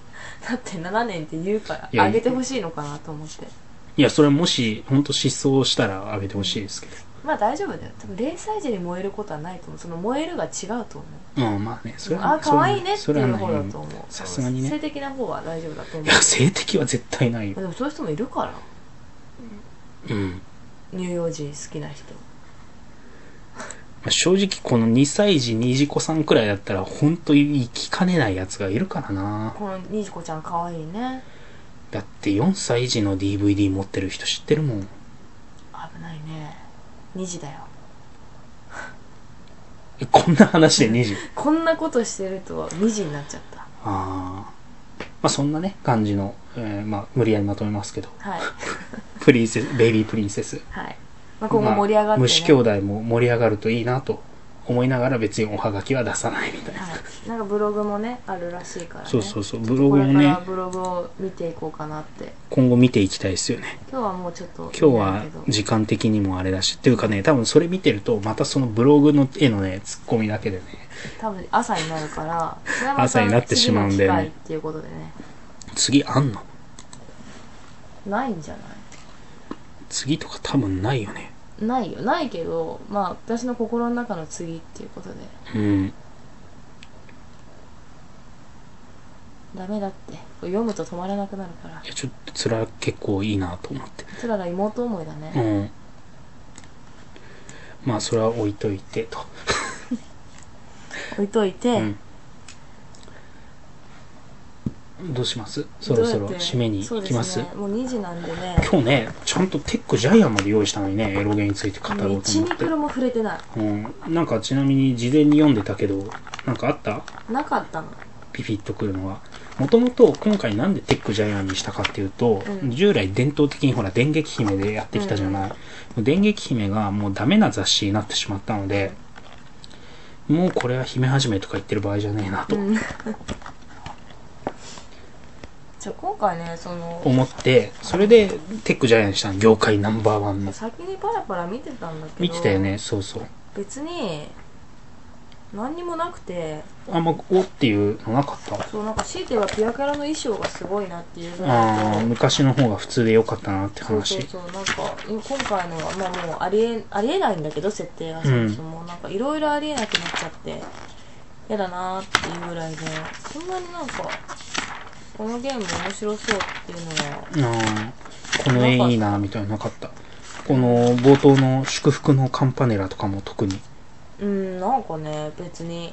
だって7年って言うか
いや
らあげてほしいのかなと思って
いやそれもし本当失踪したらあげてほしいですけ
まあ大丈夫だよ多分0歳児に燃えることはないと思うその燃えるが違うと思う
どうんまあねそれは
あ可愛いねって
それ
い
は
う
ない
方だと思う
さすがに
性
ね
的な方は大丈夫だと思
いう *laughs* や性的は絶対ないよ
でもそういう人もいるから
うん、
乳幼児好きな人
まあ正直この2歳児2児子さんくらいだったら本当に生きかねないやつがいるからな
このにじこちゃん可愛いね
だって4歳児の DVD 持ってる人知ってるもん
危ないね2時だよ
えこんな話で2児
こんなことしてると2時になっちゃった
ああまあそんなね感じの、えーまあ無理やりまとめますけど
はい
プリンセスベイビープリンセス
はい、まあ、今後盛り上がって、ね
まあ虫兄弟も盛り上がるといいなと思いながら別におはがきは出さないみたいな、
はい、なんかブログもねあるらしいからね
そうそううそうブログも
これか
ね
らブログを見ていこうかなって
今後見ていきたいですよね
今日はもうちょっと
今日は
見ないけど
時間的にもあれだしっていうかね多分それ見てるとまたそのブログの絵のねツッコミだけでね
多分朝になるからそれはまた
朝になってしまうんだよね
次の機会っていうことでね
次あんの
ないんじゃな
次とか多分ないよね
いないよないけどまあ私の心の中の次っていうことで
うん
ダメだって読むと止まらなくなるから
いやちょっとそれは結構いいなと思って
つらら妹思いだ
う
ね
んまあそれは置いといてと、
置いといて、
うん、どうしますそろそろ
どうやって
締めに行きま
そ
す
うでね、もう2時なんでね
今日ねちゃんとテックジャイアンまで用意したのにねエロゲについて語ろうと思って
1ミクロも触れてな
うん、なんかちなみに事前に読んでたけどなんかあった
いなかったの
ピピッとくるのはもともと今回なんでテックジャイアンにしたかっていうと、
うん
従来伝統的にほら電撃姫でやってきたじゃない、電撃姫がもうダメな雑誌になってしまったのでもうこれは姫始めとか言ってる場合じゃねえなと
うんじゃあ今回ねその
思ってそれでテックジャイアンにしたの業界ナンバーワンの
先にパラパラ見てたんだけど
見てたよねそうそう
別に何にもなくて
あんまおっていうのなかった
そうなんか強いてはピアキャラの衣装がすごいなっていうぐらい
あー
と
昔の方が普通でよかったなって
そう
話
そうそうなんか今今回のはまあもうありえありえないんだけど設定がそもそも、なんかいろいろありえなくなっちゃってやだなーっていうぐらいでそんなになんかこのゲーム面白そうっていうのは
ああこの絵いいなみたいなのなかったこの冒頭の祝福のカンパネラとかも特に
うんなんかね別に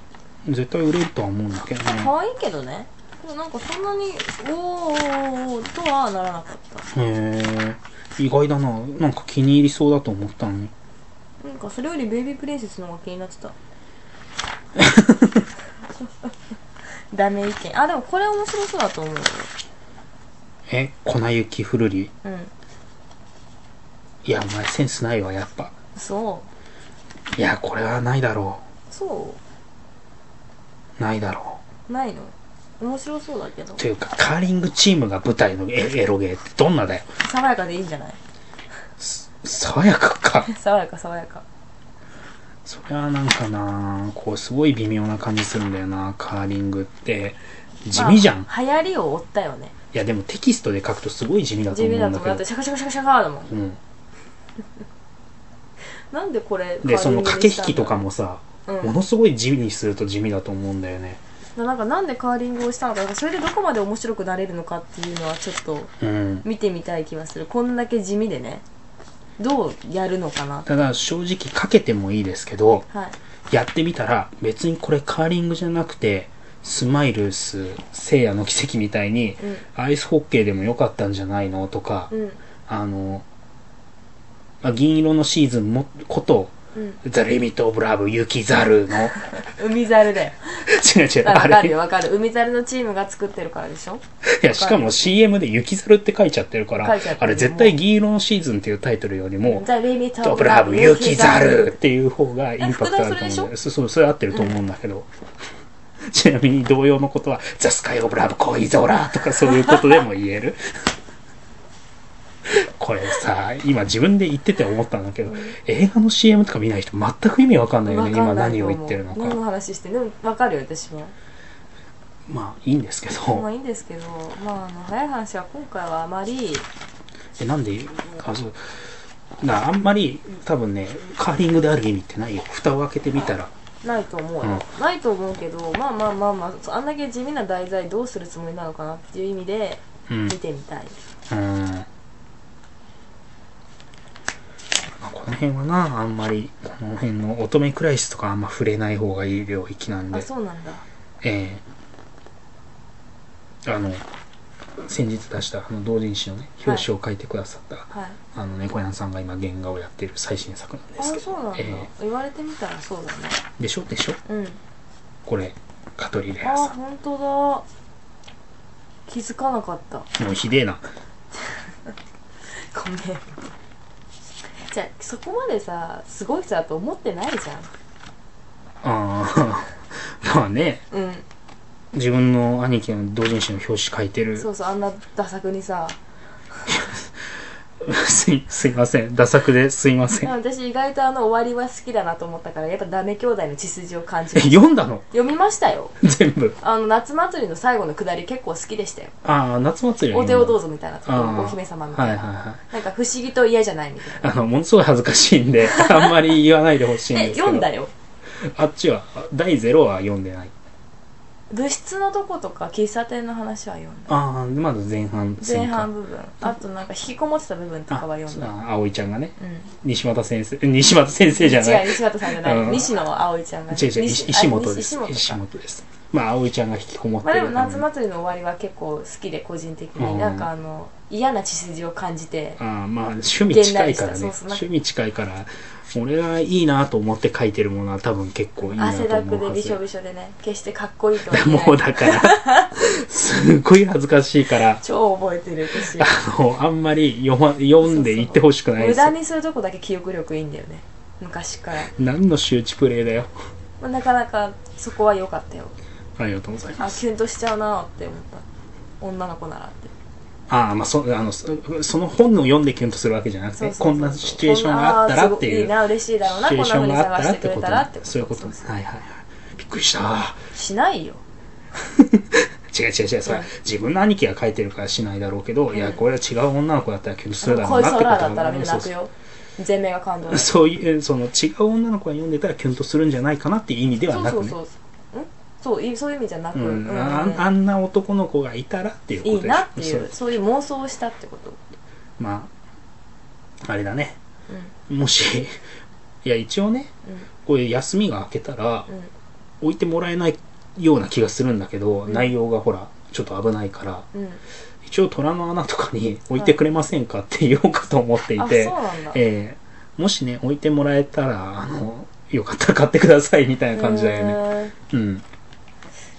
絶対売れるとは思うんだけどね
可愛いけどねでもなんかそんなにおーおーおーとはならなかった
へえ意外だななんか気に入りそうだと思ったのに
なんかそれよりベイビープリンセスの方が気になってたダメ意見あでもこれ面白そうだと思うよ
え粉雪ふるり
うん
いやお前センスないわやっぱ
そ
いやこれはないだろ
うそう
ないだろ
うないの面白そうだけど
うというかカーリングチームが舞台のエエロゲーってどんなだよ
爽やかでいいんじゃない
爽やかか
爽やか爽やか
それはなんかなこうすごい微妙な感じするんだよなカーリングって地味じゃん、
まあ流行りを追ったよね
いやでもテキストで書くとすごい地味だと
地
思う
味
ん
だ
だけ
と思うだっ
ど
てシャカシャカシャカシャカだもん
うん、
なんでこれ
でその
カー
駆
リ
け
ングにした
引
んだ
きとかもさ、
うん
ものすごい地味にすると地味だと思うんだよね
なんかなんでカーリングをしたのかなんかそれでどこまで面白くなれるのかっていうのはちょっと
うん
見てみたい気はするこんだけ地味でねどうやるのかな
ただ正直かけてもいいですけど
はい
やってみたら別にこれカーリングじゃなくてスマイルス聖夜の奇跡みたいに
うん
アイスホッケーでもよかったんじゃないのとか、
うん
あの、まあ、銀色のシーズンもこと
うん
ザ・リミット・オブ・ラブ・雪ザル
*laughs*
の
海猿だよ
違う違う
わ
あ
か
れ
るよわかる海猿のチームが作ってるからでしょ
いや、しかも CM で雪猿って書いちゃってるから、
書いちゃってる
あれ絶対銀色のシーズンっていうタイトルよりも、
ザ・ベイビー
ド
ト
ブラブ雪猿っていう方がインパクトあると思うんだよ。
え副題それで
そう、そうそれ合ってると思うんだけ *laughs* ど。ちなみに同様のことは、ザ・スカイ・オブ・ラブ・恋空とかそういうことでも言え *laughs* る。これさ、今自分で言ってて思ったんだけど、映画の CM とか見ない人全く意味わかんないよね、今何を言ってるの
何の
か。
話してんのわかるよ私も
まあいいんですけ
まあ
ど、
いいんですけどまああの早い話は今回はあまり
えなんで、あ、そう、なあんまり多分ね、カーリングである意味ってないよ。蓋を開けてみたら。
ないと思うよ、ないと思うけどまあまあまあまあそうあんだけ地味な題材どうするつもりなのかなっていう意味で
うん
見。てみたい、
うんまあこの辺はなあんまりこの辺の乙女クライスとかあんま触れない方がいい領域なん
あ
で
そうなんだ
ええあの先日出したあの同人誌のね表紙を書いてくださった、
はい
あの猫、やんさんが今原画をやってる最新作なんで
あ
すけど
そうなんだ、
え
言われてみたらそうだね
えでしょでしょ
うん
これ香取レア
あ
さ
本当だ気づかなかった
んもうひでえな
ごめんじゃあそこまでさすごい人だと思ってないじゃ
あー *laughs* まあね
んうん
自分の兄貴の同人誌の表紙書いてる
そうそうあんなダサくにさ
*laughs* すいすいません。ダサ作ですいませ
で
ん。
も
え
私意外とあの終わりは好きだなと思ったからやっぱダメ兄弟の血筋を感じる
読んだの *laughs*
読みましたよ
全部。
あの夏祭りの最後のくだり結構好きでしたよ
ああ、夏祭りは
お手をどう
ぞ。
ぞみたいなとこ
あ
ろ
あ。
お姫様みた
はいい
な、
はいは
なんか不思議と嫌じゃないみた
い。
い
あの、ものすごい恥ずかしいんで、 *laughs* あんまり言わないでほしいん
な
です
え
けど。
読んだよ
あっちは、第0話は読んでない。
部室のとことか喫茶店の話は読んだ
ああまず前半戦
前
か
半部分あとなんか引きこもってた部分とかは
あ
読んだ
そう葵ちゃんがね
うん
西本先生 *laughs* 西本先生じゃない
違う西畑さんじゃない、
うん
西野葵ちゃんがね
違う違う
西
石石本で
あ西
す
本か
石本ですまあ葵ちゃんが引きこもって
まあ
る
でも夏祭りの終わりは結構好きで個人的に、
うん
なんかあの嫌な血筋を感じて
ああまあ趣味近いからね
現代したそうそうなんか
趣味近いから俺がいいなと思って書いてるものは多分結構いいなと
汗だく
思う
で
は
びしょ
ず
びしょでね決してかっこいいとは
だ
言え
*laughs* もう
ない
だからすごい恥ずかしいから
超覚えてる
*laughs*
私
あのあんまり読,、ま、読んでいってほしくないで
無
す
駄にするとこだけ記憶力いいんだよね昔から、
何の周知プレイだよ
まあ、なかなかそこは良かったよ
ありがとうござい
あ
ます
キュンとしちゃうなって思った女の子ならって
ああまあそあのそその本を読んでキュンとするわけじゃなくてこんなシチュエーションがあったらって
こんなあーすごい
い
いうな嬉しいだろうな
シチュエーション
こん
が
な風
あ
に
った
探
ら
し
ってて
くれ
こ
たらっ
と
てこと
そういうこと
そう
ね
そう
はいはいはいびっくりした
しないよ
違う違う違うそれ
うん
自分の兄貴が書いてるからしないだろうけど、いや
うん
これは違う女の子だったらキュンとするだろう
恋
なって
空
こと
だったら
だ
み
ね
んな泣くよ全面が感動
そうそういうその違う女の子が読んでたらキュンとするんじゃないかなっていう意味ではなく
そ
ね
うそうそううんそういそういう意味じゃなく、
うん
うん
あんあんな男の子がいたらっていうこと
い
で
いなってい
そう
そういう妄想をしたってこと、
まああれだね
うん
もしいや一応ね
う
こういう休みが明けたら
んうん、
置いてもらえないような気がするんだけど、
うん
内容がほらちょっと危ないから
うん、
一応虎の穴とかに置いてくれませんかって言おうかと思ってい
あそう
て、
なんだ、
えーもしね置いてもらえたらあのよかったら買ってくださいみたいな感じだよね、
ね
うん、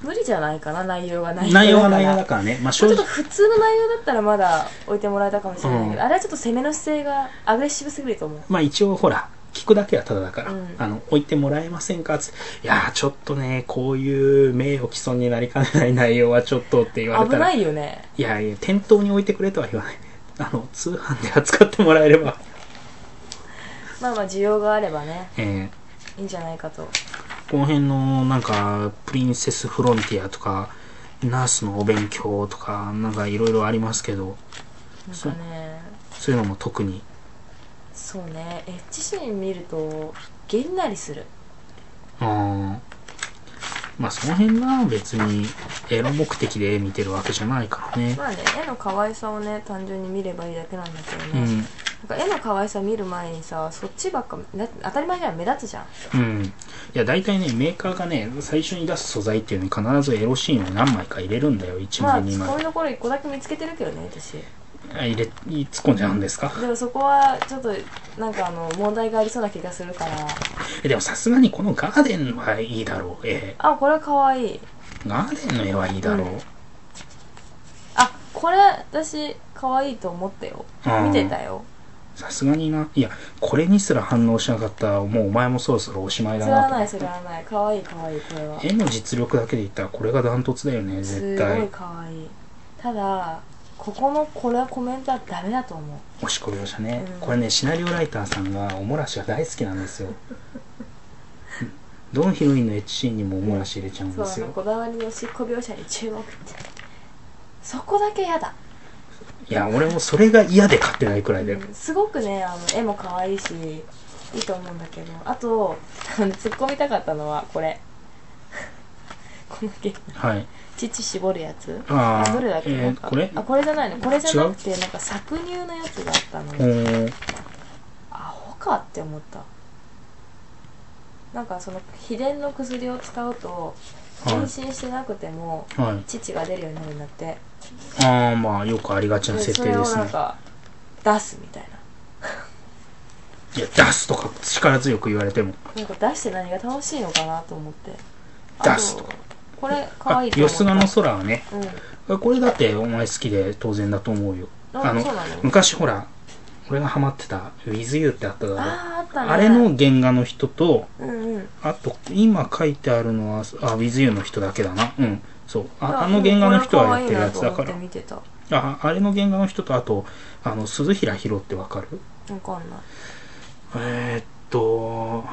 無理じゃないかな内容がない
内容は内容
だ
だ
か
か
ら
らね、まあ、
ち
正
ょっと
直
普通の内容だったらまだ置いてもらえたかもしれないけど、
うん
あれはちょっと攻めの姿勢がアグレッシブすぎると思う
まあ一応ほら聞くだけはただだから、
うん
あの置いてもらえませんかつっていやーちょっとねこういう名誉毀損になりかねない内容はちょっとって言われ
危
たら
ないよね
いやいや店頭に置いてくれとは言わないあの通販で扱ってもらえれば、
まあまあ需要があればね
えー
いいんじゃないかと
この辺のなんかプリンセスフロンティアとかナースのお勉強とかなんかいろいろありますけど
なん
そう
かね
そういうのも特に
そうねエッチシーン見るとげんなりする
うんまあその辺が別にエロ目的で見てるわけじゃないからね
まあね絵の可愛さをね単純に見ればいいだけなんだけど
う
ね、
ん
なんか絵の可愛さ見る前にさそっちばっかだって当たり前じゃん目立つじゃ
う
ん
んいや大体ねメーカーがね最初に出す素材っていうのに必ずエロシーンを何枚か入れるんだよ1
ま
枚
あ
2
ツッコミ
枚
どころ1個だけ見つけてるけどね私
あ入れ突っ込んじゃうんですか
でもそこはちょっとなんかあの問題がありそうな気がするから
えでもさすがにこのガーデンはいいだろうえ
あこれは可愛い
ガーデンの絵はいいだろう、
うんあこれ私可愛いと思ったよ
うん
見てたよ
さすがにな。いや、これにすら反応しなかったら、もうお前もそろそろおしまい
つ
だなと
らな
思
い
っ
つ
て。
らない可愛い可愛いこれは
絵の実力だけで言ったら、これがダントツだよね、
す
絶
ごい
対。
可愛いただここのこれはコメントはダメだと思う
押し込みしたね、
うん
これね、シナリオライターさんが、おもらしが大好きなんですよ。うんどのヒロインのエッチシーンにもおもらし入れちゃうん
そ
で
うあ
すよ
の。こだわりの執行描写に注目ってそこだけやだ、
いや、俺もそれが嫌で買ってないくらいだよ。
うんすごくねあの絵も可愛いしいいと思うんだけどあとあの突っ込みたかったのはこれ *laughs* このゲ
はい。
乳絞るやつ
あ
あ
ー
どれだっけ、
え
なん
ー、
か
これ
あこれじゃないのこれじゃなくてなんか搾乳のやつがあったの、
おー
アホかって思ったなんかその秘伝の薬を使うと
はい
妊娠してなくても
はい。
乳が出るようになるんだって、
ああ、まあ、よくありがちな
で
設
そ
定
れ
で
を
す
なん
ね。
か出すみたいない
や、出すとか力強く言われても。
なんか出して何が楽しいのかなと思って
出すと
あこれ可
あ、
愛いと思
よ
った
すがの空はね、
うん
これだってお前好きで当然だと思うよ
あ
あの
そうなの
昔ほら俺がハマってた「WithYou」ってあっただろあ,、
あーあったね
れの原画の人と
うんうん
あと今書いてあるのは「あ WithYou」の人だけだなうんそう
だから
ああの原画の人はやってるやつだ
こ
か
れ可愛いなと
ら
思って見てた
ああれの原画の人とあとあの鈴平博ってわかる
わかんない
えー、っと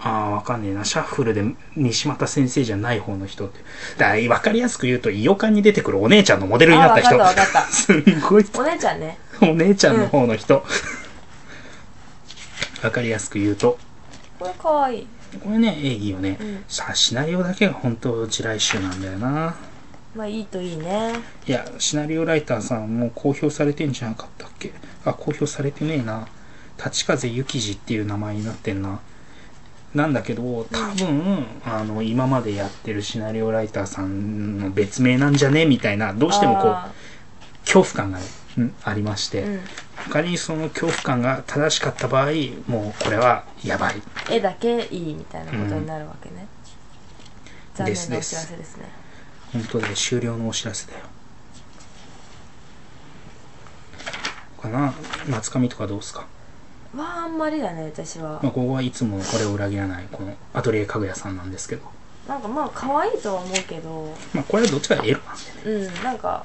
あーわかんねえなシャッフルで西俣先生じゃない方の人ってだからわかりやすく言うとイオカンに出てくるお姉ちゃんのモデルになった人
あわかったわかった
*laughs* すんごい
お姉ちゃんね
お姉ちゃんの方の人。わ、かりやすく言うと。
これ可愛い
これね、いいよね。
うん
さあ、シナリオだけが本当、地雷集なんだよな。
まあいいといいね
いや、シナリオライターさんもう公表されてんじゃなかったっけあ、公表されてねえな。立風ゆきじっていう名前になってんな。なんだけど、多分、あの、今までやってるシナリオライターさんの別名なんじゃねみたいな、ど
ど
うしてもこう、恐怖感が、うんありまして、
うん、
他にその恐怖感が正しかった場合、もうこれはやばい。
絵だけいいみたいなことになるわけね、残
で
念
す
な
で
お知
す
らせですね
本当で終了のお知らせだよかな松上とかどうっすか、
まああんまりだね私は
まあ、ここはいつもこれを裏切らないこのアトリエ家具屋さんなんですけど、
なんかまあ可愛いとは思うけど
まあ、これはどっちかがエロなんでね
うんなんか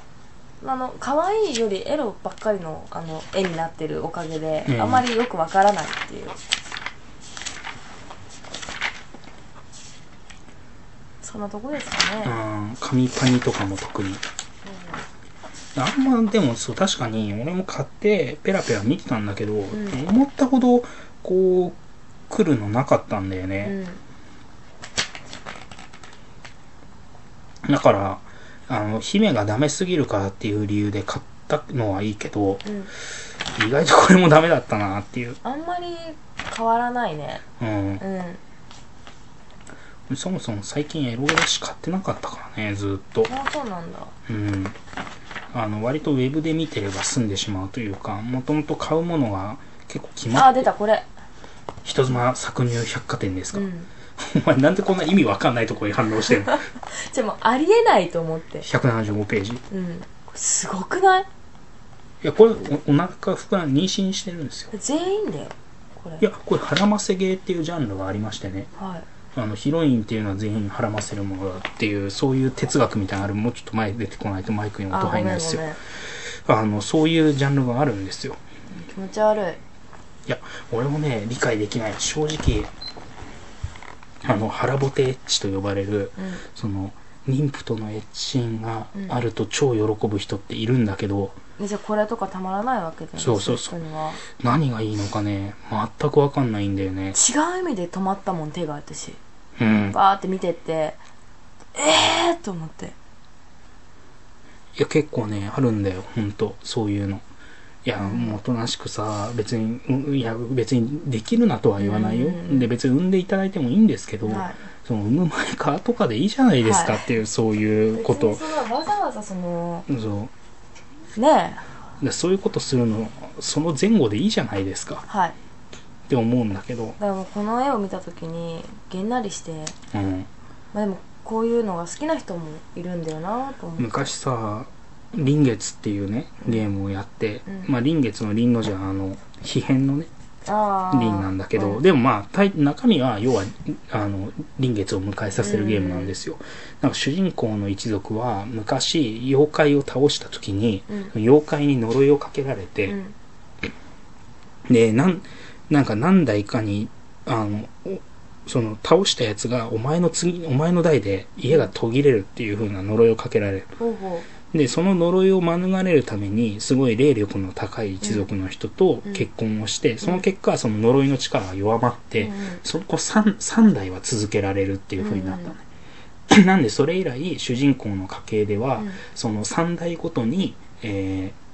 あの可愛いよりエロばっかりのあの絵になってるおかげで、
うん
あまりよくわからないっていうそんなとこですかね、
うん紙パニとかも特にあんまでもそう確かに俺も買ってペラペラ見てたんだけど、
ん
思ったほどこう来るのなかったんだよ
う
ね、
ん
だからあの姫がダメすぎるからっていう理由で買ったのはいいけど
うん
意外とこれもダメだったなっていう
あんまり変わらないね
うん
うん
そもそも最近エロゲだし買ってなかったからね、ずーっと。
あそうなんだ
うん。あの、割とウェブで見てれば済んでしまうというか、もともと買うものが結構決ま
あ
って、
出たこれ
人妻搾乳百貨店ですか。 *laughs*
う
お
ん
前なんでこんな意味わかんないとこに反応してんの
じゃあもうありえないと思って
175ページ。い
うんこれすごくない
や、これおお腹膨らん、妊娠してるんですよ。
全員だよこれ
いや、これ腹ませゲーっていうジャンルがありましてね、
はい
あの、ヒロインっていうのは全員腹ませるものだっていう、そういう哲学みたいなのある、もうちょっと前出てこないとマイクに
あ
音
ご
入
め
ん
ん
な
ご
い
めん
ですよ。あの、そういうジャンルがあるんですよ。
気持ち悪い
いや、俺もね、理解できない。正直、あの、腹ぼてエッチと呼ばれる、
うん
その、妊婦とのエッチンが
うん
あると超喜ぶ人っているんだけど、
えじゃあこれとかたまらないわけだよね
そうそうそう
い人には
何がいいのかね、全くわかんないんだよね。
違う意味で止まったもん手が私
うん。
バーって見てってえーっと思って
いや、結構ね、あるんだよ、ほんと、そういうの。いや、もうおとなしくさ、別に、うんいや、別にできるなとは言わないよ。
うん
で、別に産んでいただいてもいいんですけど、
はい
その産む前か後かでいいじゃないですか
はい
っていう、そういうこと。
別にそんなわざわざその
そう
ねえ
でそういうことするのその前後でいいじゃないですか
はい
って思うんだけど、
だからもうこの絵を見た時にげんなりして、
うん、
まあ、でもこういうのが好きな人もいるんだよなと思って
昔さ「臨月」っていうねゲームをやって、
うん
まあ、臨月の臨の字はあの秘変のね
ああ
臨なんだけど、
うん
でもまあたい中身は要はあの臨月を迎えさせるゲームなんですよ、なんか主人公の一族は昔妖怪を倒した時に、
うん
妖怪に呪いをかけられて、
うん
でなんなんか何代かにあのおその倒したやつがお前の次お前の代で家が途切れるっていう風な呪いをかけられる
ほうほ
でその呪いを免れるためにすごい霊力の高い一族の人と
うん
結婚をして、その結果その呪いの力が弱まっ
う
て、
うんうん
そこ 3, 三代は続けられるっていう風になったね、 *clears throat* なんでそれ以来主人公の家系では、
うん
その3代ごとに、えー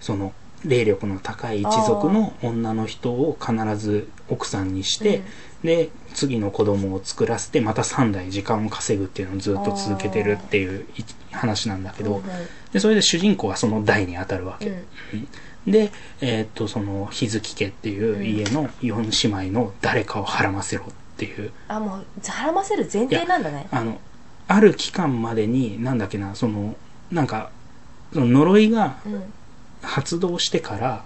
その霊力の高い一族の女の人を必ず奥さんにして、で次の子供を作らせてまた3代時間を稼ぐっていうのをずっと続けてるっていうい話なんだけ
う
ど
んうん
でそれで主人公はその代に当たるわけ、
うん
で、えーっとその日月家っていう家の4姉妹の誰かをはらませろっていう
あもうざらませる前提なんだね
あの、ある期間までに、なんだっけな、その、なんか、その呪いが
うん
発動してから、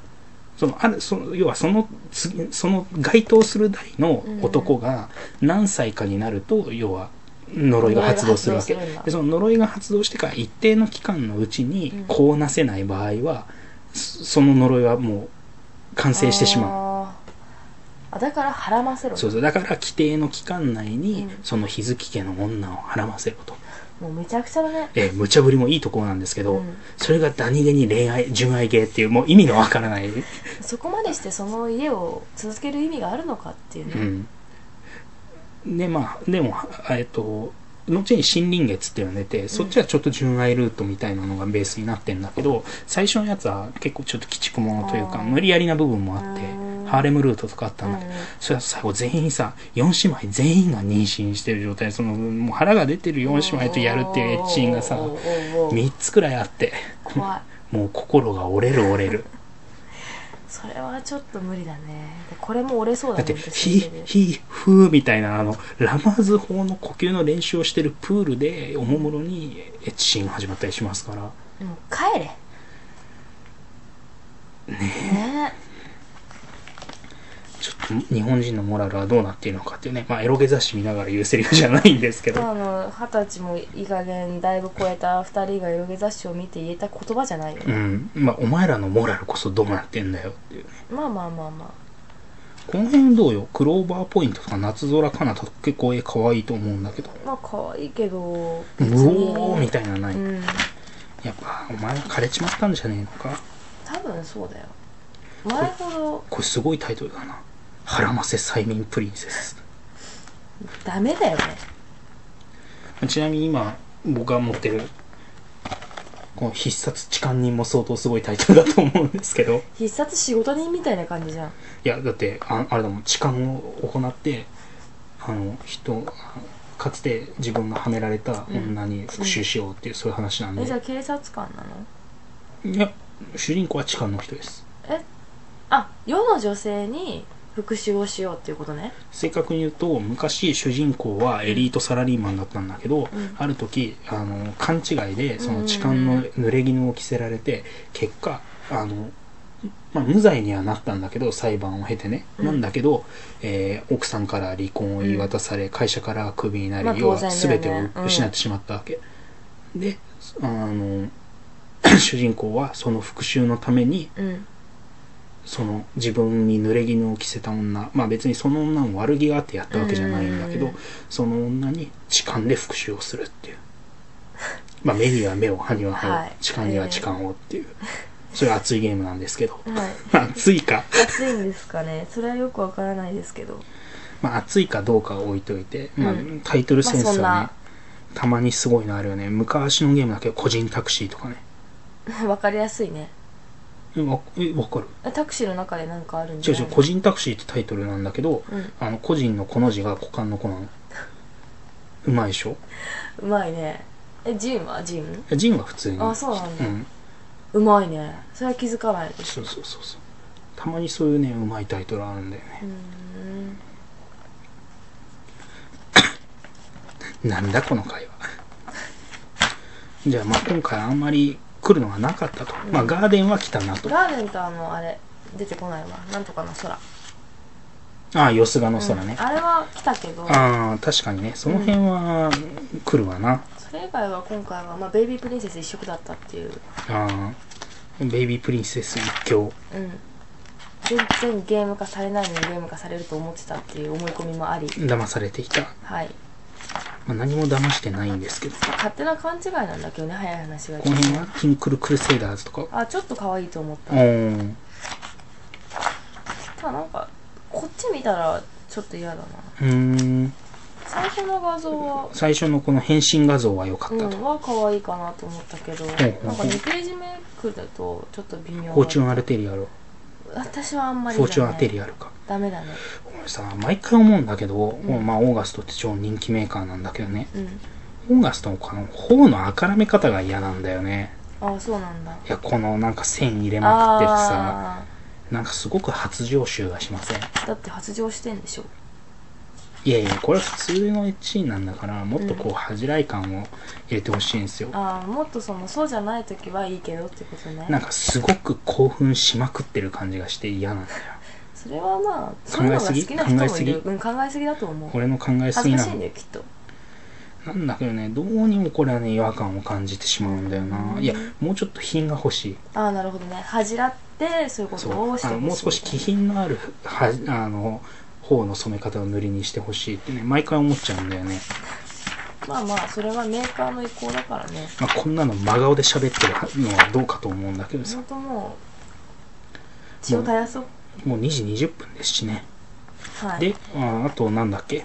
その、ある、その、要はその次、その該当する代の男が何歳かになると、要は、呪いが発動するわけ。
呪いが発動するんだ
で、その呪いが発動してから一定の期間のうち
う
に
ん、
こうなせない場合は、そその呪いはもう、完成してしまう。
まうあだからはらませろ
そうそう。だから、規定の期間内に
うん、
その日付家の女をはらませろと。
もうめちゃくちゃだね
えー、無茶ぶりもいいところなんですけど、
うん
それが何気に恋愛、純愛系っていう、もう意味のわからない。う
そこまでしてその家を続ける意味があるのかっていうね、
ん。でまあでもあえっと後に新臨月っていうのが出て、そっちはちょっと純愛ルートみたいなのがベースになってんだけど、最初のやつは結構ちょっと鬼畜ものというか、
あー
無理やりな部分もあって
うん、
ハーレムルートとかあったんだけど、それは最後全員さ、4姉妹全員が妊娠してる状態、その、もう腹が出てる4姉妹とやるっていうエッチシーンがさ、
おーおーおーおー
3つくらいあって、
怖い
もう心が折れる折れる。
それはちょっと無理だねでこれも折れそう
だ
だ
って、
ね
ヒー、ヒー、フーみたいな、あの、ラマーズ法の呼吸の練習をしてるプールで、おもむろにエッチシーンが始まったりしますから。
もう帰れね
ちょっと日本人のモラルはどうなっているのかっていうね、まあ、エロゲ雑誌見ながら言うセリフじゃないんですけど、
あの二十歳もいい加減だいぶ超えた二人が色気雑誌を見て言えた言葉じゃないよ、
うん、まあ、お前らのモラルこそどうなってんだよっていうね。
まあまあまあま
この辺どうよ、クローバーポイントとか夏空かなと結構絵可愛いと思うんだけど、
あまあ可愛いけど
う
別に
おーみたいなのない。
うん
やっぱ、お前は枯れちまったんじゃねえのか。
多分そうだよ前ほど
これすごいタイトルだな。腹ませ催眠プリンセス。
ダメだよね
ちなみに今、僕が持ってる、この必殺痴漢人も相当すごいタイトルだと思うんですけど、
必殺仕事人みたいな感じじゃん
いやだってああれだもん痴漢を行ってあの人かつて自分がはめられた女に復讐しようっていう、そういう話なんで
えじゃあ警察官なの
いや主人公は痴漢の人です
えあ世の女性に復讐をしようっていうことね
正確に言うと昔主人公はエリートサラリーマンだったんだけど、
うん
ある時あの勘違いでその痴漢
うん
の
うんうん
濡れ衣を着せられて結果あの、まあ、無罪にはなったんだけど裁判を経てね、
うん
なんだけど、えー奥さんから離婚を言い渡され、会社からクビになり、
まあ
要は
当然だ
全
よね
て
う
を
ん
失ってしまったわけ、であの *clears throat* 主人公はその復讐のために
うん
その自分に濡れ衣を着せた女まあ別にその女も悪気があってやったわけじゃないんだけど、
うん
その女に痴漢で復讐をするっていうまあ目には目を歯には歯を、
はい
痴漢には痴漢をっていう、そういう熱いゲームなんですけど
はい
熱いか、
熱いんですかねそれはよくわからないですけど *laughs*
まあ、熱いかどうかは置いといて、まあ
うん、
タイトルセンスはね、
まあ
たまにすごいのあるよね昔のゲームだけど個人タクシーとかね
わかりやすいね
えわえわかる
タクシーの中でなんかあるんじ
違う
ゃ
違
ないう
個人タクシーってタイトルなんだけど、
うん
あの個人のこの字が股間の子なのうまいでしょ
うまいねえジンはジン
ジンは普通に
あそうなんだ
ん
うまいねそれは気づかないです
そうそうそうそうたまにそういうねうまいタイトルあるんだよね
うーん
なんだこの会話 *laughs* じゃあまあ今回あんまり来るのがなかったと、まあガーデンは来たなとあ
ガーデンとあのあれ出てこないわなんとかの空
あよすがの空ね、
うんあれは来たけど
ああ確かにねその辺は来るわな、
それ以外は今回は、まあ、ベイビープリンセス一色だったっていう
ああベイビープリンセス一強
うん全然ゲーム化されないのにゲーム化されると思ってたっていう思い込みもあり
騙されてきた、ま
はい
あ、何も騙してないんですけど
勝手な勘違いなんだけどね早い話が
この辺はティンクル・クルセイダーズとか
あちょっと可愛いと思った
おー
ただなんかこっち見たらちょっと嫌だな
うーん
最初の画像は
最初のこの変身画像は良か
う
った
ん
と、
は可愛いかなと思ったけど、
ん
なんか2ページ目くるとちょっと微妙
フォーチュンアルテリアル、
私はあんまり
フォーチュンアルテ
ア
リアルか
ダメだね
俺さ毎回思うんだけど、まあオーガストって超人気メーカーなんだけどね
うん
オーガストのこの頬のあからめ方が嫌なんだよね
ああそうなんだ
いやこのなんか線入れまくってるさ
あ
なんかすごく発情臭がしません
あだって発情してんでしょ
いやいやこれは普通のエッチなんだからもっとこう恥じらい感を入れてほしいんですよ、
ああもっとそのそうじゃない時はいいけどってことね
なんかすごく興奮しまくってる感じがして嫌なんだよ
それはまあそういうのが好きな
考え
人も
す
い
ぎ
るうん考えすぎだと思う
俺の考えす
恥
ぎな
ずかしいん
の
だよきっと
なんだけどねどうにもこれはね違和感を感じてしまうんだよな
うん
いやもうちょっと品が欲しい
ああなるほどね恥じらってそういうこ
そ
と
う
をして
あのもう少し気品のあるはあの方の染め方を塗りにしてほしいってね毎回思っちゃうんだよね、
まあまあそれはメーカーの意向だからね
まあ、こんなの真顔で喋ってるのはどうかと思うんだけどさ
本当もう血を絶やそう
もう2時20分ですしね
はい
でああとなんだっけ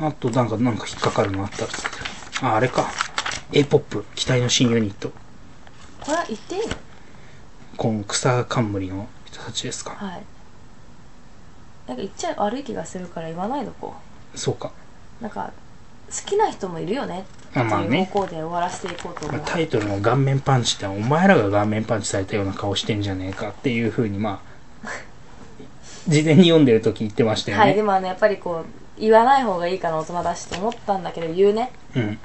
あと、なんか、なんか引っかかるのあったっつって。あ、あれか。A-POP、期待の新ユニット。
これは言っていいの
この草冠の人たちですか。
はいなんか言っちゃ悪い気がするから言わないのこ
そうか。
うなんか好きな人もいるよねって
あまあね
いう方向で終わらせていこうと思う、
タイトルの顔面パンチって、お前らが顔面パンチされたような顔してんじゃねえかっていうふうに、まあ、事前に読んでる時言ってましたよね。
はいでもあのやっぱりこう言わない方がいいかな大人だしと思ったんだけど言うね
うん。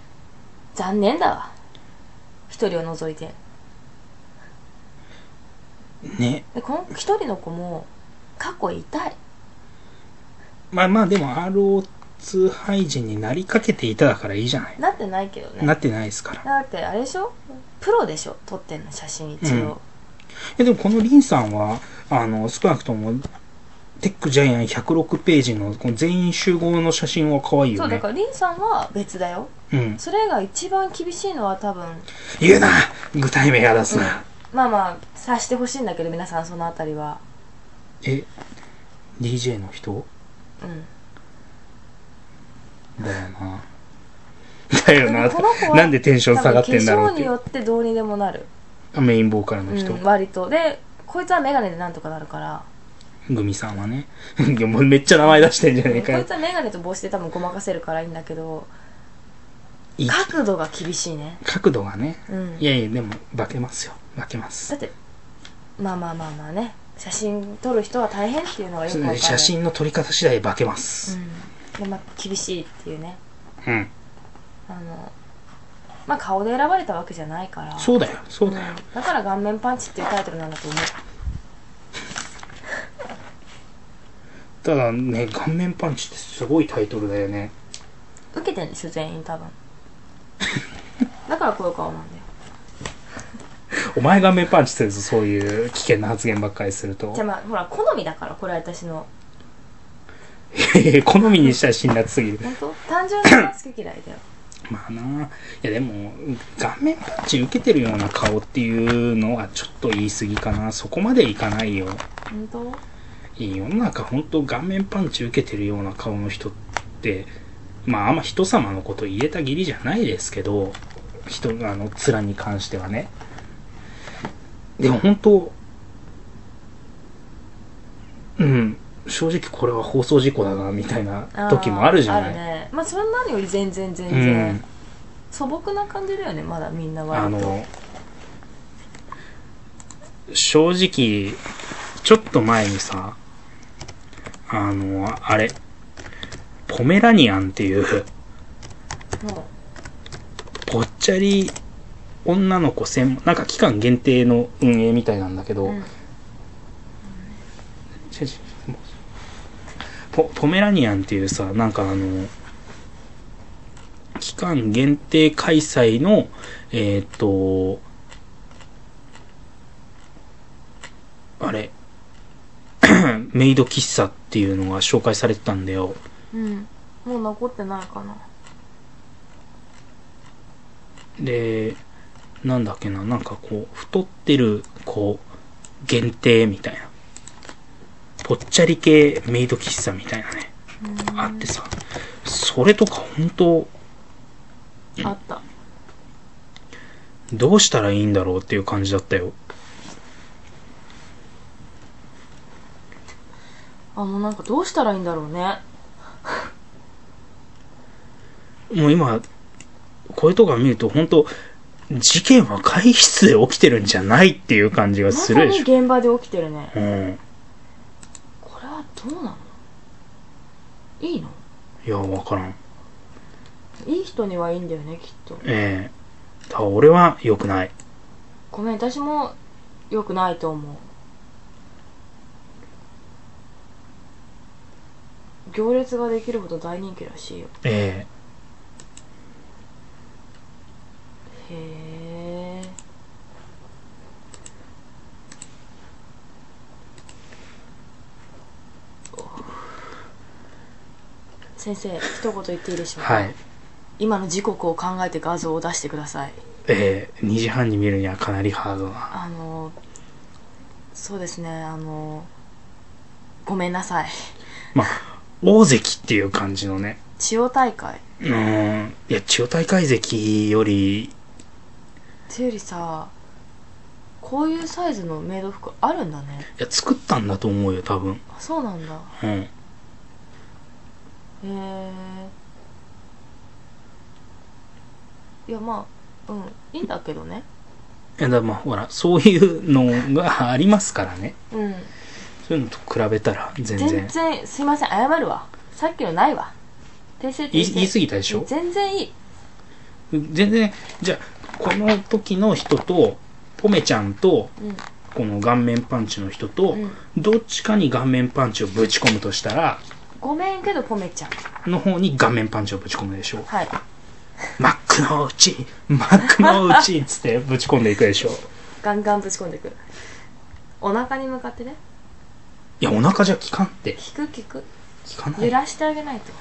残念だわ一人を除いて
ね。
でこの一人の子も過去いたい
まあまあ、でも RO2 廃人になりかけていただからいいじゃない。
なってないけどね
なってないですから。
だってあれでしょプロでしょ撮ってんの写真一応、
えでもこのリンさんはあの少なくともテックジャイアン106ページのこの全員集合の写真は可愛い
そ
よ
うだ
ね
からリンさんは別だよ
うん
それが一番厳しいのは多分
言うな具体名が出すな、
まあまあ察してほしいんだけど皆さんそのあたりは
え DJ の人
うん
だよなだよな
でもこの子は
なんでテンション下がってんだろ
多
うっ
分化粧
て
に
い
よ
う
ってどうにでもなる、
メインボーカルの人、
うん、割とでこいつは眼鏡でなんとかなるから
グミさんはねいやもうめっちゃ名前出してんじゃ
こ
ねえ
いつ
かよ
は眼鏡と帽子で多分ごまかせるからいいんだけど
いい
角度が厳しいね
角度がね
うん
いやいやでも化けますよ化けます
だってまあまあまあまあね写真撮る人は大変っていうのがよくわかる
写真の撮り方次第化けます
うんでまあ厳しいっていうね
うん、
あのまあ顔で選ばれたわけじゃないから
そうだよそうだよ、
んだから顔面パンチっていうタイトルなんだと思う
ただね顔面パンチってすごいタイトルだよね
受けてんでしょ全員
*laughs*
多分だからこういう顔なんだよ
お前顔面パンチするぞそういう危険な発言ばっかりすると
じゃあまあほら好みだからこれは私の
いやいや *laughs* 好みにしたら辛辣すぎる
本
*laughs*
当単純な好き嫌いだよ
まあないやでも顔面パンチ受けてるような顔っていうのはちょっと言い過ぎかなそこまでいかないよ
本当
いい世の中本当顔面パンチ受けてるような顔の人ってまああんま人様のこと言えたぎりじゃないですけど人あの面に関してはねでも本当うん正直これは放送事故だなみたいな
あー
時もあるじゃ
あ
ない
るねまあそんなのより全然全
う
然、
ん
素朴な感じだよねまだみんな
あ
割と
の正直ちょっと前にさあのあれポメラニアンっていう
も
ぽっちゃり女の子専門なんか期間限定の運営みたいなんだけど、
う、うん、
違う違うポポメラニアンっていうさなんかあの期間限定開催のえーっ、とあれ *coughs* メイド喫茶っていうのが紹介されてたんだよ
うん、もう残ってないかな
でなんだっけななんかこう太ってるこう限定みたいなぽっちゃり系メイド喫茶みたいなね
うん
あってさそれとか本当
あった
どうしたらいいんだろうっていう感じだったよ
あのなんかどうしたらいいんだろうね
もう今こういうとこ見ると本当事件は会議室で起きてるんじゃないっていう感じが
ますさ
るで
に
しょ、
現場で起きてるね
うん
これはどうなのいいの
いやわからん
いい人にはいいんだよねきっと
ええだから俺は良くない
ごめん私も良くないと思う行列ができるほど大人気らしいよ
え
へえ先生一言言っていいでし
え
ょうか、
はい
今の時刻を考えて画像を出してください
ええ2時半に見るにはかなりハードな
あのそうですねあのごめんなさい
まあ、大関っていう感じのね、
千代大海っ
うんいや千代大海関より
ていうよりさこういうサイズのメイド服あるんだね
いや作ったんだと思うよ多分
あそうなんだ
うん
へえいやまあうんいいんだけどね
いやだからまあほらそういうのがありますからね
うん
そういうのと比べたら全然
全然すいません謝るわさっきのないわ訂正
言い
訂正
言い過ぎたでしょ
全然いい
全然じゃあこの時の人とポメちゃんと
うん
この顔面パンチの人と、
うん
どっちかに顔面パンチをぶち込むとしたら
ごめんけどポメちゃん
の方に顔面パンチをぶち込むでしょ
はい
マックのうちマックのうちっつってぶち込んでいくでしょ
ガンガンぶち込んでくるお腹に向かってね
いやお腹じゃ効かんって
聞く聞く
効かな
揺
い
らしてあげないと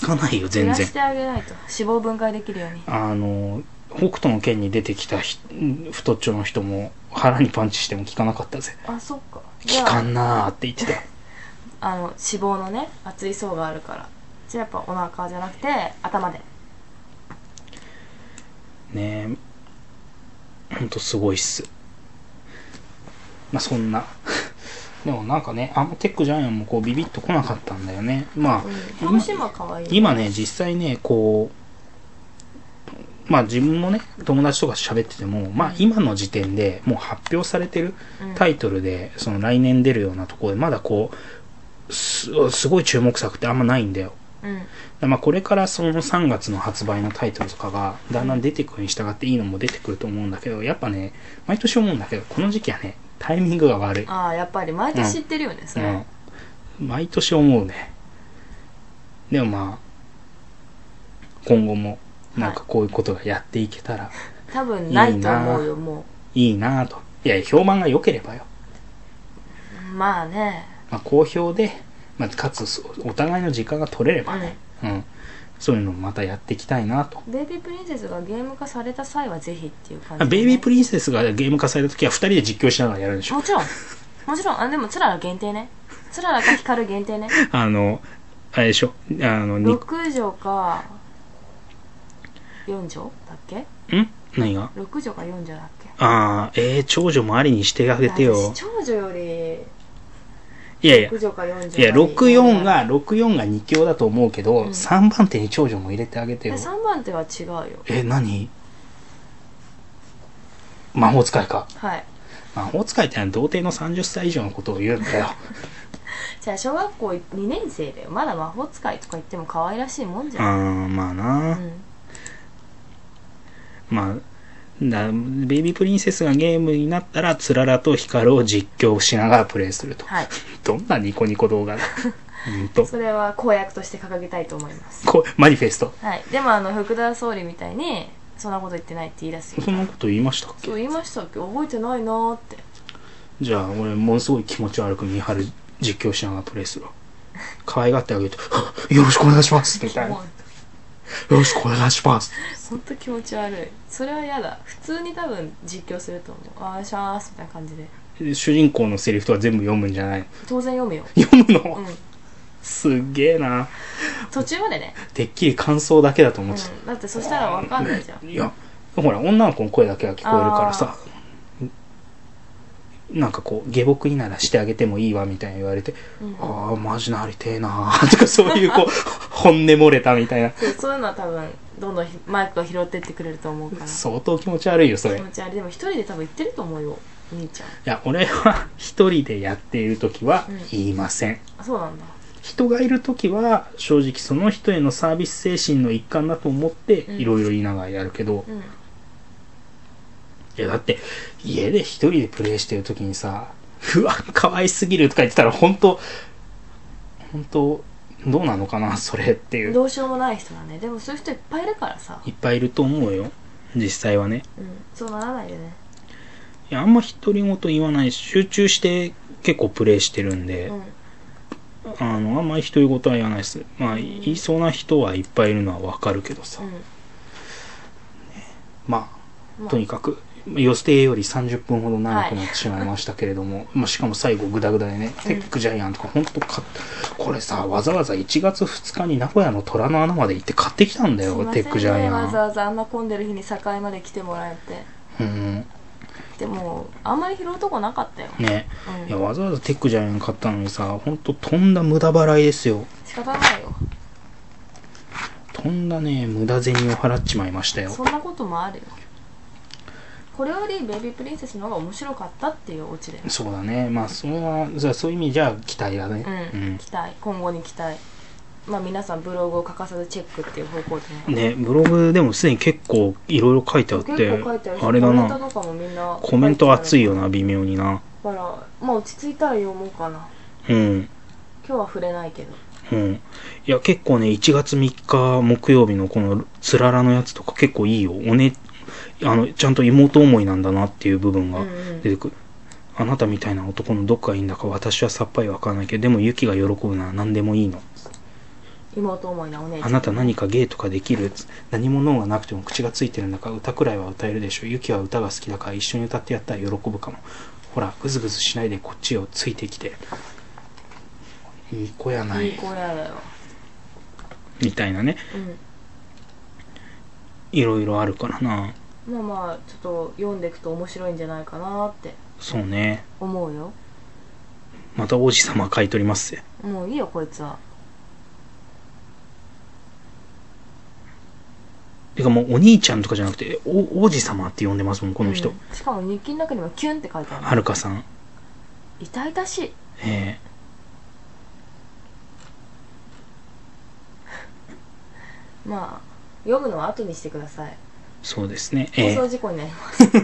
効かないよ
揺
全
ら
然
してあげないと脂肪分解できるように
あの北斗の拳に出てきたひ太っちょの人も腹にパンチしても効かなかったぜ
あそっかじ
効
ゃ
か
あ
んなーって言ってた
あの脂肪のね厚い層があるからじゃあやっぱお腹じゃなくて頭で
ねえほんとすごいっすまあそんなでもなんかねあんまテックジャイアンもこうビビッと来なかったんだよねまあ
うんこのシーンは可愛い
今ね実際ねこうまあ自分もね友達とか喋っててもまあ今の時点でもう発表されてる
うん
タイトルでその来年出るようなところでまだこうすすごい注目作ってあんまないんだよ
うん
まあ、これからその3月の発売のタイトルとかがだんだん出てくるに従っていいのも出てくると思うんだけどやっぱね毎年思うんだけどこの時期はねタイミングが悪い、
ああやっぱり毎年知ってるよねそれ、
うん、毎年思うねでもまあ今後もなんかこういうことがやっていけたら
多分ないと思うよも
いいなぁといや評判が良ければよ、
うまあね
まあ、好評で、まあ、かつそお互いの時間が取れればね、
う
うんそういうのもまたやっていきたいなと
んベイビープリンセスがゲーム化された際はぜひっていう感じ、
あベイビープリンセスがゲーム化された時は2人で実況しながらやるんでしょ
もちろんもちろんあでもツララ限定ねツララか光る限定ね
あのあれでしょあのにん
6畳か4畳だっけ
何が
6畳か4畳だっけ
ああえー、長女もありにしてあげてよ
私長女より
いやいや
6畳か4
い
畳
や64が64が2強だと思うけど、
うん
3番手に長女も入れてあげてよ
3番手は違うよ
え何魔法使いか
はい
魔法使いってのは童貞の30歳以上のことを言うんだよ
じゃあ小学校2年生だよまだ魔法使いとか言っても可愛らしいもん
*laughs*
じ
あ
ゃん
ーまあな、
うん
まあ、だベイビープリンセスがゲームになったら、つららとヒカルを実況しながらプレイすると。 *laughs*
はい
どんなニコニコ動画だ。うんと。
それは公約として掲げたいと思います
こうマニフェスト。
はいでもあの福田総理みたいにそんなこと言ってないって言い出す
*laughs*
よ
そんなこと言いましたっけ
そう言いましたっけ覚えてないなーって
じゃあ、俺、ものすごい気持ち悪く見張る実況しながらプレイするわ。可愛がってあげ *laughs* ると、あよろしくお願いしますみたいな。
も
よ
う
ろしくお願いします。
ほんと気持ち悪いそれは嫌だ普通に多分実況すると思うあーよいしゃーすみたいな感じで
で主人公のセリフとは全部読むんじゃないの
当然読むよ
読むの、
うん
すっげえな。
途中までね、
てっきり感想だけだと
う
思ってた。
ん、だってそしたらわかんないじゃん
いやほら女の子の声だけが聞こえるからさなんかこう下僕にならしてあげてもいいわみたいに言われて、
うん
ああマジなりてえなーとかそういう *laughs* こう本音漏れたみたいな
*laughs* そうそういうのは多分どんどんひマイクが拾ってってくれると思うから
相当気持ち悪いよそれ
気
い
持ち悪いでも一人で多分言ってると思うよお兄ちゃん
や俺は *laughs* 一人でやっている時は
うん
言いません、
あそうなんだ
人がいる時は正直その人へのサービス精神の一環だと思って
うん
いろいろ言いながらやるけど、
うん
いやだって家で一人でプレイしてる時にさ *laughs* 「うわ可愛すぎる」とか言ってたら本当本当どうなのかなそれっていう
どうしようもない人だねでもそういう人いっぱいいるからさ、
いっぱいいると思うよ実際はね
うん、そうならないよね
いやあんま独り言言わないし集中して結構プレイしてるんで、
うん
あのあんまり独り言は言わないですまあ言いそうな人はいっぱいいるのはわかるけどさ、
うん
まあ
まあ
とにかく予定より30分ほど長くなってしまいましたけれども、まあしかも最後グダグダでね、テックジャイアンとか本当かこれさわざわざ1月2日に名古屋の虎の穴まで行って買ってきたんだ
すい
よ、
ませ
テ
ん
ックジャイ
ね
ア
わ
ン、
ざわざあんな混んでる日に境まで来てもらえて
うん、
でもあんまり拾うとこなかったよ、
ね
うん
いやわざわざテックジャイアン買ったのにさ本当とんだ無駄払いですよ
仕方ないよ
とんだね無駄銭を払っちまいましたよ
そんなこともあるよこれよりベビープリンセスの方が面白かったっていうオチで
そうだねまあそれはじゃあそういう意味じゃ期待だね
うん、期待今後に期待まあ皆さんブログを欠かさずチェックっていう方向で
うんねブログでもすでに結構いろいろ書いてあって
結構書いてあるし
あれだ
コメント
な
とかもみんな
コメント熱い
よ
よな微妙にな
だからまあ落ち着いたら読もうかな
うん
今日は触れないけど
うんいや結構ね1月3日木曜日のこのつららのやつとか結構いいよおねあのちゃんと妹思いなんだなっていう部分
う
が
んうん
出てくる、あなたみたいな男のどっかがいいんだか私はさっぱりわからないけどでもユキが喜ぶなら何でもいいの
妹思いなお姉ちゃ
あ
ん
なた何か芸とかできる何も脳がなくても口がついてるんだから歌くらいは歌えるでしょユキは歌が好きだから一緒に歌ってやったら喜ぶかもほらグズグズしないでこっちをついてきていい子やない
い子やだよ、
みたいなねいろいろあるからな
うん、まあまあちょっと読んでいくと面白いんじゃないかなって
そうね
思うよ
また王子様買い取りますぜ
もういいよこいつは
てかもうお兄ちゃんとかじゃなくてお王子様って呼んでますもんこの人、
うんしかも日記の中にもキュンって書いてあ
は
る
るかさん
痛々しい
え
まあ読むのは後にしてください
ーそうですね
放
えー
送事故になります、無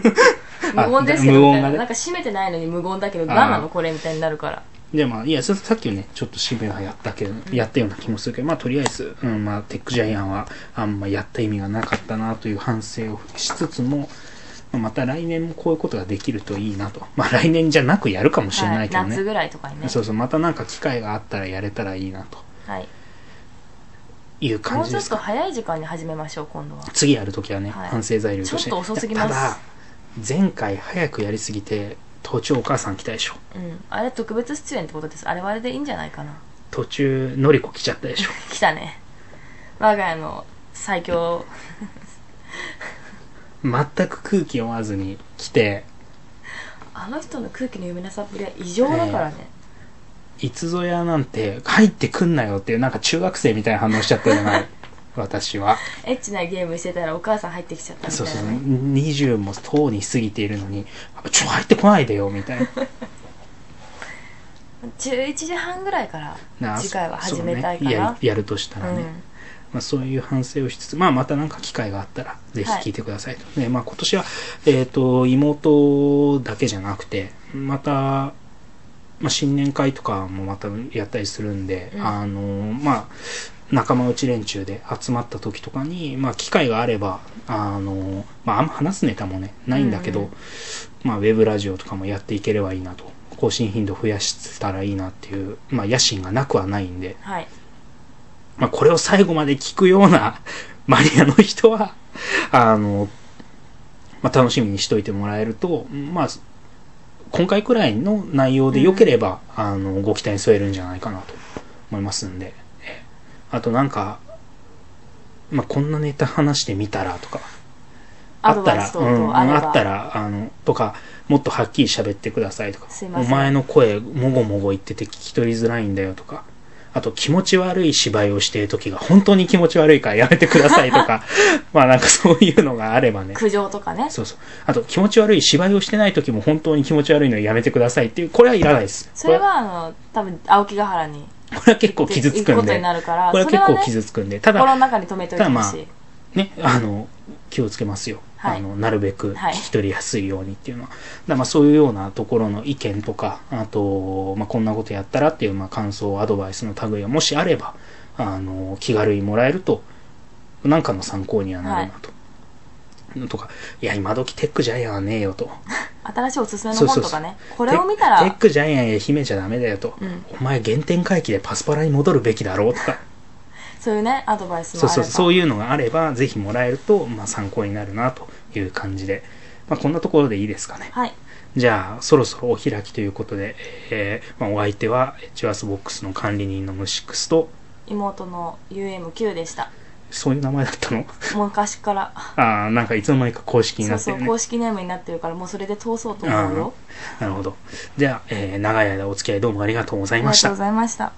言ですけ
*laughs* あ無
どみ
音が
たい
ね
ななんか閉めてないのに無言だけど
あー
何なのこれみたいになるから
でまあ、いやささっきねちょっと渋谷やったけどやったような気もするけどまあとりあえず、うんまあ、テックジャイアンはあんまやった意味がなかったなという反省をしつつもまあまた来年もこういうことができるといいなとまあ来年じゃなくやるかもしれないけど
はい、
ね、
夏ぐらいとかにね
そうそうまたなんか機会があったらやれたらいいなと
はい、
いう
も
感
う
じ
ちょ
で
っ
す
と
か
早い時間に始めましょう今度は
次やるときはね、
はい
反省材料として
ちょっと遅すぎます
ただ前回早くやりすぎて途中お母さん来たでしょ
うんあれ特別出演ってことですあれはあれでいいんじゃないかな
途中のりこ来ちゃったで
*laughs*
しょ
来たね我が家の最強
全く空気読まずに来て
あの人の空気の読みなさっぷりは異常だからね、
いつぞやなんて入ってくんなよっていうなんか中学生みたいな反応しちゃったじゃ
*laughs*
ない私は
エッチなゲームしてたらお母さん入ってきちゃったみ
そ
たいうな、ね、
そう20もとうに過ぎているのにちょ入ってこないでよみたい
11時半ぐらいから
なな
*laughs* 次回は始めたい
そう
か
ねや
な
るやるとしたらね、まあ、そういう反省をしつつ、まあ、またなんか機会があったら、ぜひ聞いてくださいと。で、まあ、今年は、えっ、と、妹だけじゃなくて、また、まあ、新年会とかもまたやったりするんで、
うん
あの、まあ、仲間内連中で集まった時とかに、まあ、機会があれば、あの、まあ、あんま話すネタもね、ないんだけど、
うんうん
まあ、ウェブラジオとかもやっていければいいなと。更新頻度増やしたらいいなっていう、まあ、野心がなくはないんで、
うん、はい
まあ、これを最後まで聞くような *laughs* マニアの人は、あの、まあ、楽しみにしといてもらえると、まあ、今回くらいの内容で良ければ、あの、ご期待に添えるんじゃないかなと思いますんで。ええあとなんか、まあ、こんなネタ話してみたらとか、
ア
あ
ド
った
バイ
ら、
ス等
うん、
々あれば、
あったら、あの、とか、もっとはっきり喋ってくださいとか
すい、
お
ません
前の声、もごもご言ってて聞き取りづらいんだよとか、あと、気持ち悪い芝居をしている時が、本当に気持ち悪いからやめてくださいと
*laughs*
か、まあなんかそういうのがあればね。
苦情とかね
そうそう。あと、気持ち悪い芝居をしてない時も本当に気持ち悪いのやめてくださいっていう、これはいらないです。
それはあの多分青木ヶ原に
これは、これは結構傷つく
行くこ
ん
と
で、
になるから
これは結構傷
ね
つくんで、た
心の
だ、
中に留めておいてほしい、
ね、あの、気をつけますよ。
はい
あの、なるべく
はい
聞き取りやすいようにっていうのは。だからまあそういうようなところの意見とか、あと、まあこんなことやったらっていう、まあ感想、アドバイスの類がもしあれば、あの、気軽にもらえると、なんかの参考にはなるなと。とか、いや、今時テックジャイアンはねえよと。
新しいおすすめの
そうそうそ
本
う
とかねこれを見たら
テックジャイアンへ秘めちゃダメだよと。
うん
お前原点回帰でパスパラに戻るべきだろうとか。
そういうねアドバイスもあ
そ
れ
う
ば
そうそういうのがあればぜひもらえると、まあ、参考になるなという感じでまあ、こんなところでいいですかね。
はい
じゃあ、そろそろお開きということで、えーまあ、お相手は、チュアスボックスの管理人のムシックスと、
妹の UMQ でした
そういう名前だった
*laughs*
の
もう昔から
ああ、なんかいつの間にか公式に
そ
な
う
って
そ
る
う
ね。
公式ネームになってるからもうそれで通そうと思うよ
なるほど。じゃあ、えー長い間お付き合いどうもありがとうござ
あ
い
りが
まし
と
た
うご。ざいました